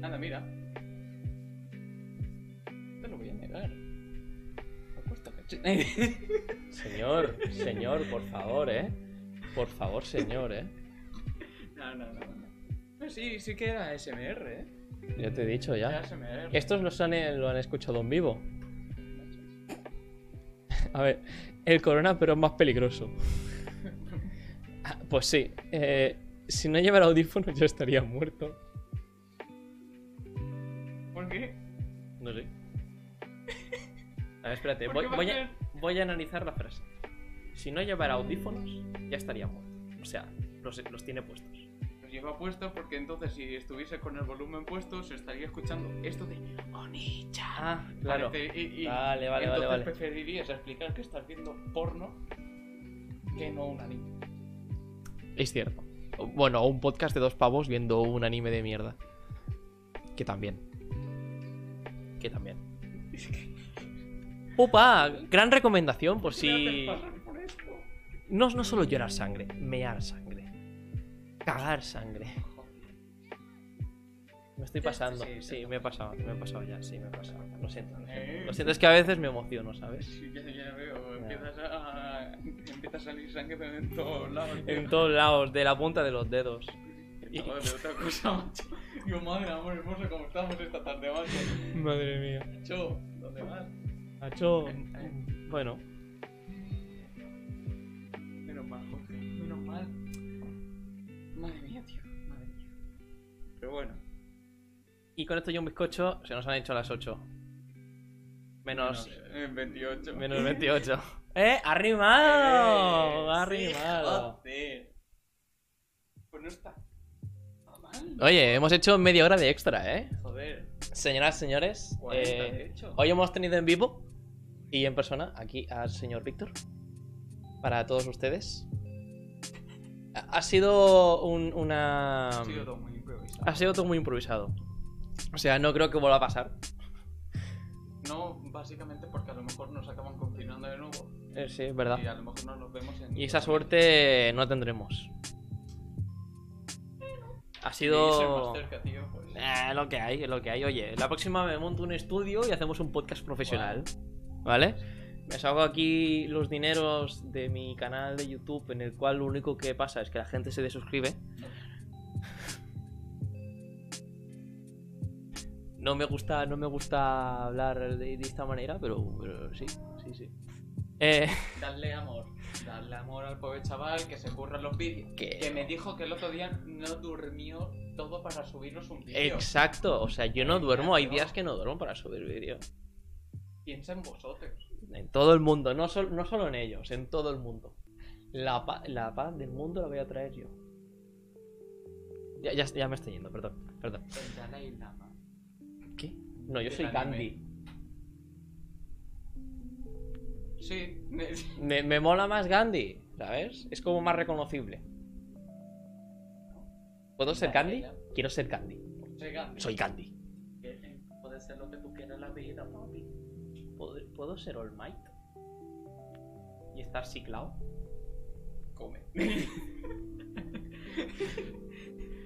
[SPEAKER 1] Anda, mira. Te lo voy a negar. Me cuesta cacho-
[SPEAKER 2] Señor, señor, por favor, ¿eh? Por favor, señor, ¿eh?
[SPEAKER 1] No, no, no. no. Pero sí, sí que era SMR, ¿eh?
[SPEAKER 2] Ya te he dicho
[SPEAKER 1] Era
[SPEAKER 2] ya.
[SPEAKER 1] SMR.
[SPEAKER 2] Estos los han, eh, lo han escuchado en vivo. A ver, el corona pero es más peligroso. Ah, Pues sí, eh, si no llevara audífonos yo estaría muerto.
[SPEAKER 1] ¿Por qué?
[SPEAKER 2] No sé. A ver, espérate,
[SPEAKER 1] ¿Por
[SPEAKER 2] Eh, voy,
[SPEAKER 1] qué va
[SPEAKER 2] voy
[SPEAKER 1] a
[SPEAKER 2] a, voy a analizar la frase. Si no llevara audífonos, ya estaría muerto. O sea, los, los tiene puestos.
[SPEAKER 1] Los lleva puestos porque entonces si estuviese con el volumen puesto se estaría escuchando esto de Onicha.
[SPEAKER 2] Ah, claro. Ah.
[SPEAKER 1] Parece- Y, y-
[SPEAKER 2] Vale, vale, vale,
[SPEAKER 1] entonces
[SPEAKER 2] vale.
[SPEAKER 1] preferirías explicar que estás viendo porno que no un anime.
[SPEAKER 2] Es cierto. Bueno, un podcast de dos pavos viendo un anime de mierda. Que también. Que también. Opa, gran recomendación por si... No, no solo llorar sangre, mear sangre. Cagar sangre. Me estoy pasando.
[SPEAKER 1] Sí, sí,
[SPEAKER 2] Sí, me he pasado, me he pasado ya, sí, me he pasado. Lo siento. lo siento.
[SPEAKER 1] Eh.
[SPEAKER 2] Lo siento, es que a veces me emociono, ¿sabes?
[SPEAKER 1] Sí, ya, ya veo, empiezas a, empieza a salir sangre en todos lados. tío.
[SPEAKER 2] En todos lados, de la punta de los dedos.
[SPEAKER 1] Y todo de otra cosa, macho. Digo, madre, amor hermoso, ¿cómo estamos esta tarde, macho?
[SPEAKER 2] Madre mía.
[SPEAKER 1] Cho, ¿dónde vas?
[SPEAKER 2] Nacho, bueno,
[SPEAKER 1] Menos mal, Jorge, menos mal. Madre mía, tío, madre mía. Pero bueno,
[SPEAKER 2] Y con esto y un bizcocho se nos han hecho las 8. Menos,
[SPEAKER 1] en 28.
[SPEAKER 2] menos 28. ¡Eh! ¡Arrimado! ¡Arrimado!
[SPEAKER 1] Joder. Pues no está. Está mal.
[SPEAKER 2] Oye, hemos hecho media hora de extra, ¿eh?
[SPEAKER 1] Joder,
[SPEAKER 2] Señoras, señores,
[SPEAKER 1] 40
[SPEAKER 2] eh,
[SPEAKER 1] de hecho.
[SPEAKER 2] hoy hemos tenido en vivo y en persona aquí al señor Víctor. Para todos ustedes. Ha ha sido un- una...
[SPEAKER 1] Ha sido todo muy improvisado.
[SPEAKER 2] Ha sido todo muy improvisado. O sea, no creo que vuelva a pasar.
[SPEAKER 1] No, básicamente porque a lo mejor nos acaban confinando de nuevo.
[SPEAKER 2] Eh, sí, es verdad.
[SPEAKER 1] Y a lo mejor no nos vemos en.
[SPEAKER 2] Y esa suerte no tendremos. Ha sido.
[SPEAKER 1] más cerca, tío. Pues.
[SPEAKER 2] Eh, lo que hay, lo que hay. Oye, la próxima me monto un estudio y hacemos un podcast profesional. ¿Vale? Me salgo aquí los dineros de mi canal de YouTube, en el cual lo único que pasa es que la gente se desuscribe. No me gusta, no me gusta hablar de, de esta manera, pero, pero sí, sí, sí. Eh,
[SPEAKER 1] Darle amor. Darle amor al pobre chaval que se curra los vídeos.
[SPEAKER 2] que-
[SPEAKER 1] Que me dijo que el otro día no durmió todo para subirnos un vídeo.
[SPEAKER 2] Exacto, o sea, yo no duermo, hay
[SPEAKER 1] Exacto.
[SPEAKER 2] días que no duermo para subir vídeo.
[SPEAKER 1] Piensa en vosotros.
[SPEAKER 2] En todo el mundo, no, sol- no solo en ellos, en todo el mundo. La, pa- la paz del mundo la voy a traer yo. Ya, ya, ya me estoy yendo, perdón, perdón.
[SPEAKER 1] El Dalai Lama.
[SPEAKER 2] ¿Qué? No, yo
[SPEAKER 1] Del
[SPEAKER 2] soy
[SPEAKER 1] anime.
[SPEAKER 2] Gandhi.
[SPEAKER 1] Sí.
[SPEAKER 2] Me, me mola más Gandhi, ¿sabes? Es como más reconocible. ¿Puedo ser Gandhi? Quiero ser Gandhi.
[SPEAKER 1] Llega.
[SPEAKER 2] Soy Gandhi. eh,
[SPEAKER 1] Puede ser lo que tú quieras en la vida, papi.
[SPEAKER 2] ¿Puedo, puedo ser All Might? ¿Y estar ciclado?
[SPEAKER 1] Come.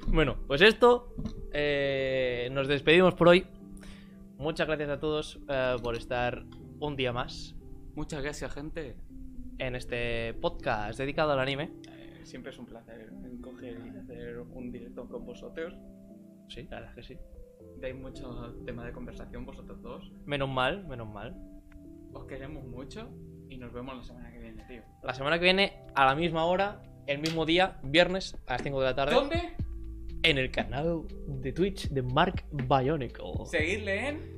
[SPEAKER 2] Bueno, pues esto. eh, nos despedimos por hoy. Muchas gracias a todos eh, por estar un día más
[SPEAKER 1] Muchas gracias, gente.
[SPEAKER 2] en este podcast dedicado al anime.
[SPEAKER 1] siempre es un placer coger y hacer un directo con vosotros.
[SPEAKER 2] Sí, la verdad es que sí.
[SPEAKER 1] Dais mucho tema de conversación vosotros dos.
[SPEAKER 2] Menos mal, menos mal.
[SPEAKER 1] Os queremos mucho y nos vemos la semana que viene, tío.
[SPEAKER 2] La semana que viene, a la misma hora, el mismo día, viernes a las 5 de la tarde,
[SPEAKER 1] ¿Dónde?
[SPEAKER 2] en el canal de Twitch de Mark Bionicle.
[SPEAKER 1] Seguirle en.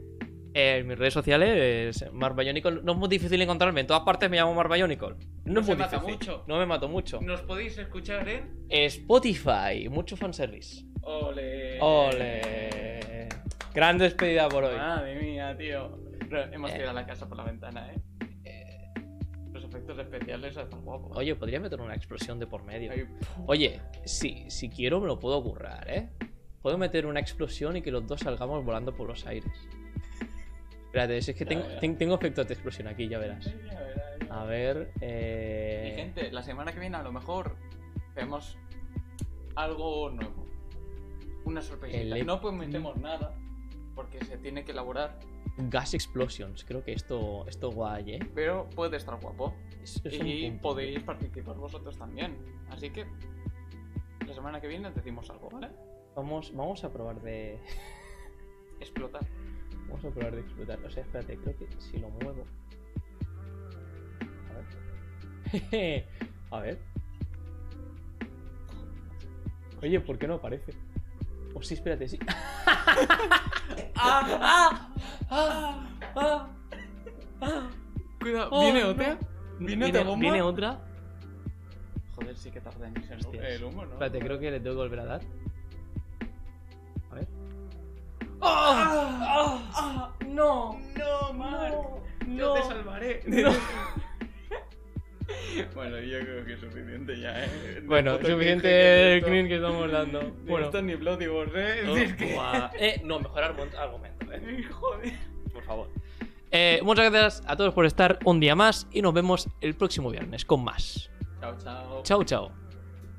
[SPEAKER 2] Eh, en mis redes sociales, Mark Bionicle. No es muy difícil encontrarme. En todas partes me llamo Mark Bionicle. No, es
[SPEAKER 1] se
[SPEAKER 2] muy
[SPEAKER 1] mata
[SPEAKER 2] difícil.
[SPEAKER 1] mucho.
[SPEAKER 2] No me mato mucho.
[SPEAKER 1] Nos podéis escuchar en.
[SPEAKER 2] Spotify, mucho fanservice.
[SPEAKER 1] Ole.
[SPEAKER 2] Oh,
[SPEAKER 1] Eh.
[SPEAKER 2] Ole. Gran despedida por hoy.
[SPEAKER 1] Madre mía, tío. Pero
[SPEAKER 2] eh.
[SPEAKER 1] Hemos tirado la casa por la ventana, eh. Los efectos especiales están guapos.
[SPEAKER 2] Oye, podría meter una explosión de por medio.
[SPEAKER 1] Ahí,
[SPEAKER 2] Oye, si, si quiero me lo puedo currar, ¿eh? Puedo meter una explosión y que los dos salgamos volando por los aires. Espérate, si es que tengo, ten- tengo efectos de explosión aquí, ya verás. A ver,
[SPEAKER 1] Y
[SPEAKER 2] eh...
[SPEAKER 1] gente, la semana que viene a lo mejor vemos algo nuevo. Una sorpresita.
[SPEAKER 2] El-
[SPEAKER 1] No prometemos nada porque se tiene que elaborar,
[SPEAKER 2] Gas Explosions, creo que esto, esto guay, ¿eh?
[SPEAKER 1] pero puede estar guapo.
[SPEAKER 2] Es- es un
[SPEAKER 1] Y
[SPEAKER 2] punto.
[SPEAKER 1] podéis participar vosotros también. Así que la semana que viene decimos algo, ¿vale?
[SPEAKER 2] Vamos, vamos a probar de...
[SPEAKER 1] Explotar.
[SPEAKER 2] Vamos a probar de explotar. O sea, espérate, creo que si lo muevo... A ver. a ver. Oye, ¿por qué no aparece? O sí, espérate, sí.
[SPEAKER 10] ¡Ah! ¡Ah! ¡Ah! ¡Ah! ¡Ah!
[SPEAKER 1] Cuidado,
[SPEAKER 10] Oh,
[SPEAKER 1] ¿viene
[SPEAKER 10] no.
[SPEAKER 1] otra? ¿Viene otra
[SPEAKER 10] ¿Viene,
[SPEAKER 1] bomba?
[SPEAKER 10] viene otra?
[SPEAKER 1] Joder, sí que tarda en irse
[SPEAKER 2] Hostias.
[SPEAKER 1] el humo, ¿no?
[SPEAKER 2] Espérate, creo que le tengo que volver a dar.
[SPEAKER 10] ¡No!
[SPEAKER 1] No, Mark. Yo
[SPEAKER 10] no.
[SPEAKER 1] te salvaré. bueno, yo creo que es suficiente ya, ¿eh?
[SPEAKER 2] Bueno,
[SPEAKER 1] Puto
[SPEAKER 2] suficiente
[SPEAKER 1] cringe
[SPEAKER 2] el
[SPEAKER 1] esto.
[SPEAKER 2] clean que estamos dando.
[SPEAKER 1] Ni
[SPEAKER 2] Bueno. Oh,
[SPEAKER 1] esto ni Bloody Wars, ¿eh? Es decir, que...
[SPEAKER 10] Guau. Eh, no, mejor argumento, argumento, eh,
[SPEAKER 1] Joder.
[SPEAKER 10] por favor.
[SPEAKER 2] Eh, muchas gracias a todos por estar un día más y nos vemos el próximo viernes con más.
[SPEAKER 1] Chao, chao.
[SPEAKER 2] Chao, chao.